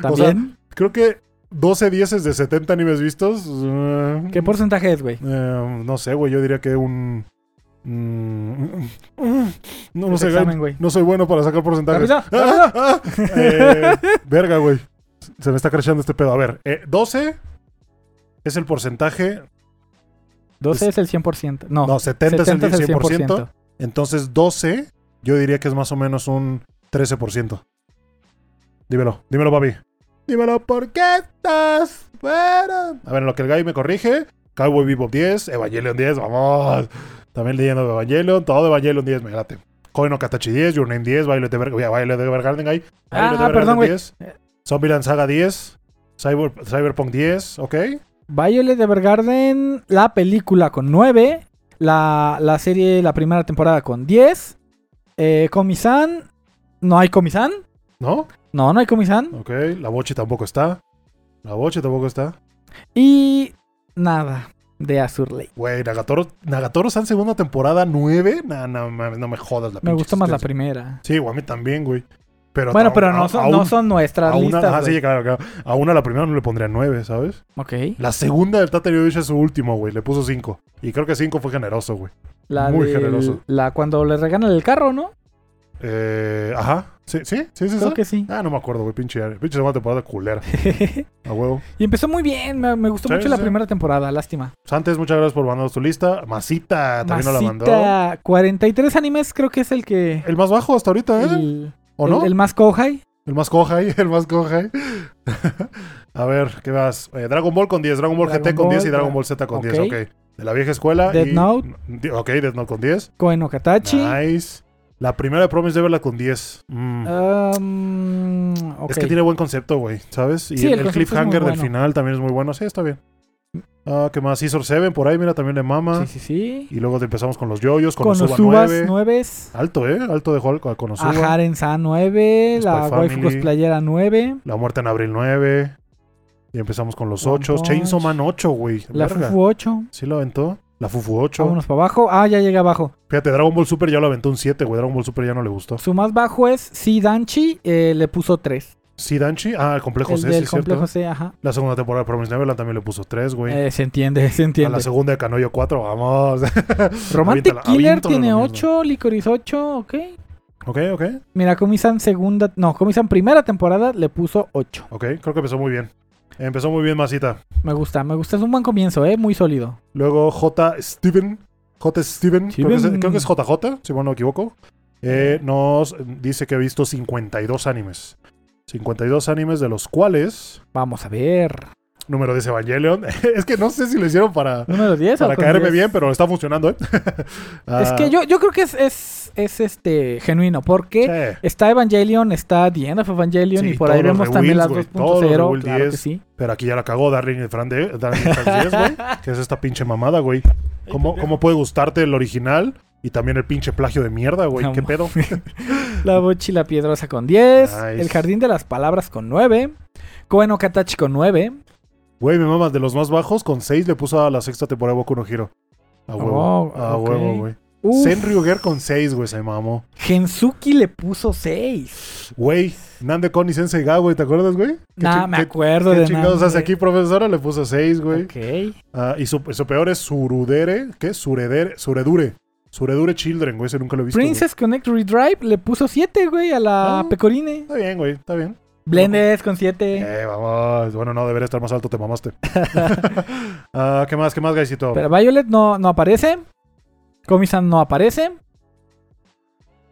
S2: También.
S1: Creo que 12 dieces de 70 animes vistos. eh,
S2: ¿Qué porcentaje es, güey?
S1: Eh, no sé, güey. Yo diría que un. mm, no, no
S2: El
S1: sé, güey.
S2: examen, güey.
S1: No soy bueno para sacar porcentajes.
S2: Rápido,
S1: ¡Ah, ah! Eh, verga, güey. Se me está creciendo este pedo. A ver, eh, 12 es el porcentaje.
S2: 12 es el 100%. No,
S1: pues No, 70,
S2: 70
S1: es el 100%. Entonces, 12, yo diría que es más o menos un 13%. Dímelo, dímelo, papi. Dímelo, ¿por qué estás fuera? A ver, en lo que el guy me corrige, Cowboy Bebop 10, Evangelion 10, vamos. También leyendo de Evangelion, todo Evangelion 10, me late. Koen Katachi 10, Your Name 10, Violet Ever- Oye, Violet Evergarden, guy.
S2: Ah,
S1: Violet
S2: ah,
S1: Evergarden
S2: perdón, güey.
S1: 10, Zombieland Saga 10, Cyber, Cyberpunk 10, ok.
S2: Violet Evergarden, la película con 9. La, la serie, la primera temporada con 10. Eh, Comisan. No hay Comisan.
S1: ¿No?
S2: No, no hay Comisan.
S1: Ok, la Bochi tampoco está. La Bochi tampoco está.
S2: Y nada de Azur Lake.
S1: Güey, Nagatoro, Nagatoro San segunda temporada 9. No, no, mames, no me jodas la
S2: Me
S1: pinche
S2: gustó más la
S1: existencia.
S2: primera.
S1: Sí, güey, a mí también, güey. Pero
S2: bueno,
S1: a-
S2: pero
S1: a-
S2: no son,
S1: a
S2: no
S1: un-
S2: son nuestras
S1: a una,
S2: listas.
S1: ah, sí,
S2: güey.
S1: claro, claro. A una la primera no le pondría 9, ¿sabes?
S2: ok.
S1: La segunda del Tate Yorish es su último, güey. Le puso 5. Y creo que 5 fue generoso, güey.
S2: La
S1: Muy
S2: del-
S1: generoso.
S2: La cuando le regalan el carro, ¿no?
S1: Eh, ajá. ¿Sí? ¿Sí? ¿Sí es
S2: Creo
S1: esa?
S2: que sí.
S1: Ah, no me acuerdo, güey. Pinche, pinche segunda temporada culera. A huevo.
S2: y empezó muy bien. Me, me gustó
S1: Sí,
S2: mucho
S1: sí,
S2: la
S1: sí.
S2: primera temporada. Lástima.
S1: Santes, muchas gracias por mandarnos tu lista. Masita Ah, también nos la mandó.
S2: Masita, 43 animes creo que es el que...
S1: El más bajo hasta ahorita, ¿eh?
S2: El,
S1: ¿O
S2: el-
S1: no?
S2: el más kohai.
S1: El más coja ahí, el más coja ahí. a ver, ¿qué más? Eh, Dragon Ball con 10, Dragon Ball
S2: Dragon
S1: GT con 10 y
S2: Ball, eh,
S1: Dragon Ball Z con 10, ok. De la vieja escuela.
S2: Death
S1: y-
S2: Note.
S1: Di- Ok, Death Note con 10.
S2: Koen Okatachi.
S1: Nice. La primera de Promise Deberla con 10. Mm.
S2: Um, Ah, ok.
S1: Es que tiene buen concepto, güey, ¿sabes? Y
S2: Sí, el
S1: el,
S2: concepto es muy
S1: cliffhanger del
S2: bueno.
S1: final también es muy bueno. Sí, está bien. Ah, ¿qué más? Scissor 7 por ahí, mira, también le mama.
S2: Sí, sí, sí.
S1: Y luego empezamos con los yoyos, con,
S2: Con
S1: Osuba
S2: Osubas
S1: 9.
S2: 9.
S1: Alto, ¿eh? Alto dejó al- con Osuba.
S2: Ajarensa 9.
S1: Spy
S2: La Waifu
S1: Family.
S2: Cosplayera 9.
S1: La muerte en abril 9. Y empezamos con los
S2: One
S1: 8.
S2: Punch.
S1: Chainsaw Man 8, güey.
S2: La
S1: Verga.
S2: Fufu 8.
S1: Sí lo aventó. La Fufu 8.
S2: Vámonos para abajo. Ah, ya llegué abajo.
S1: Fíjate, Dragon Ball Super ya lo aventó un 7, güey. Dragon Ball Super ya no le gustó.
S2: Su más bajo es Si Danchi, eh, le puso 3.
S1: Sí, Danchi. Ah, el complejo
S2: el
S1: C, sí,
S2: del
S1: es cierto.
S2: complejo C, ajá.
S1: La segunda temporada de Promise Neverland también le puso 3, güey.
S2: Eh, se entiende, se
S1: a la
S2: entiende.
S1: segunda de Canoyo 4, vamos.
S2: Romantic
S1: aviéntala,
S2: Killer
S1: aviéntala
S2: tiene
S1: la mierda.
S2: 8, Licorice 8, ok.
S1: Ok, ok,
S2: Mira, Comisan segunda, no, Comisan primera temporada le puso 8.
S1: ok. Creo que empezó muy bien. Empezó muy bien Masita.
S2: Me gusta, me gusta, es un buen comienzo, eh, muy sólido.
S1: Luego J. Steven. J. Steven. Creo que, es,
S2: Steven.
S1: creo que es JJ, si mal no me equivoco. Eh, nos dice que ha visto 52 animes. 52 animes de los cuales...
S2: Vamos a ver.
S1: Número 10 Evangelion. es que no sé si lo hicieron para,
S2: Número 10 o
S1: para
S2: con
S1: caerme
S2: 10?
S1: bien, pero está funcionando, ¿eh?
S2: Es que yo, yo creo que es, es, es, este genuino, porque
S1: Ah, Sí.
S2: está Evangelion, está The End of Evangelion
S1: Sí,
S2: y por ahí
S1: todos los
S2: vemos también las
S1: rebuilds, güey, todos los
S2: 2.0,
S1: rebuild
S2: claro que
S1: 10.
S2: sí.
S1: Pero aquí ya la cagó Darling in Fran de- Darling in Franks 10, güey. ¿Qué es esta pinche mamada, güey? ¿Cómo, ¿Cómo puede gustarte el original y también el pinche plagio de mierda, güey?
S2: No
S1: ¿Qué pedo?
S2: La mochila piedrosa con 10,
S1: Nice.
S2: El jardín de las palabras con 9, Koen Okatachi con 9.
S1: Güey, mi mamá, de los más bajos, con 6 le puso a la sexta temporada de Boku no Hero. A huevo.
S2: Oh,
S1: a
S2: ok.
S1: huevo, güey.
S2: Uf,
S1: Senryuger con 6, güey, se mamó.
S2: Gensuki le puso 6.
S1: Güey, Nande Kon y Sensei Ga, güey, ¿te acuerdas, güey? ¿Qué
S2: Nah,
S1: chi-
S2: me
S1: qué-
S2: acuerdo
S1: ¿Qué
S2: de
S1: chingados
S2: nada,
S1: hace aquí, profesora? Le puso 6, güey.
S2: Ok.
S1: Ah, y su, su peor es Surudere. ¿Qué? Suredere. Suredure. Suredure Children, güey, ese nunca lo he visto. güey.
S2: Princess Connect Redrive le puso 7, güey, a la
S1: Ah.
S2: Pecorine.
S1: Está bien, güey, está bien.
S2: Blendes con 7.
S1: Eh, vamos. Bueno, no, debería estar más alto, te mamaste. Ah, ¿Qué más? ¿Qué más, Gaisito?
S2: Pero Violet no, no aparece. Comisan no aparece.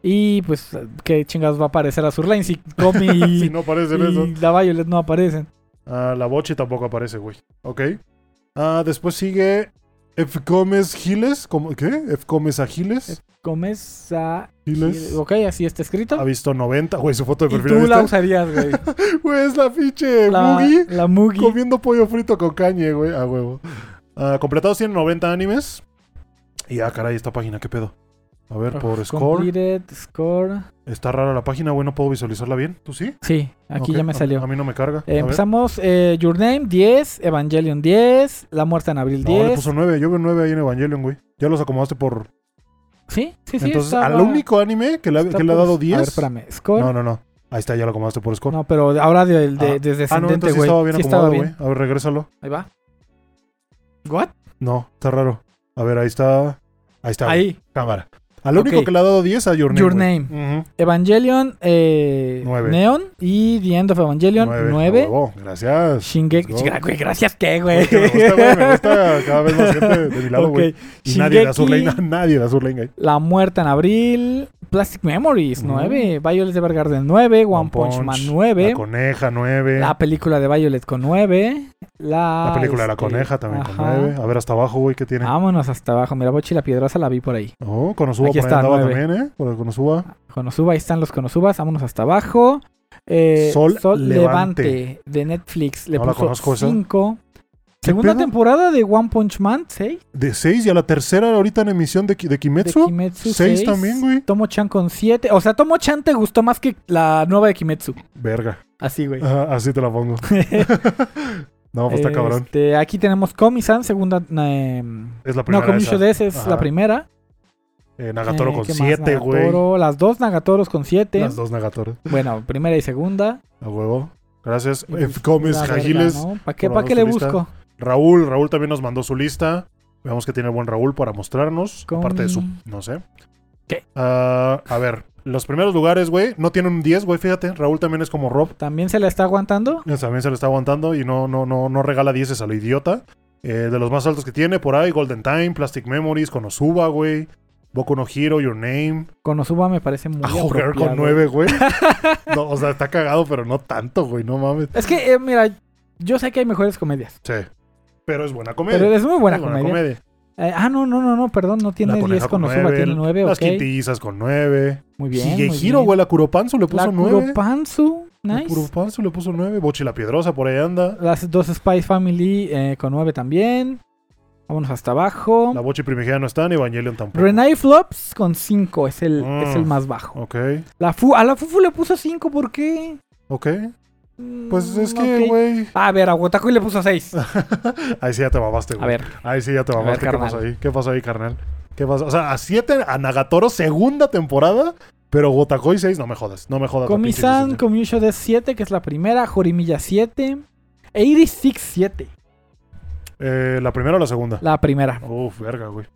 S2: Y pues, ¿qué chingados va a aparecer a Surline si Comi y,
S1: si no aparecen eso.
S2: y la Violet no aparecen?
S1: Ah, la Bochi tampoco aparece, güey. Ok. Ah, después sigue F. Gómez Giles. ¿Cómo- ¿Qué? F. Gómez a Giles.
S2: Comes a...
S1: Giles.
S2: Ok, así está escrito.
S1: Ha visto 90, güey, su foto de
S2: Y
S1: perfil.
S2: tú la
S1: ¿viste?
S2: usarías, güey.
S1: Güey, es la pinche
S2: La,
S1: Boogie
S2: la Mugi.
S1: comiendo pollo frito con caña, güey. A huevo. Ah, completados tienen 90 animes. Y ah, caray, esta página, ¿qué pedo? A ver, por score.
S2: Ah, Completed, score.
S1: Está rara la página, güey, no puedo visualizarla bien. ¿Tú sí?
S2: Sí, aquí
S1: Ok,
S2: ya me
S1: a-
S2: salió.
S1: A, mí no me carga. A
S2: Eh,
S1: ver.
S2: empezamos eh, Your Name 10, Evangelion 10, La Muerte en Abril
S1: No,
S2: 10.
S1: le puso 9. Yo veo 9 ahí en Evangelion, güey. Ya los acomodaste por.
S2: Sí, sí, sí.
S1: Entonces,
S2: estaba-
S1: al único anime que le, ha-
S2: está
S1: que le ha
S2: por-
S1: dado
S2: A ver,
S1: 10.
S2: espérame. Score.
S1: no,
S2: No,
S1: no, no. Ahí está, ya lo acomodaste por score.
S2: pero ahora de, de-
S1: Ah.
S2: desde
S1: ah, no,
S2: ascendente,
S1: entonces sí
S2: güey.
S1: estaba bien
S2: Sí estaba
S1: acomodado,
S2: bien.
S1: güey. A ver, regrésalo.
S2: Ahí va. ¿What?
S1: No, está raro. A ver, ahí está. Ahí está. güey.
S2: Ahí.
S1: Cámara. Al
S2: Ok.
S1: único que le ha dado 10 a Your Name.
S2: Your
S1: güey.
S2: Name.
S1: Ujú.
S2: Evangelion eh,
S1: Nueve.
S2: Neon y The End of Evangelion
S1: Nueve.
S2: 9.
S1: Huevo, Gracias.
S2: Shingeki.
S1: Let's go.
S2: Gra- güey, Gracias, ¿qué,
S1: Es
S2: güey?
S1: que me gusta, güey. Me gusta cada vez más gente de mi lado,
S2: Ok.
S1: güey. Y nadie de
S2: Shingeki.
S1: Azur Lane. Nadie de Azur Lane. ahí.
S2: La Muerte en Abril, Plastic Memories
S1: Ujú.
S2: 9, Violet Evergarden 9, One, Punch, Man 9,
S1: La coneja 9.
S2: la, película de Violet con 9, la,
S1: La película de la
S2: este,
S1: coneja también con
S2: ajá. Ah.
S1: 9. A ver, hasta abajo, güey, ¿qué tiene?
S2: Vámonos hasta abajo, mira, Bochi la Piedrosa la vi por ahí.
S1: Oh, Konosuba
S2: Aquí
S1: por ahí
S2: está,
S1: andaba
S2: nueve.
S1: también, ¿eh? Por el Konosuba.
S2: Konosuba, ahí están los Konosubas, vámonos hasta abajo. Eh,
S1: Sol Levante.
S2: de Netflix, le
S1: No la conozco
S2: puso
S1: esa.
S2: 5.
S1: ¿Qué
S2: Segunda
S1: pedo?
S2: temporada de One Punch Man 6,
S1: De 6 y a la tercera ahorita en emisión de, Ki- de
S2: de
S1: Kimetsu.
S2: Kimetsu
S1: 6
S2: seis.
S1: también, güey.
S2: Tomo-chan con 7, o sea, Tomo-chan te gustó más que la nueva de Kimetsu,
S1: Verga.
S2: así güey.
S1: Ajá, así te la pongo. No, pues está cabrón.
S2: Este, aquí tenemos Comi-san, segunda. eh,
S1: Es la
S2: no,
S1: primera.
S2: Comi
S1: esa.
S2: DS es
S1: Ajá.
S2: la primera.
S1: Eh, Nagatoro
S2: Eh,
S1: con
S2: ¿qué más?
S1: 7, güey.
S2: Nagatoro, Las dos Nagatoros con siete.
S1: Las dos Nagatoros.
S2: Bueno, primera y segunda.
S1: A huevo. Gracias. Eh,
S2: Y
S1: F.
S2: pues,
S1: Gómez,
S2: la verga,
S1: Jagiles.
S2: ¿no? ¿Para qué,
S1: por
S2: pa'
S1: la
S2: qué le
S1: lista.
S2: busco?
S1: Raúl. Raúl también nos mandó su lista. Veamos que tiene el buen Raúl para mostrarnos.
S2: Con-
S1: Aparte de su. No sé.
S2: ¿Qué?
S1: Ah, a ver. Los primeros lugares, güey. No tienen un 10, güey. Fíjate. Raúl también es como Rob.
S2: ¿También se la está aguantando?
S1: Eh, También se le está aguantando y no, no, no, no regala 10 a lo idiota. Eh, de los más altos que tiene, por ahí, Golden Time, Plastic Memories, Konosuba, güey. Boku no Hero, Your Name.
S2: Konosuba me parece muy
S1: A jugar
S2: apropiado.
S1: con 9, güey. No, o sea, está cagado, pero no tanto, güey. No mames.
S2: Es que, eh, mira, yo sé que hay mejores comedias.
S1: Sí. Pero es buena comedia.
S2: Pero es muy buena
S1: Es
S2: comedia. Eh, ah, no, no, no, no, perdón, no tiene
S1: La coneja
S2: 10
S1: con
S2: Konosuba,
S1: nueve,
S2: tiene 9,
S1: Las
S2: ok.
S1: quintillizas con 9.
S2: Muy bien. muy
S1: Shigehiro,
S2: bien.
S1: güey. La Kuropanzu le
S2: La
S1: puso 9.
S2: Kuropansu,
S1: La
S2: nice.
S1: Kuropanzu le puso 9. Bochi la Piedrosa por ahí anda.
S2: Las dos Spy Family eh, con 9 también. Vámonos hasta abajo.
S1: La Bochi Primigenia no está, ni Evangelion tampoco.
S2: Renai Flops con 5 es el,
S1: Mm.
S2: es el más bajo.
S1: Ok,
S2: La Fu, a la Fufu le puso 5, ¿por qué?
S1: ok.
S2: Mm,
S1: Pues es
S2: ok.
S1: que, güey.
S2: A ver, a Wotaku le puso 6.
S1: Ahí sí ya te mamaste,
S2: A
S1: güey.
S2: ver,
S1: Ahí sí ya te
S2: ver,
S1: mamaste. ¿Qué
S2: carnal.
S1: pasó ahí? ¿Qué pasó ahí, carnal? ¿Qué pasó? O sea, a 7 a Nagatoro, segunda temporada, pero Gotakoi 6, no me jodas, no me jodas. la pinche
S2: Komi-san,
S1: existencia.
S2: Komiusho de 7, que es la primera. Jorimilla 7. 86 7,
S1: Eh, ¿La primera o la segunda?
S2: la primera.
S1: Uf, verga, güey.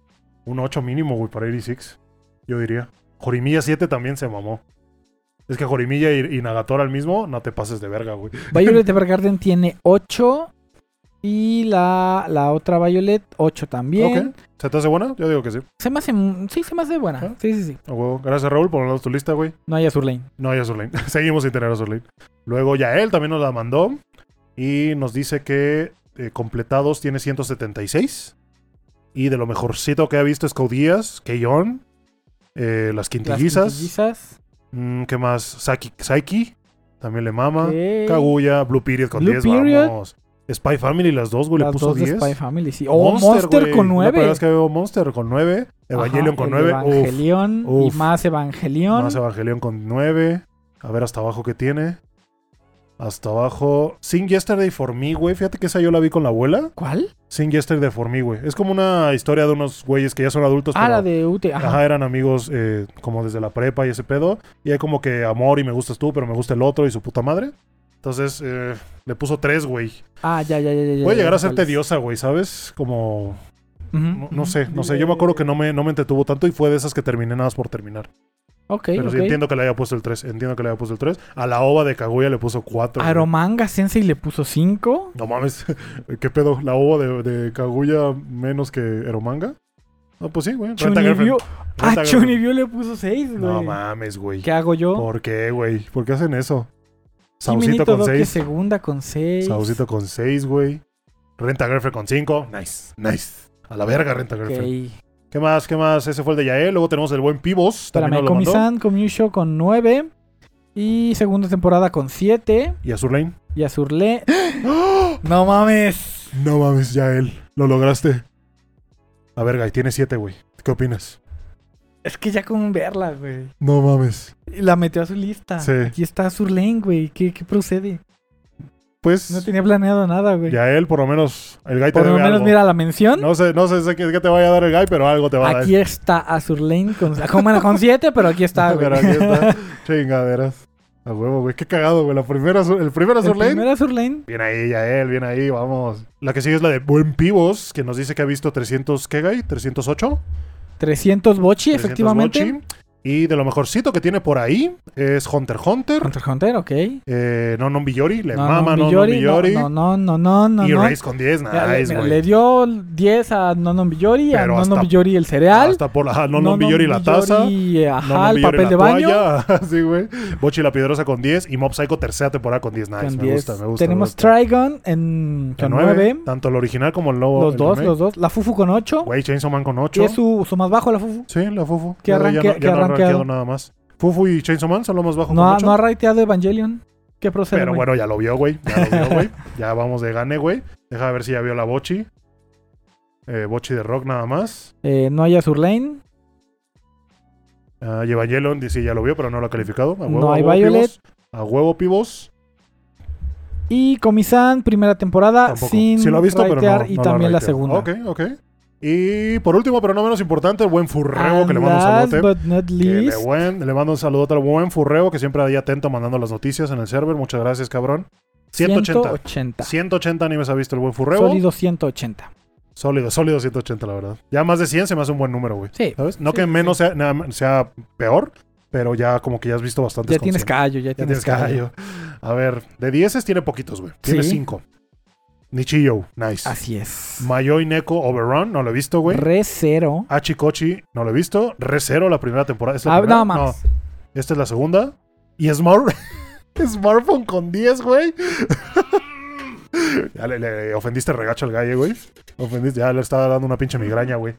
S1: Un 8 mínimo, güey, para 86. Yo diría. Jorimilla 7 también se mamó. Es que Jorimilla y, y Nagatora al mismo, no te pases de verga, güey.
S2: Violet Evergarden tiene 8. Y la, la otra Violet, 8 también.
S1: Ok. ¿Se te hace buena? Yo digo que sí.
S2: Se me hace. Sí, se me hace buena.
S1: ¿Ah?
S2: Sí, sí, sí.
S1: A huevo. Gracias, Raúl, por mandar tu lista, güey.
S2: No hay Azur Lane.
S1: No hay Azurlane. Seguimos sin tener Azurlane. Luego Yael también nos la mandó. Y nos dice que eh, completados tiene 176. Y de lo mejorcito que ha visto es Caudías, Keyon, eh, las
S2: Las
S1: quintillizas.
S2: quintillizas.
S1: Mm, ¿Qué más? Saki, Saiki, también le mama.
S2: Ok.
S1: Ah, Kaguya, Blue Period con
S2: Blue
S1: 10,
S2: Period.
S1: vamos. Spy Family, las dos, güey, le
S2: Las
S1: puso
S2: dos de
S1: 10.
S2: Spy Family, sí. Oh, Monster,
S1: güey.
S2: con
S1: La primera
S2: 9.
S1: vez que veo Monster con 9. Evangelion con 9. Uf,
S2: Evangelion
S1: uf.
S2: y más Evangelion.
S1: Más Evangelion con 9. A ver hasta abajo qué tiene. Hasta abajo. Sing Yesterday for Me, güey. Fíjate que esa yo la vi con la abuela.
S2: ¿Cuál?
S1: Sing Yesterday for Me, güey. Es como una historia de unos güeyes que ya son adultos.
S2: Ah,
S1: pero-
S2: la de UT. Ajá.
S1: Ajá. eran amigos eh, como desde la prepa y ese pedo. Y hay como que amor y me gustas tú, pero me gusta el otro y su puta madre. Entonces eh, le puso 3, güey.
S2: Ah, ya, ya, ya. ya, ya,
S1: Puede
S2: ya,
S1: llegar
S2: ya,
S1: a ser
S2: ¿cuál es?
S1: tediosa, güey, ¿sabes? Como
S2: Ujú,
S1: no, no
S2: ujú.
S1: sé, no sé. Yo me acuerdo que no me, no me entretuvo tanto y fue de esas que terminé nada más por terminar.
S2: Ok,
S1: Pero sí
S2: ok.
S1: entiendo que le haya puesto el 3. Entiendo que le haya puesto el 3. A la ova de Kaguya le puso 4.
S2: Aromanga Sensei le puso 5.
S1: No mames. ¿Qué pedo? ¿La ova de, de Kaguya menos que Eromanga? No, pues sí, güey. Renta Girlfriend.
S2: Chunibyo.
S1: Renta
S2: Ah,
S1: Girlfriend.
S2: Chunibyo le puso 6, güey.
S1: No mames, güey.
S2: ¿Qué hago yo?
S1: ¿Por qué, güey? ¿Por qué hacen eso? Saucito
S2: Kiminito
S1: con
S2: Doke
S1: 6.
S2: segunda con 6.
S1: Saucito con 6, güey. Renta Girlfriend con 5. Nice, nice. A la verga, Renta Girlfriend. ¿Qué más? ¿Qué más? Ese fue el de Yael. Luego tenemos el buen Pivos. También nos
S2: Espérame,
S1: lo mandó.
S2: Comisan, Comusho con 9. Y segunda temporada con 7.
S1: Y Azurlane.
S2: Y Azurle. ¡No mames!
S1: No mames, Yael. Lo lograste. A ver, Guy, tiene 7, güey. ¿Qué opinas?
S2: Es que ya con verla, güey.
S1: No mames.
S2: Y La metió a su lista.
S1: Sí.
S2: Aquí está Azurlane, güey. ¿Qué, ¿Qué procede?
S1: Pues,
S2: No tenía planeado nada, güey.
S1: Yael, por lo menos, el Guy te
S2: Por lo
S1: debe
S2: menos
S1: algo.
S2: mira la mención.
S1: No sé, no sé, sé qué qué te vaya a dar el Guy, pero algo te va a dar.
S2: Aquí está Azurlane con, bueno, con 7, pero aquí está, güey.
S1: Pero aquí está. Chingaderas. A huevo, güey. Qué cagado, güey. La primera, Azur- el primer
S2: El
S1: Azurlane.
S2: primero Azurlane.
S1: Bien ahí, Yael, bien ahí, vamos. La que sigue es la de Buen Pivos, que nos dice que ha visto 300, ¿qué, Guy? ¿308?
S2: 300 bochi,
S1: 300
S2: efectivamente.
S1: Mochi. Y de lo mejorcito que tiene por ahí es Hunter x Hunter.
S2: Hunter x Hunter, ok.
S1: Eh, no, non Biyori, le
S2: No,
S1: mama, no,
S2: no,
S1: non
S2: Biyori,
S1: Biyori.
S2: No, no, no, no, no.
S1: y
S2: no.
S1: Raze con 10,
S2: Mira, le-
S1: nice,
S2: mira,
S1: güey.
S2: le dio 10 a Nonon Villori, a
S1: Pero
S2: Nonon
S1: hasta-
S2: Villori el cereal.
S1: Hasta por la no, non
S2: Nonon
S1: Biyori la taza.
S2: Villori, Ajá,
S1: No, non
S2: el
S1: Biyori
S2: papel
S1: la
S2: de baño.
S1: toalla. sí, güey. Bochi la Piedrosa con 10 y Mob Psycho tercera temporada con 10. Nice,
S2: con
S1: me
S2: 10.
S1: gusta, me gusta.
S2: Tenemos
S1: me gusta.
S2: Trigon en,
S1: La
S2: con
S1: nueve,
S2: 9.
S1: Tanto el original como el nuevo.
S2: Los
S1: el
S2: dos,
S1: remake.
S2: los dos. La Fufu con 8.
S1: Güey, Chainsaw Man con
S2: Que
S1: 8.
S2: es su, su más bajo, la Fufu.
S1: Sí, la Fufu.
S2: ¿Qué
S1: Ya- ya no- ya
S2: arranque- qué
S1: no ha
S2: arranqueado?
S1: arranqueado nada más. Fufu y Chainsaw Man son lo más bajo
S2: No
S1: con
S2: ha,
S1: ocho.
S2: no ha raiteado Evangelion. ¿Qué procede?
S1: Pero
S2: güey?
S1: bueno, ya lo vio, güey. Ya lo vio, güey. Ya vamos de gane, güey. Deja ver si ya vio la Bochi. Eh, bochi de rock nada más.
S2: Eh, no hay Azurlane.
S1: Ah, y Evangelion, dice, ya lo vio, pero no lo ha calificado. A huevo,
S2: No
S1: a
S2: hay
S1: huevo,
S2: Violet.
S1: pibos. A huevo, pibos.
S2: Y Comisan, primera temporada,
S1: Tampoco.
S2: Ah, sin
S1: Sí lo ha visto, pero
S2: raitear.
S1: no, no
S2: y
S1: lo ha
S2: también la
S1: rateado.
S2: segunda.
S1: Ok, ok. Y por último, pero no menos importante, el buen Furrebo, que le mando un
S2: And
S1: saludote.
S2: last but not
S1: Que le,
S2: least,
S1: buen- le mando un saludote al buen Furrebo, que siempre ahí atento mandando las noticias en el server. Muchas gracias, cabrón. 180.
S2: 180.
S1: 180 animes ha visto el buen Furrebo.
S2: Sólido 180.
S1: Sólido, sólido 180, la verdad. Ya más de 100 se me hace un buen número, güey.
S2: Sí.
S1: ¿Sabes? No
S2: Sí,
S1: que
S2: sí,
S1: menos sea, nada- sea peor, pero ya como que ya has visto bastantes
S2: Ya tienes
S1: con
S2: callo, ya
S1: 100. Ya
S2: tienes callo.
S1: A ver, de 10 tiene poquitos, güey. Tiene
S2: Sí.
S1: 5. Nichiyo, nice.
S2: Así es.
S1: Mayoi Neko Overrun, no lo he visto, güey.
S2: Re cero.
S1: Achikochi, no lo he visto. Recero, la primera temporada. ¿Es la
S2: Ah,
S1: primera?
S2: no, mames.
S1: esta es la segunda. Y Smart... Smartphone con 10, güey. ya le, le ofendiste regacho al gallo, güey. Ofendiste, ya le estaba dando una pinche migraña, güey.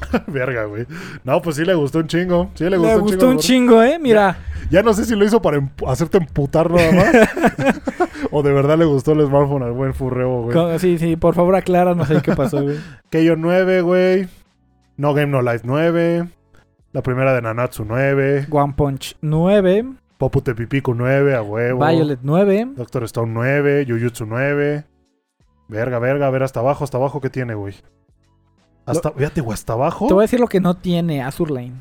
S1: Verga, güey. No, pues sí le gustó un chingo. Sí le gustó,
S2: Me
S1: un,
S2: gustó
S1: chingo,
S2: un chingo, eh. Mira,
S1: Ya no sé si lo hizo para empu- hacerte emputar nada más. o de verdad le gustó el smartphone al buen furreo, güey.
S2: con- sí, sí, por favor acláranos ahí qué pasó, güey.
S1: Keio 9, güey. No Game No Life 9. La primera de Nanatsu 9.
S2: One Punch 9,
S1: Popute Pipiku 9, a huevo.
S2: Violet 9,
S1: Doctor Stone 9, Jujutsu 9. Verga, verga, a ver hasta abajo, hasta abajo qué tiene, güey. Hasta, fíjate, güey, hasta abajo.
S2: Te voy a decir lo que no tiene Azur Lane.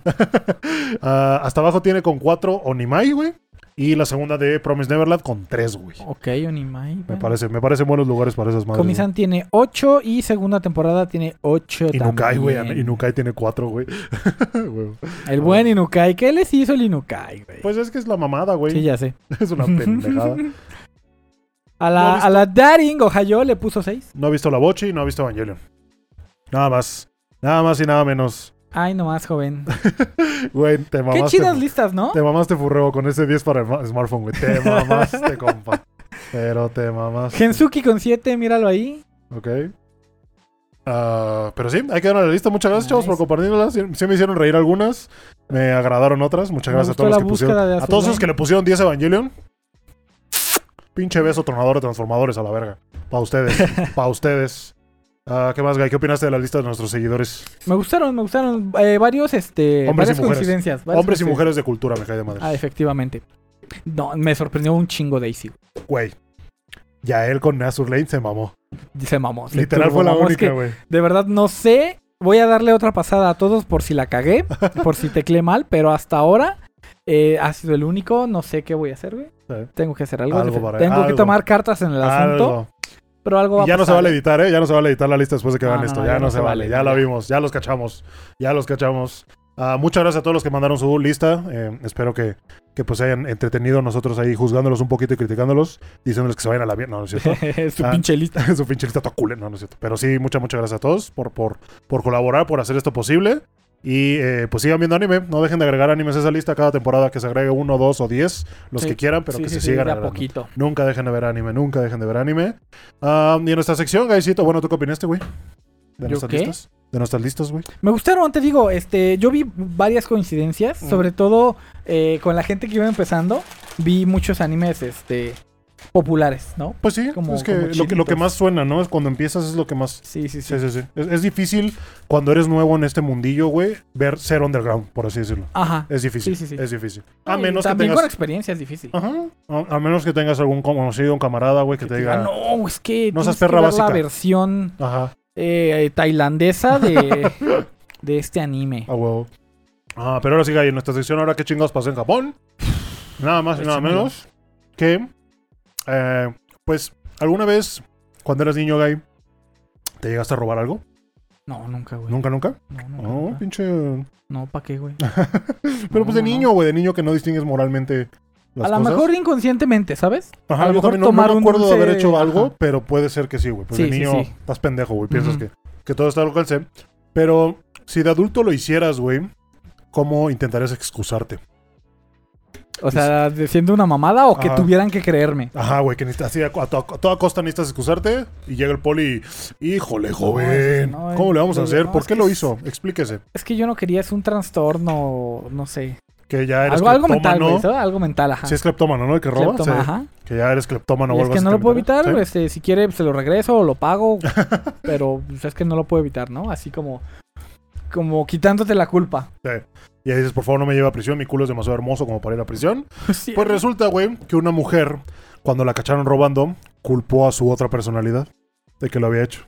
S1: Ah, hasta abajo tiene con 4 Onimai, güey. Y la segunda de Promise Neverland con tres, güey.
S2: Ok, Onimai.
S1: Me
S2: bueno.
S1: parece, me parecen buenos lugares para esas madres.
S2: Comisan tiene 8 y segunda temporada tiene 8
S1: güey.
S2: también.
S1: Inukai, güey. Inukai tiene cuatro, güey. Güey.
S2: El buen Inukai. ¿Qué les hizo el Inukai, güey?
S1: pues es que es la mamada, güey.
S2: sí, ya sé.
S1: Es una pendejada.
S2: A
S1: ¿No
S2: la,
S1: viste?
S2: a la Daring Ohio le puso 6.
S1: No ha visto La Bochi y no ha visto Evangelion. Nada más. Nada más y nada menos.
S2: Ay, nomás, joven.
S1: Güey, te
S2: Qué
S1: mamaste.
S2: chidas listas, ¿no?
S1: Te mamaste furreo con ese 10 para el ma- smartphone, güey. Te mamaste, compa. Pero te mamaste.
S2: Gensuki con 7, míralo ahí.
S1: Ok. Ah, pero sí, ahí quedaron en la lista. Muchas gracias, chavos, por
S2: Nice.
S1: compartirlas. Sí, sí me hicieron reír algunas. Me agradaron otras. Muchas
S2: Me
S1: gracias a
S2: gustó
S1: todos los
S2: la
S1: que pusieron.
S2: búsqueda de
S1: A todos
S2: Azulay.
S1: los que le pusieron 10 Evangelion. Pinche beso tronador de transformadores a la verga. Pa' ustedes. pa' ustedes. Ah, ¿Qué más, Guy? ¿Qué opinaste de la lista de nuestros seguidores?
S2: Me gustaron, me gustaron eh, varios, este,
S1: Hombres y
S2: varias
S1: mujeres.
S2: coincidencias. varias
S1: Hombres y
S2: coincidencias.
S1: mujeres de cultura, me cae de madre.
S2: Ah, efectivamente. No, me sorprendió un chingo Daisy. güey.
S1: Güey. Ya él con Azur Lane se mamó.
S2: Se mamó. se
S1: Literal fue la
S2: turbomamó. Es
S1: única,
S2: que
S1: güey.
S2: de verdad no sé. Voy a darle otra pasada a todos por si la cagué, por si tecleé mal, pero hasta ahora eh, ha sido el único. No sé qué voy a hacer, güey.
S1: Sí.
S2: Tengo que hacer algo.
S1: Algo
S2: defe-
S1: para-
S2: Tengo que
S1: algo.
S2: tomar cartas en el asunto,
S1: Algo.
S2: pero algo va
S1: Y ya
S2: a
S1: no se
S2: pasar.
S1: vale editar, ¿eh? Ya no se vale editar la lista después de que
S2: No,
S1: vean
S2: no,
S1: esto. ya, no, se vale. Ya la
S2: ya.
S1: vimos. Ya los cachamos. Ya los cachamos. Ah, muchas gracias a todos los que mandaron su lista. Eh, espero que, que pues se hayan entretenido nosotros ahí juzgándolos un poquito y criticándolos. Diciéndoles que se vayan a la mierda. No, no es cierto.
S2: Su
S1: Ah.
S2: pinche lista.
S1: su pinche lista está culera. No, no es cierto. Pero sí, muchas, muchas gracias a todos por, por, por colaborar, por hacer esto posible. Y eh, pues sigan viendo anime. No dejen de agregar animes a esa lista cada temporada. Que se agregue uno, dos o diez. Los
S2: Sí.
S1: que quieran, pero
S2: Sí,
S1: que
S2: sí,
S1: se
S2: sí,
S1: sigan
S2: de a
S1: agregando.
S2: poquito.
S1: Nunca dejen de ver anime, nunca dejen de ver anime. Am, y en nuestra sección, Gaisito, bueno, ¿tú qué opinaste, güey? ¿De
S2: ¿Yo
S1: nuestras
S2: qué?
S1: listas? ¿De nuestras listas, güey?
S2: Me gustaron, te digo, este, yo vi varias coincidencias,
S1: Mm.
S2: sobre todo eh, con la gente que iba empezando, vi muchos animes, este, populares, ¿no?
S1: Pues sí,
S2: Como-
S1: es que
S2: como
S1: lo, que lo que
S2: chinitos.
S1: más suena, ¿no? Es cuando empiezas es lo que más...
S2: Sí, sí, sí.
S1: Sí, sí, sí. Es, es difícil cuando eres nuevo en este mundillo, güey, ver ser underground, por así decirlo.
S2: Ajá.
S1: Es difícil,
S2: Sí, sí, sí.
S1: es difícil. A
S2: Y
S1: menos que
S2: También con
S1: tengas...
S2: experiencia es difícil.
S1: Ajá. A, a menos que tengas algún conocido, un camarada, güey, que te
S2: Ah,
S1: diga...
S2: no, es que
S1: No seas
S2: tienes que
S1: perra
S2: ver
S1: básica.
S2: la versión
S1: Ajá,
S2: eh, eh, tailandesa de, de este anime.
S1: a huevo. Ah, pero ahora sí, Gay, en nuestra sección, ahora qué chingados pasó en Japón. Nada más y
S2: Pues
S1: nada
S2: sí, mira.
S1: menos que, eh, pues, alguna vez cuando eras niño gay, ¿te llegaste a robar algo?
S2: No, nunca, güey.
S1: ¿Nunca, nunca?
S2: No,
S1: No,
S2: nunca, nunca.
S1: pinche...
S2: No, ¿pa' qué, güey?
S1: Pero pues de
S2: no, no.
S1: niño, güey, de niño que no distingues moralmente las
S2: a lo
S1: cosas.
S2: mejor inconscientemente, ¿sabes?
S1: Ajá,
S2: a lo
S1: yo
S2: mejor
S1: también no-
S2: tomar
S1: no,
S2: un
S1: me acuerdo de haber
S2: dulce,
S1: hecho algo,
S2: ajá.
S1: pero puede ser que sí, güey. Pues de
S2: Sí, sí,
S1: niño
S2: sí.
S1: estás pendejo, güey. Piensas
S2: Ujú.
S1: que, que todo está al alcance. Pero si de adulto lo hicieras, güey, ¿cómo intentarías excusarte?
S2: O sea, siendo una mamada o que
S1: Ajá.
S2: tuvieran que creerme.
S1: Ajá, güey, que necesitas, así a, a to- a toda costa necesitas excusarte y llega el poli y, híjole, joven,
S2: no,
S1: ¿cómo le vamos a
S2: no,
S1: hacer?
S2: no,
S1: ¿Por
S2: es
S1: qué
S2: que
S1: lo
S2: es-
S1: hizo? Explíquese.
S2: Es que yo no quería, es un trastorno, no sé.
S1: Que ya eres
S2: Algo, algo mental,
S1: cleptómano.
S2: güey, ¿sabes? Algo mental, ajá.
S1: Si es cleptómano, ¿no? El que roba.
S2: Cleptoma,
S1: sí.
S2: ajá.
S1: Que ya eres cleptómano
S2: Y
S1: o
S2: es
S1: algo
S2: que
S1: así
S2: no lo puedo
S1: también,
S2: evitar,
S1: ¿sí?
S2: este, si quiere se lo regreso o lo pago, pero pues, es que no lo puedo evitar, ¿no? Así como, como quitándote la culpa.
S1: Y ahí dices, por favor, no me lleve a prisión, mi culo es demasiado hermoso como para ir a prisión.
S2: Sí.
S1: Pues resulta, güey, que una mujer, cuando la cacharon robando, culpó a su otra personalidad de que lo había hecho.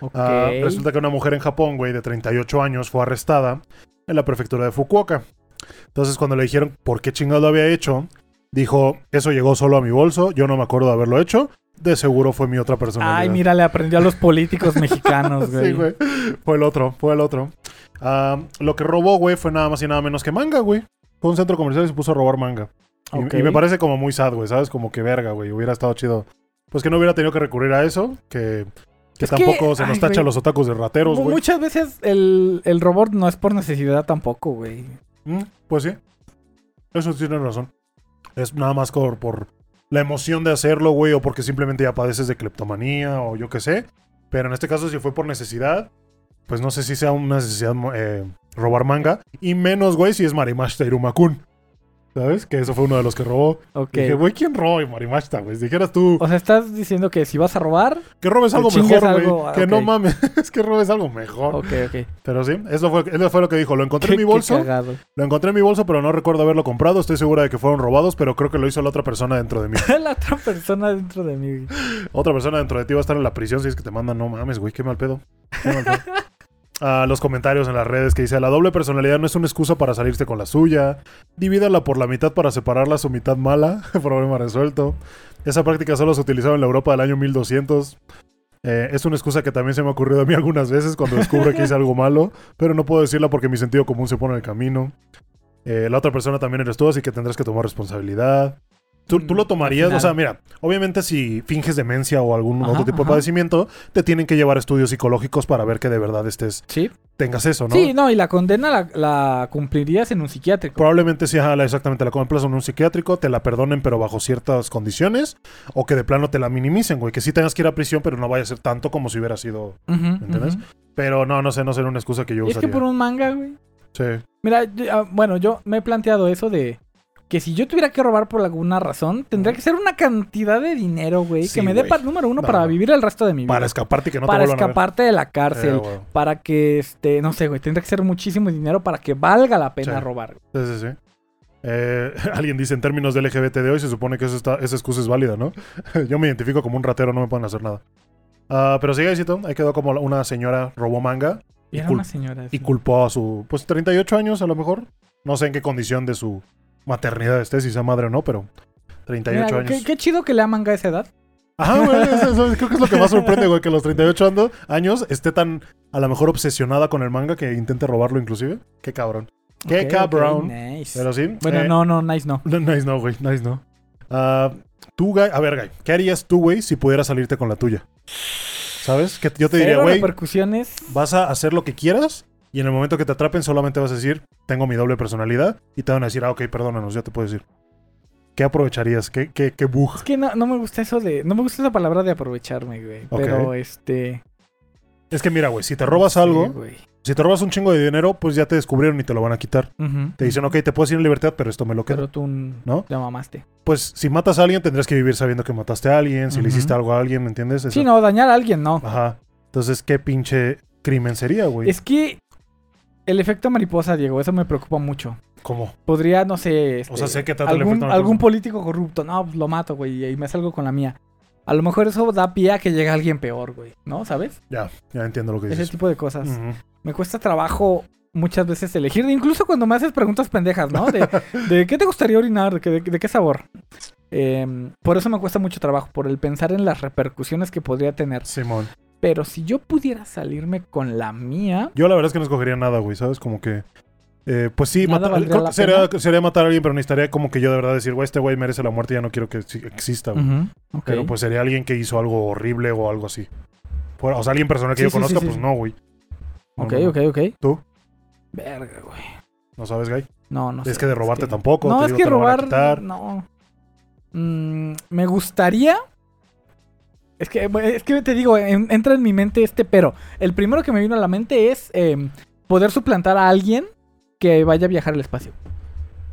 S2: Ok.
S1: Ah, resulta que una mujer en Japón, güey, de 38 años, fue arrestada en la prefectura de Fukuoka. Entonces, cuando le dijeron por qué chingado lo había hecho, dijo, eso llegó solo a mi bolso, yo no me acuerdo de haberlo hecho, de seguro fue mi otra persona.
S2: Ay, mira, le aprendió a los políticos mexicanos, güey.
S1: Sí, güey. Fue el otro, fue el otro. Ah, lo que robó, güey, fue nada más y nada menos que manga, güey. Fue a un centro comercial y se puso a robar manga. Y-
S2: Ok.
S1: Y, me parece como muy sad, güey, ¿sabes? Como que verga, güey. Hubiera estado chido. Pues que no hubiera tenido que recurrir a eso, que, que
S2: Es que-
S1: tampoco se nos
S2: ay,
S1: tacha
S2: güey.
S1: los otakus de rateros,
S2: Mu-
S1: güey.
S2: Muchas veces el, el robot no es por necesidad tampoco, güey.
S1: Mm, pues sí. Eso tiene razón. Es nada más por, por la emoción de hacerlo, güey, o porque simplemente ya padeces de cleptomanía o yo qué sé. Pero en este caso, si fue por necesidad, pues no sé si sea una necesidad mo- eh, robar manga. Y menos, güey, si es Marimashita Irumakun. ¿Sabes? Que eso fue uno de los que robó.
S2: Ok.
S1: Dije, güey, ¿quién roba Marimashita, güey? Si dijeras tú,
S2: O sea, estás diciendo que si vas a robar,
S1: que robes
S2: que
S1: algo
S2: chingues
S1: mejor, güey.
S2: algo, ah,
S1: Que no
S2: ok.
S1: mames, es que robes algo mejor.
S2: ok, ok.
S1: Pero sí, eso fue, eso fue lo que dijo. Lo encontré
S2: Qué-
S1: en mi
S2: qué
S1: bolso.
S2: cagado.
S1: Lo encontré en mi bolso, pero no recuerdo haberlo comprado. Estoy segura de que fueron robados, pero creo que lo hizo la otra persona dentro de mí.
S2: la otra persona dentro de mí. güey.
S1: otra persona dentro de ti va a estar en la prisión si es que te mandan. No mames, güey, qué mal pedo. Qué mal pedo. a los comentarios en las redes que dice la doble personalidad no es una excusa para salirte con la suya. Divídala por la mitad para separarla su mitad mala. Problema resuelto. Esa práctica solo se utilizaba en la Europa del año 1200. Eh, es una excusa que también se me ha ocurrido a mí algunas veces cuando descubro que hice algo malo, pero no puedo decirla porque mi sentido común se pone en el camino. Eh, la otra persona también eres tú, así que tendrás que tomar responsabilidad. Tú, tú
S2: Mm,
S1: lo
S2: al
S1: tomarías, o
S2: final.
S1: sea, mira, obviamente si finges demencia o algún
S2: Ajá,
S1: otro tipo de
S2: ajá.
S1: padecimiento, te tienen que llevar a estudios psicológicos para ver que de verdad estés,
S2: Sí.
S1: tengas eso, ¿no?
S2: Sí, no, y la condena la, la cumplirías en un psiquiátrico.
S1: Probablemente sí, ajá, la- exactamente, la compras en un psiquiátrico, te la perdonen, pero bajo ciertas condiciones, o que de plano te la minimicen, güey, que sí tengas que ir a prisión, pero no vaya a ser tanto como si hubiera sido
S2: Ujú,
S1: ¿Entiendes?
S2: ujú.
S1: Pero no, no sé, no sería una excusa que yo
S2: Y es que
S1: usaría.
S2: por un manga, güey.
S1: Sí.
S2: Mira, yo- ah, bueno, yo me he planteado eso de que si yo tuviera que robar por alguna razón, tendría que ser una cantidad de dinero, güey,
S1: Sí,
S2: que me dé
S1: güey.
S2: para número uno
S1: No,
S2: para
S1: no.
S2: vivir el resto de mi vida.
S1: Para escaparte y que no
S2: para
S1: te vuelvan
S2: escaparte de la
S1: a ver. Eh,
S2: cárcel.
S1: güey.
S2: Para que, este, no sé, güey, tendría que ser muchísimo dinero para que valga la pena
S1: Sí.
S2: robar.
S1: Sí, sí, sí. Eh, alguien dice en términos de LGBT de hoy se supone que eso está, esa excusa es válida, ¿no? Yo me identifico como un ratero, no me pueden hacer nada. Ah, pero sigue, Isito. Ahí quedó como la- una señora robó manga
S2: Y
S1: y,
S2: era
S1: cul-
S2: una señora.
S1: y
S2: sí.
S1: culpó a su, pues 38 años a lo mejor. No sé en qué condición de su maternidad esté, si sea madre o no, pero 38
S2: Mira,
S1: años.
S2: qué, qué chido que lea manga a esa edad.
S1: Ajá, güey. eso- eso creo que es lo que más sorprende, güey, que a los 38 ando- años esté tan, a lo mejor, obsesionada con el manga que intente robarlo, inclusive. Qué cabrón. Qué
S2: Ok, ok,
S1: cabrón.
S2: nice.
S1: Pero sí.
S2: Bueno,
S1: eh,
S2: no, no, nice no.
S1: no, Nice no, güey. Nice no. Ah, tú, güey. A ver, güey. ¿Qué harías tú, güey, si pudieras salirte con la tuya? ¿Sabes? Que yo te diría,
S2: Pero
S1: güey,
S2: repercusiones.
S1: vas a hacer lo que quieras y en el momento que te atrapen solamente vas a decir, tengo mi doble personalidad y te van a decir, ah, ok, perdónanos, ya te puedes ir. ¿Qué aprovecharías? ¿Qué, qué, qué bug?
S2: Es que no, no me gusta eso de. No me gusta esa palabra de aprovecharme, güey.
S1: Ok.
S2: Pero este.
S1: Es que mira, güey, si te robas
S2: sí,
S1: algo,
S2: güey.
S1: Si te robas un chingo de dinero, pues ya te descubrieron y te lo van a quitar.
S2: Ujú.
S1: Te dicen, ok, te puedes ir en libertad, pero esto me lo quedo.
S2: Pero tú
S1: ¿No?
S2: ¿No? te mamaste.
S1: Pues si matas a alguien, tendrías que vivir sabiendo que mataste a alguien, si le
S2: Ujú.
S1: hiciste algo a alguien, ¿entiendes? Eso-
S2: Sí, no, dañar a alguien, no.
S1: Ajá. Entonces, ¿qué pinche crimen sería, Ah, güey?
S2: Es que el efecto mariposa, Diego, eso me preocupa mucho.
S1: ¿Cómo?
S2: Podría, no sé.
S1: O sea,
S2: este,
S1: sé que trata el
S2: algún,
S1: efecto mariposa.
S2: algún político corrupto. No, pues, lo mato, güey, y me salgo con la mía. A lo mejor eso da pie a que llegue alguien peor, güey. ¿No? ¿Sabes?
S1: Ya, ya entiendo lo que
S2: Ese
S1: dices.
S2: tipo de cosas.
S1: Ujú.
S2: Me cuesta trabajo muchas veces elegir. Incluso cuando me haces preguntas pendejas, ¿no? De, de qué te gustaría orinar, que- de, de qué sabor. Em, por eso me cuesta mucho trabajo, por el pensar en las repercusiones que podría tener.
S1: Simón.
S2: Pero si yo pudiera salirme con la mía,
S1: Yo la verdad es que no escogería nada, güey, ¿sabes? Como que... eh, pues sí,
S2: Nada
S1: matar,
S2: valdría la
S1: sería, sería matar a alguien, pero necesitaría como que yo de verdad decir, güey, este güey merece la muerte, ya no quiero que sí- exista, güey.
S2: Ujú, ok.
S1: Pero pues sería alguien que hizo algo horrible o algo así. Fuera- O sea, alguien personal que
S2: Sí,
S1: yo
S2: sí, sí,
S1: conozca,
S2: sí,
S1: pues
S2: sí.
S1: no, güey. No,
S2: ok,
S1: no, no.
S2: ok, ok.
S1: ¿Tú?
S2: Verga, güey.
S1: ¿No sabes, Guy?
S2: No, no sé.
S1: es que de robarte tampoco.
S2: No,
S1: te
S2: es
S1: digo,
S2: que
S1: te lo van a
S2: robar.
S1: quitar.
S2: No. Mm, me gustaría. Es que, es que te digo, en- entra en mi mente este pero. El primero que me vino a la mente es em, poder suplantar a alguien que vaya a viajar al espacio.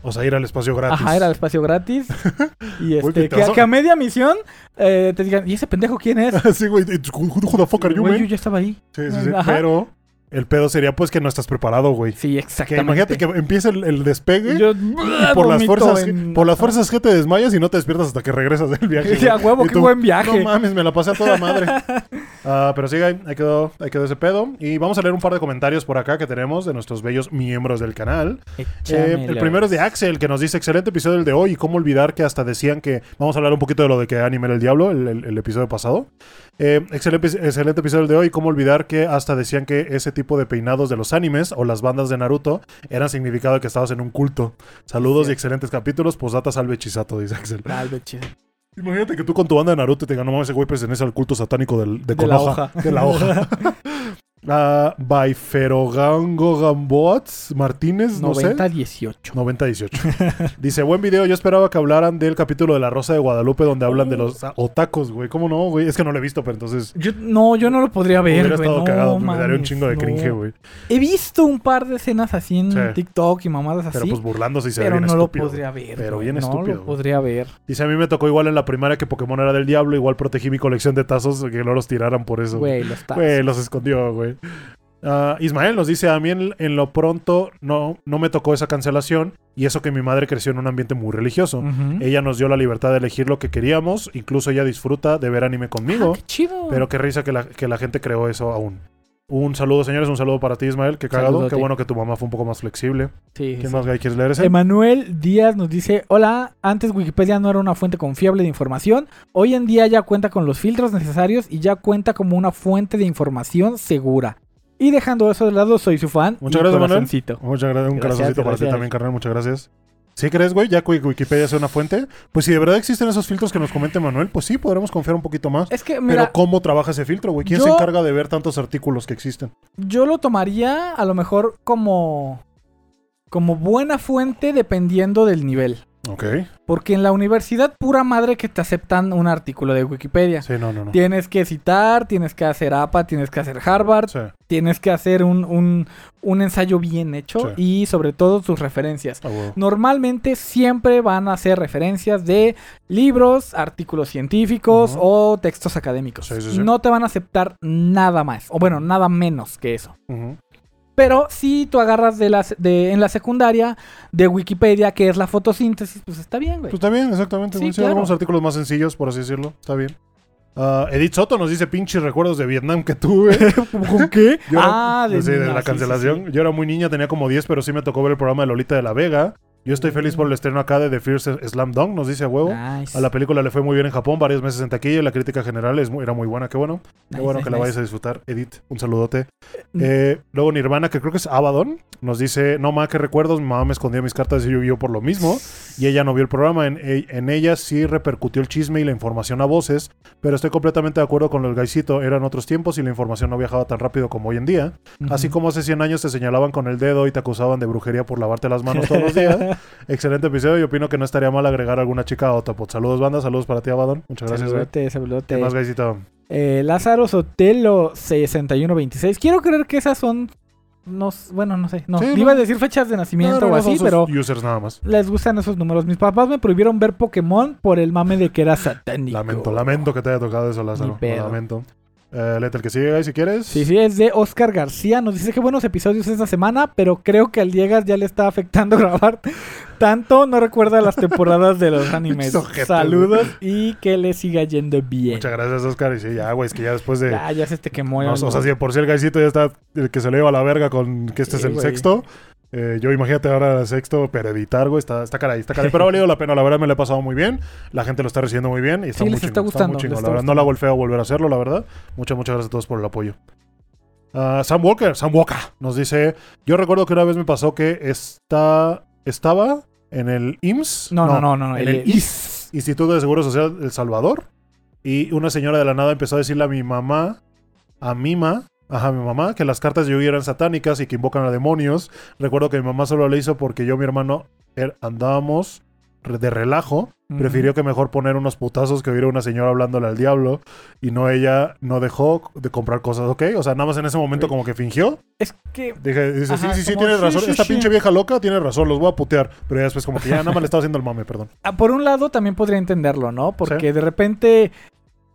S1: O sea, ir al espacio gratis.
S2: Ajá, ir al espacio gratis. y
S1: Güey,
S2: este,
S1: que te
S2: que,
S1: vas a-
S2: que a media misión eh, te digan, ¿y ese pendejo quién es?
S1: sí, güey. it's who- who the fuck are you,
S2: Güey, yo
S1: man?
S2: ya estaba ahí.
S1: Sí, sí, sí.
S2: Ajá.
S1: Pero el pedo sería, pues, que no estás preparado, güey.
S2: Sí,
S1: Que
S2: exactamente.
S1: imagínate que empieza el, el despegue
S2: Yo,
S1: y por las,
S2: vomito
S1: fuerzas,
S2: en-
S1: por las fuerzas que te desmayas y no te despiertas hasta que regresas del viaje.
S2: Sí, a
S1: güey.
S2: huevo,
S1: Y
S2: qué
S1: tú,
S2: buen viaje.
S1: No mames, me la pasé a toda madre. Ah, pero sí, Guy, ahí quedó, ahí quedó ese pedo. Y vamos a leer un par de comentarios por acá que tenemos de nuestros bellos miembros del canal. Eh, el
S2: Échamela.
S1: primero es de Axel, que nos dice: excelente episodio el de hoy. Y cómo olvidar que hasta decían que. Vamos a hablar un poquito de lo de que anime era el diablo, el, el- el episodio pasado. Eh, excelente, excelente episodio el de hoy. Cómo olvidar que hasta decían que ese tipo de peinados de los animes o las bandas de Naruto eran significado de que estabas en un culto. Saludos
S2: Sí.
S1: y excelentes capítulos. Posdata salve Chisato, dice Axel.
S2: Tal vez chido.
S1: Imagínate que tú con tu banda de Naruto te ganó mames, ese güey pertenece al culto satánico del, de,
S2: De la
S1: Konoha".
S2: hoja.
S1: De la hoja. Ah, by Ferogango Gambots Martínez, pues, no sé.
S2: 90-18.
S1: 9018. Dice, buen video, yo esperaba que hablaran del capítulo de La Rosa de Guadalupe donde hablan
S2: Oh,
S1: de los otacos, güey. ¿Cómo no, güey? Es que no lo he visto, pero entonces
S2: Yo, no, yo no lo podría ver,
S1: hubiera
S2: güey,
S1: estado
S2: no,
S1: cagado. Me daría un
S2: mames,
S1: chingo de
S2: no.
S1: cringe, güey.
S2: He visto un par de escenas así en
S1: Sí.
S2: TikTok y mamadas así,
S1: Pero
S2: ¿Ah, pero,
S1: pues burlándose y se ve bien
S2: no
S1: estúpido.
S2: lo podría ver.
S1: Pero
S2: güey,
S1: bien
S2: no
S1: estúpido,
S2: lo
S1: güey.
S2: podría ver.
S1: Dice, a mí me tocó igual en la primaria que Pokémon era del diablo, igual protegí mi colección de tazos que no los tiraran por eso.
S2: Güey, los tazos.
S1: Güey, los escondió, güey. Ah, Ismael nos dice, a mí en, en lo pronto no, no me tocó esa cancelación y eso que mi madre creció en un ambiente muy religioso.
S2: Ujú.
S1: Ella nos dio la libertad de elegir lo que queríamos, incluso ella disfruta de ver anime
S2: Ah,
S1: conmigo,
S2: qué chido.
S1: pero qué risa que la, que la gente creó eso aún. Un saludo, señores. Un saludo para ti, Ismael. Qué cagado.
S2: Saludote.
S1: Qué bueno que tu mamá fue un poco más flexible.
S2: Sí,
S1: ¿Quién más, Guy, quieres leer ese?
S2: Emanuel Díaz nos dice, hola, antes Wikipedia no era una fuente confiable de información, hoy en día ya cuenta con los filtros necesarios y ya cuenta como una fuente de información segura. Y dejando eso de lado, soy su fan.
S1: Muchas
S2: y
S1: gracias, Emanuel.
S2: corazoncito.
S1: Muchas gracias. Un
S2: Gracias,
S1: corazoncito para ti
S2: gracias.
S1: también, carnal. Muchas gracias. ¿Sí crees, güey? ¿Ya que Wikipedia sea una fuente? Pues si de verdad existen esos filtros que nos comenta Manuel, pues sí, podremos confiar un poquito más.
S2: Es que, Eh, mira,
S1: Pero ¿cómo trabaja ese filtro, güey? ¿Quién se
S2: yo-
S1: encarga de ver tantos artículos que existen?
S2: yo lo tomaría a lo mejor como, como buena fuente dependiendo del nivel.
S1: Ok.
S2: Porque en la universidad pura madre que te aceptan un artículo de Wikipedia.
S1: Sí, no, no, no.
S2: Tienes que citar, tienes que hacer APA, tienes que hacer Harvard,
S1: Sí.
S2: tienes que hacer un, un- un ensayo bien hecho y sobre todo tus referencias.
S1: Ah, güey.
S2: Normalmente siempre van a ser referencias de libros, artículos científicos
S1: Ujú.
S2: o textos académicos.
S1: Sí, sí, sí.
S2: No te van a aceptar nada más, o bueno, nada menos que eso.
S1: Ujú.
S2: Pero si tú agarras de las de, en la secundaria de Wikipedia, que es la fotosíntesis, pues está bien, güey.
S1: Pues está bien, exactamente.
S2: Sí,
S1: güey. Sí,
S2: claro.
S1: algunos artículos más sencillos, por así decirlo. Está bien. Ah, Edith Soto nos dice pinches recuerdos de Vietnam que tuve.
S2: ¿Con qué?
S1: Yo
S2: ah,
S1: era- sí, de,
S2: no,
S1: la
S2: sí, sí,
S1: cancelación.
S2: sí.
S1: Yo era muy niña, tenía como 10, pero sí me tocó ver el programa de Lolita de la Vega. Yo estoy feliz por el estreno acá de The Fierce Slam Dunk, nos dice a huevo.
S2: Mm. Nice,
S1: A la película le fue muy bien en Japón, varios meses en taquilla y la crítica general es muy- era muy buena, qué bueno. Qué
S2: nice,
S1: bueno
S2: nice,
S1: que la
S2: nice.
S1: vayas a disfrutar, Edith. Un saludote.
S2: Mm.
S1: Eh, luego Nirvana, que creo que es Abaddon, nos dice, no más que recuerdos, mi mamá me escondía mis cartas de Yu-Gi-Oh por lo mismo y ella no vio el programa. En, e- en ella sí repercutió el chisme y la información a voces, pero estoy completamente de acuerdo con los gaisito, eran otros tiempos y la información no viajaba tan rápido como hoy en día.
S2: Ujú.
S1: Así como hace 100 años te señalaban con el dedo y te acusaban de brujería por lavarte las manos todos los días. Excelente episodio y opino que no estaría mal agregar alguna chica a Otapod. Saludos, banda. Saludos para ti, Abaddon. Muchas gracias, güey.
S2: Saludote, saludote.
S1: ¿Qué más, Gaisito?
S2: Eh, Lázaro Sotelo 6126. Quiero creer que esas son. No, s- bueno, no sé. No,
S1: Sí,
S2: iba a
S1: no.
S2: decir fechas de nacimiento
S1: No, no,
S2: o
S1: no,
S2: así,
S1: son sus
S2: pero
S1: users nada más.
S2: les gustan esos números. Mis papás me prohibieron ver Pokémon por el mame de que era satánico.
S1: Lamento, lamento que te haya tocado eso, Lázaro.
S2: pedo.
S1: Lo Lamento. Eh, léete el que sigue, Gais, si quieres.
S2: Sí, sí, es de Oscar García. Nos dice que buenos episodios esta semana, pero creo que al Diegas ya le está afectando grabar tanto. No recuerda las temporadas de los animes.
S1: Ojete,
S2: Saludos y que le siga yendo bien.
S1: Muchas gracias, Oscar. Y sí, ya, güey, es que ya después de.
S2: Ah, ya se te quemó. el
S1: no, o sea,
S2: alma.
S1: si de por si el Gaisito ya está, el que se le iba a la verga con que este
S2: Sí,
S1: es el
S2: güey.
S1: sexto. eh, yo imagínate ahora el sexto, pero editar, güey, está, está caray, está caray. Pero ha valido la pena, la verdad me lo he pasado muy bien. La gente lo está recibiendo muy bien y está
S2: Sí,
S1: muy
S2: les está
S1: chingón,
S2: gustando,
S1: muy chingón,
S2: les
S1: la
S2: está
S1: verdad. No la volfeo a volver a hacerlo, la verdad. Muchas, muchas gracias a todos por el apoyo. Ah, Sam Walker, Sam Walker, nos dice: Yo recuerdo que una vez me pasó que está, estaba en el IMSS.
S2: No, no, no, no.
S1: en el
S2: IS.
S1: Instituto de Seguro Social El Salvador. Y una señora de la nada empezó a decirle a mi mamá, a mi mamá, ajá, a mi mamá, que las cartas de Yu-Gi-Oh eran satánicas y que invocan a demonios. Recuerdo que mi mamá solo lo hizo porque yo y mi hermano er- andábamos re- de relajo.
S2: Mm.
S1: Prefirió que mejor poner unos putazos que oír a una señora hablándole al diablo. Y no, ella no dejó de comprar cosas, ¿ok? O sea, nada más en ese momento
S2: Ok.
S1: como que fingió.
S2: Es que
S1: Dije, dice,
S2: Ajá,
S1: sí, sí, sí,
S2: como,
S1: tienes
S2: sí,
S1: razón.
S2: sí,
S1: Esta
S2: sí.
S1: pinche vieja loca tiene razón, los voy a putear. Pero ya después como que ya nada más le estaba haciendo el mame, perdón.
S2: ah, por un lado también podría entenderlo, ¿no? Porque de repente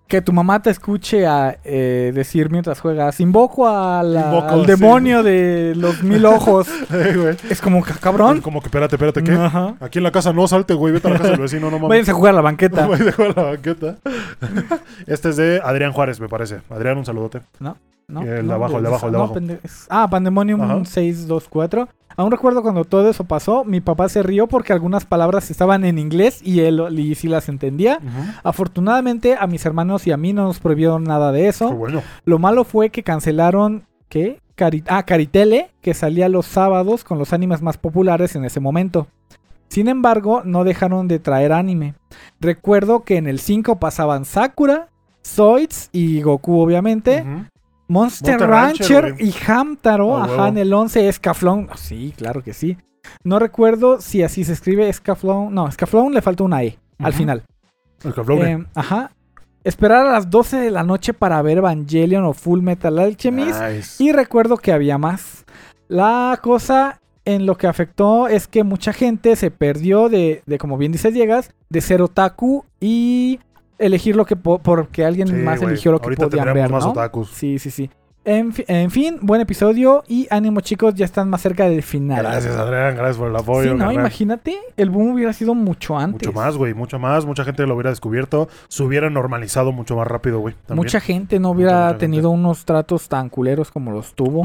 S2: que tu mamá te escuche a, eh, decir mientras juegas, invoco, a la-
S1: Invoco,
S2: al
S1: sí.
S2: demonio de los mil ojos.
S1: Eh, güey.
S2: es como, "Ah, cabrón.
S1: Como que espérate, espérate, ¿qué?
S2: Ajá.
S1: Aquí en la casa no salte, güey. Vete a la casa del vecino, no mames.
S2: Váyanse a jugar a la banqueta.
S1: Güey, dejo la banqueta. Este es de Adrián Juárez, me parece. Adrián, un saludote.
S2: ¿no?
S1: El de
S2: No, pues,
S1: abajo, el de abajo, el de
S2: no,
S1: abajo.
S2: pende- es- Ah, Pandemonium
S1: Ajá.
S2: 624. Aún recuerdo cuando todo eso pasó, mi papá se rió porque algunas palabras estaban en inglés y él y sí las entendía. Afortunadamente a mis hermanos y a mí no nos prohibieron nada de eso.
S1: Qué bueno.
S2: Lo malo fue que cancelaron ¿qué? Cari- ah, Caritele, que salía los sábados con los animes más populares en ese momento. Sin embargo, no dejaron de traer anime. Recuerdo que en el 5 pasaban Sakura, Zoids y Goku, obviamente.
S1: Ujú.
S2: Monster,
S1: Monster
S2: Rancher,
S1: Rancher, güey.
S2: y Hamtaro.
S1: A huevo.
S2: ajá, en el 11 es Caflón. Ah, Sí, claro que sí. No recuerdo si así se escribe Scaflón. No, Scaflón le falta una E al
S1: Ujú.
S2: final.
S1: El cabrón.
S2: Eh, ajá. Esperar a las 12 de la noche para ver Evangelion o Full Metal Alchemist.
S1: Nice.
S2: Y recuerdo que había más. La cosa en lo que afectó es que mucha gente se perdió de, de como bien dice Diegas, de ser otaku y elegir lo que po- porque alguien
S1: Sí,
S2: más
S1: güey.
S2: eligió lo que
S1: Ahorita
S2: podían
S1: tendríamos
S2: ver,
S1: más
S2: ¿no?
S1: otakus.
S2: Sí, sí, sí. En, fi- en fin, buen episodio y ánimo chicos, ya están más cerca del final.
S1: Gracias, Adrián. Gracias por el apoyo.
S2: sí, no,
S1: carnal.
S2: imagínate, el boom hubiera sido mucho antes.
S1: Mucho más, güey. Mucho más. Mucha gente lo hubiera descubierto. Se hubiera normalizado mucho más rápido, güey. También.
S2: Mucha gente no
S1: Mucha,
S2: hubiera
S1: mucha gente.
S2: tenido unos tratos tan culeros como los tuvo.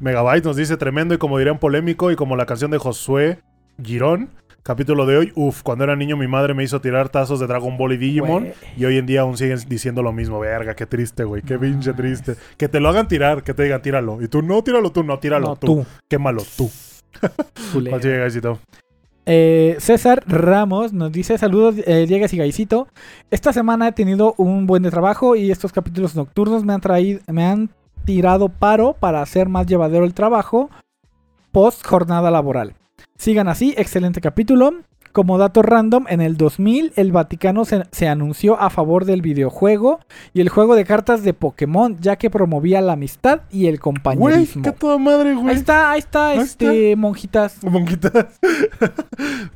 S1: Megabyte nos dice tremendo y como dirían polémico y como la canción de Josué Girón, capítulo de hoy, uf, cuando era niño mi madre me hizo tirar tazos de Dragon Ball y Digimon
S2: Güey.
S1: y hoy en día aún siguen diciendo lo mismo, verga, qué triste, güey, qué pinche triste. Que te lo hagan tirar, que te digan tíralo y tú no, tíralo tú, no, tíralo
S2: No,
S1: tú. quémalo tú.
S2: culero.
S1: Así llega éxito.
S2: Eh, César Ramos nos dice saludos eh, Diegues y Gaisito. Esta semana he tenido un buen de trabajo y estos capítulos nocturnos me han traído, me han tirado paro para hacer más llevadero el trabajo post jornada laboral. Sigan así, excelente capítulo. Como dato random, en el 2000 el Vaticano se, se anunció a favor del videojuego y el juego de cartas de Pokémon, ya que promovía la amistad y
S1: Güey,
S2: el compañerismo.
S1: qué toda madre, güey.
S2: ahí está, ahí está,
S1: Ahí
S2: este, monjitas.
S1: Monquitas.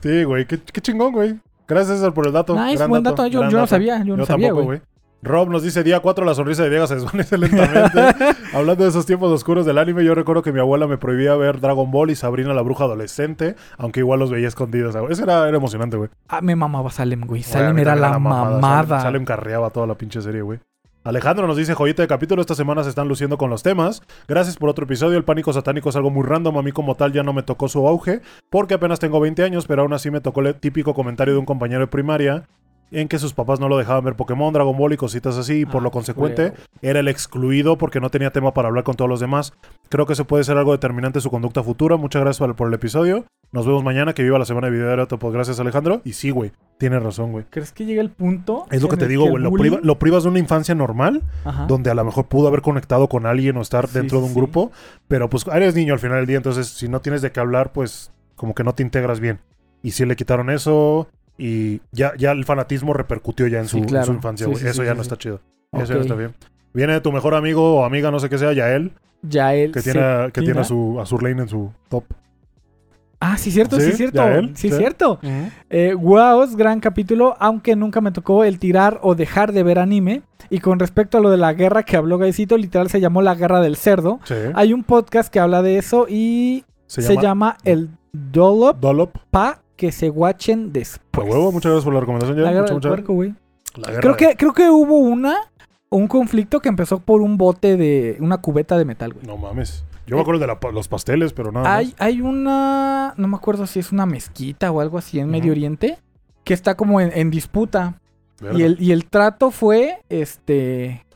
S1: sí, güey, qué, qué chingón, güey. Gracias César por el dato.
S2: Nice,
S1: gran
S2: buen dato. Yo-
S1: gran
S2: yo no sabía, yo no sabía,
S1: tampoco,
S2: güey.
S1: Rob nos dice, día 4 la sonrisa de Diego se desvanece lentamente. Hablando de esos tiempos oscuros del anime, yo recuerdo que mi abuela me prohibía ver Dragon Ball y Sabrina la bruja adolescente, aunque igual los veía escondidos. Eso era, era emocionante, güey.
S2: Ah, me mamaba Salem, güey.
S1: Güey, a
S2: Salem
S1: mí
S2: era
S1: también
S2: la,
S1: mamada.
S2: mamada.
S1: Salem, Salem carreaba toda la pinche serie, güey. Alejandro nos dice, joyita de capítulo, esta semana se están luciendo con los temas. Gracias por otro episodio, el pánico satánico es algo muy random, a mí como tal ya no me tocó su auge, porque apenas tengo 20 años, pero aún así me tocó el típico comentario de un compañero de primaria en que sus papás no lo dejaban ver Pokémon, Dragon Ball y cositas así, y por
S2: Ah,
S1: lo consecuente
S2: culero.
S1: era el excluido porque no tenía tema para hablar con todos los demás. Creo que eso puede ser algo determinante de su conducta futura. Muchas gracias por- por el episodio. Nos vemos mañana, que viva la semana de video de Arato. Pues gracias Alejandro. Y sí, güey, tienes razón, güey.
S2: ¿Crees que llega el punto?
S1: Es lo que
S2: en
S1: te
S2: el
S1: digo,
S2: el
S1: güey. Lo,
S2: bullying-
S1: priva- lo privas de una infancia normal,
S2: Ajá.
S1: donde a lo mejor pudo haber conectado con alguien o estar
S2: Sí,
S1: dentro de un
S2: sí.
S1: grupo, pero pues eres niño al final del día, entonces si no tienes de qué hablar, pues como que no te integras bien. Y sí le quitaron eso, y ya, ya el fanatismo repercutió ya en su,
S2: Sí,
S1: en su
S2: claro.
S1: infancia,
S2: Sí,
S1: güey.
S2: sí,
S1: eso
S2: sí,
S1: ya
S2: sí,
S1: no
S2: sí.
S1: está chido. Eso ya
S2: Ok.
S1: no está bien. Viene tu mejor amigo o amiga, no sé qué sea, Yael,
S2: Ya él.
S1: que
S2: se-
S1: tiene, a- que tiene
S2: Tina.
S1: a su a Surlane en su top.
S2: Ah, sí, cierto, sí,
S1: Sí,
S2: cierto.
S1: ya él,
S2: sí,
S1: sí.
S2: cierto. Eh, Guaos, gran capítulo, aunque nunca me tocó el tirar o dejar de ver anime. Y con respecto a lo de la guerra que habló Gaisito, literal se llamó la guerra del cerdo.
S1: Sí.
S2: Hay un podcast que habla de eso y
S1: Se,
S2: se,
S1: llama,
S2: llama El Dolop
S1: Dollop.
S2: Pa que se watchen
S1: Pues,
S2: después.
S1: huevo, muchas gracias por la recomendación,
S2: La
S1: Yael.
S2: guerra
S1: Muchas, muchas
S2: del
S1: gracias.
S2: puerco, güey.
S1: La guerra
S2: Creo
S1: de-
S2: que, creo que hubo una, un conflicto que empezó por un bote de, una cubeta de metal, güey.
S1: No mames. Yo
S2: eh,
S1: me acuerdo de la pa- los pasteles, pero nada. más.
S2: Hay, hay una, no me acuerdo si es una mezquita o algo así en
S1: Ujú.
S2: Medio Oriente, que está como en, en disputa.
S1: Verga.
S2: Y el, y el trato fue, este,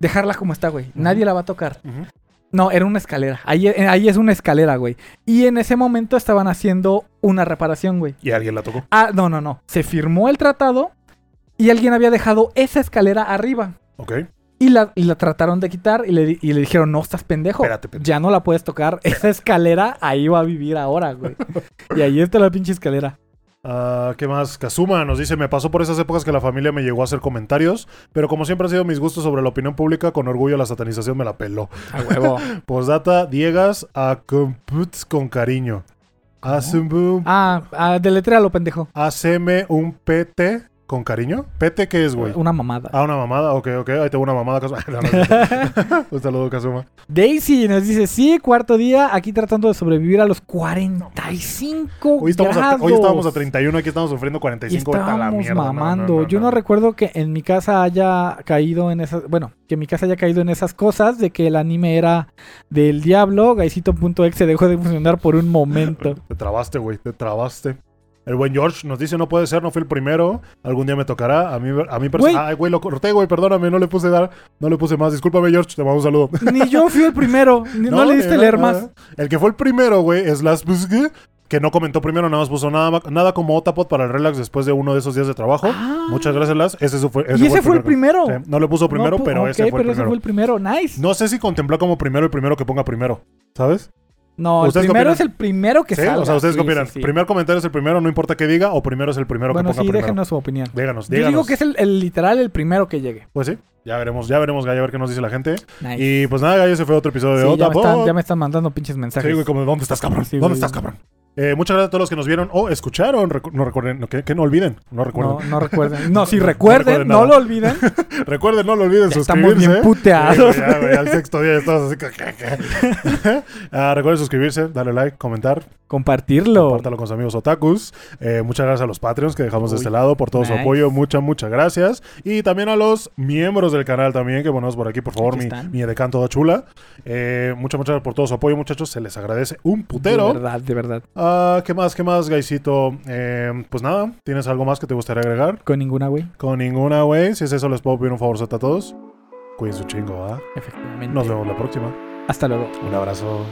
S2: dejarla como está, güey. Nadie la va a tocar.
S1: Ujú.
S2: No, era una escalera. Ahí, eh, ahí es una escalera, güey. Y en ese momento estaban haciendo una reparación, güey.
S1: Y alguien la tocó.
S2: Ah, no, no, no. Se firmó el tratado y alguien había dejado esa escalera arriba.
S1: Ok.
S2: Y la, y la trataron de quitar y le, di- y le dijeron, no, estás pendejo.
S1: Espérate, pendejo.
S2: Ya no la puedes tocar. Esa escalera ahí va a vivir ahora, güey. y ahí está la pinche escalera.
S1: Ah, ¿Qué más? Kazuma nos dice, me pasó por esas épocas que la familia me llegó a hacer comentarios, pero como siempre han sido mis gustos sobre la opinión pública, con orgullo la satanización me la peló.
S2: A huevo.
S1: Postdata, Diegas a computs con cariño. Hazme un-
S2: ah, ah, deletréalo, pendejo.
S1: Haceme un PT con cariño. ¿PT qué es, güey?
S2: Una mamada.
S1: Ah, una mamada. Ok, ok. Ahí tengo una mamada, Kazuma. No, no es cierto. Un saludo, Kazuma.
S2: Daisy nos dice, sí, cuarto día, aquí tratando de sobrevivir a los 45
S1: Hoy, estamos a,
S2: grados.
S1: hoy estábamos a 31, aquí estamos sufriendo
S2: Y
S1: 45. vete a la
S2: estábamos
S1: mierda, no, no,
S2: mamando.
S1: no,
S2: Yo
S1: no.
S2: no recuerdo que en mi casa haya caído en esas. Bueno, que mi casa haya caído en esas cosas de que el anime era del diablo. Gaisito.exe dejó de funcionar por un momento.
S1: Te trabaste, güey, te trabaste. El buen George nos dice, no puede ser, no fui el primero. Algún día me tocará. A mí, a mí
S2: Güey.
S1: persona. Ay, güey, lo corté, güey, perdóname, no le puse dar, no le puse más. Discúlpame, George, te mando un saludo.
S2: Ni yo fui el primero. ni- no, le diste
S1: nada,
S2: leer más.
S1: nada. El que fue el primero, güey, es Las Busg, que no comentó primero, nada más puso nada, nada como Otapod para el relax después de uno de esos días de trabajo.
S2: Ah.
S1: Muchas gracias, Las. Ese su- fue,
S2: y ese fue el primero.
S1: Sí, no le puso primero,
S2: No, pu-
S1: pero
S2: ok,
S1: ese fue
S2: pero
S1: el
S2: ese
S1: primero.
S2: fue el primero. Nice.
S1: No sé si contempló como primero el primero que ponga primero, ¿sabes?
S2: No, el
S1: ¿Ustedes qué
S2: primero
S1: opinan?
S2: es el primero que
S1: ¿Sí?
S2: salga.
S1: O sea, ¿ustedes
S2: Sí,
S1: qué opinan?
S2: sí, sí.
S1: ¿Primer comentario es el primero, no importa qué diga, o primero es el primero
S2: Bueno,
S1: que ponga
S2: sí,
S1: primero?
S2: déjenos su opinión.
S1: Díganos,
S2: Yo
S1: díganos.
S2: digo que es el, el literal el primero que llegue.
S1: Pues sí, ya veremos, ya veremos, Gallo, a ver qué nos dice la gente.
S2: Nice.
S1: Y pues nada, Gallo, ese fue otro episodio
S2: Sí,
S1: de
S2: ya,
S1: Otra
S2: me están, ya me están mandando pinches mensajes.
S1: Sí, güey, como, ¿dónde estás, cabrón?
S2: Sí,
S1: ¿Dónde
S2: güey.
S1: estás, cabrón? Eh, muchas gracias a todos los que nos vieron o escucharon. Recu- no recuerden, no, que, que no olviden, no recuerden.
S2: No, no recuerden. No, si
S1: No
S2: recuerden,
S1: recuerden nada.
S2: no, lo olviden.
S1: Recuerden, no lo olviden
S2: Ya
S1: suscribirse.
S2: estamos bien puteados.
S1: Sí, güey, ya, güey, al sexto día estamos así. que- Ah, recuerden suscribirse, darle like, comentar,
S2: Compartirlo.
S1: compártalo con sus amigos otakus. Eh, muchas gracias a los Patreons que dejamos de
S2: Uy,
S1: este lado por todo su
S2: nice.
S1: apoyo. Muchas, muchas gracias. Y también a los miembros del canal también, que ponemos por aquí, por favor,
S2: Aquí
S1: mi,
S2: están.
S1: mi edecán toda chula. Eh, muchas, muchas gracias por todo su apoyo, muchachos. Se les agradece un
S2: De
S1: putero.
S2: verdad, de verdad.
S1: Ah, ¿Qué más, qué más, Gaisito? Eh, pues nada, ¿tienes algo más que te gustaría agregar?
S2: Con ninguna, güey.
S1: Con ninguna, güey. Si es eso, les puedo pedir un favor a todos. Cuídense un chingo, ¿ah?
S2: Efectivamente.
S1: Nos vemos la próxima.
S2: Hasta luego.
S1: Un abrazo.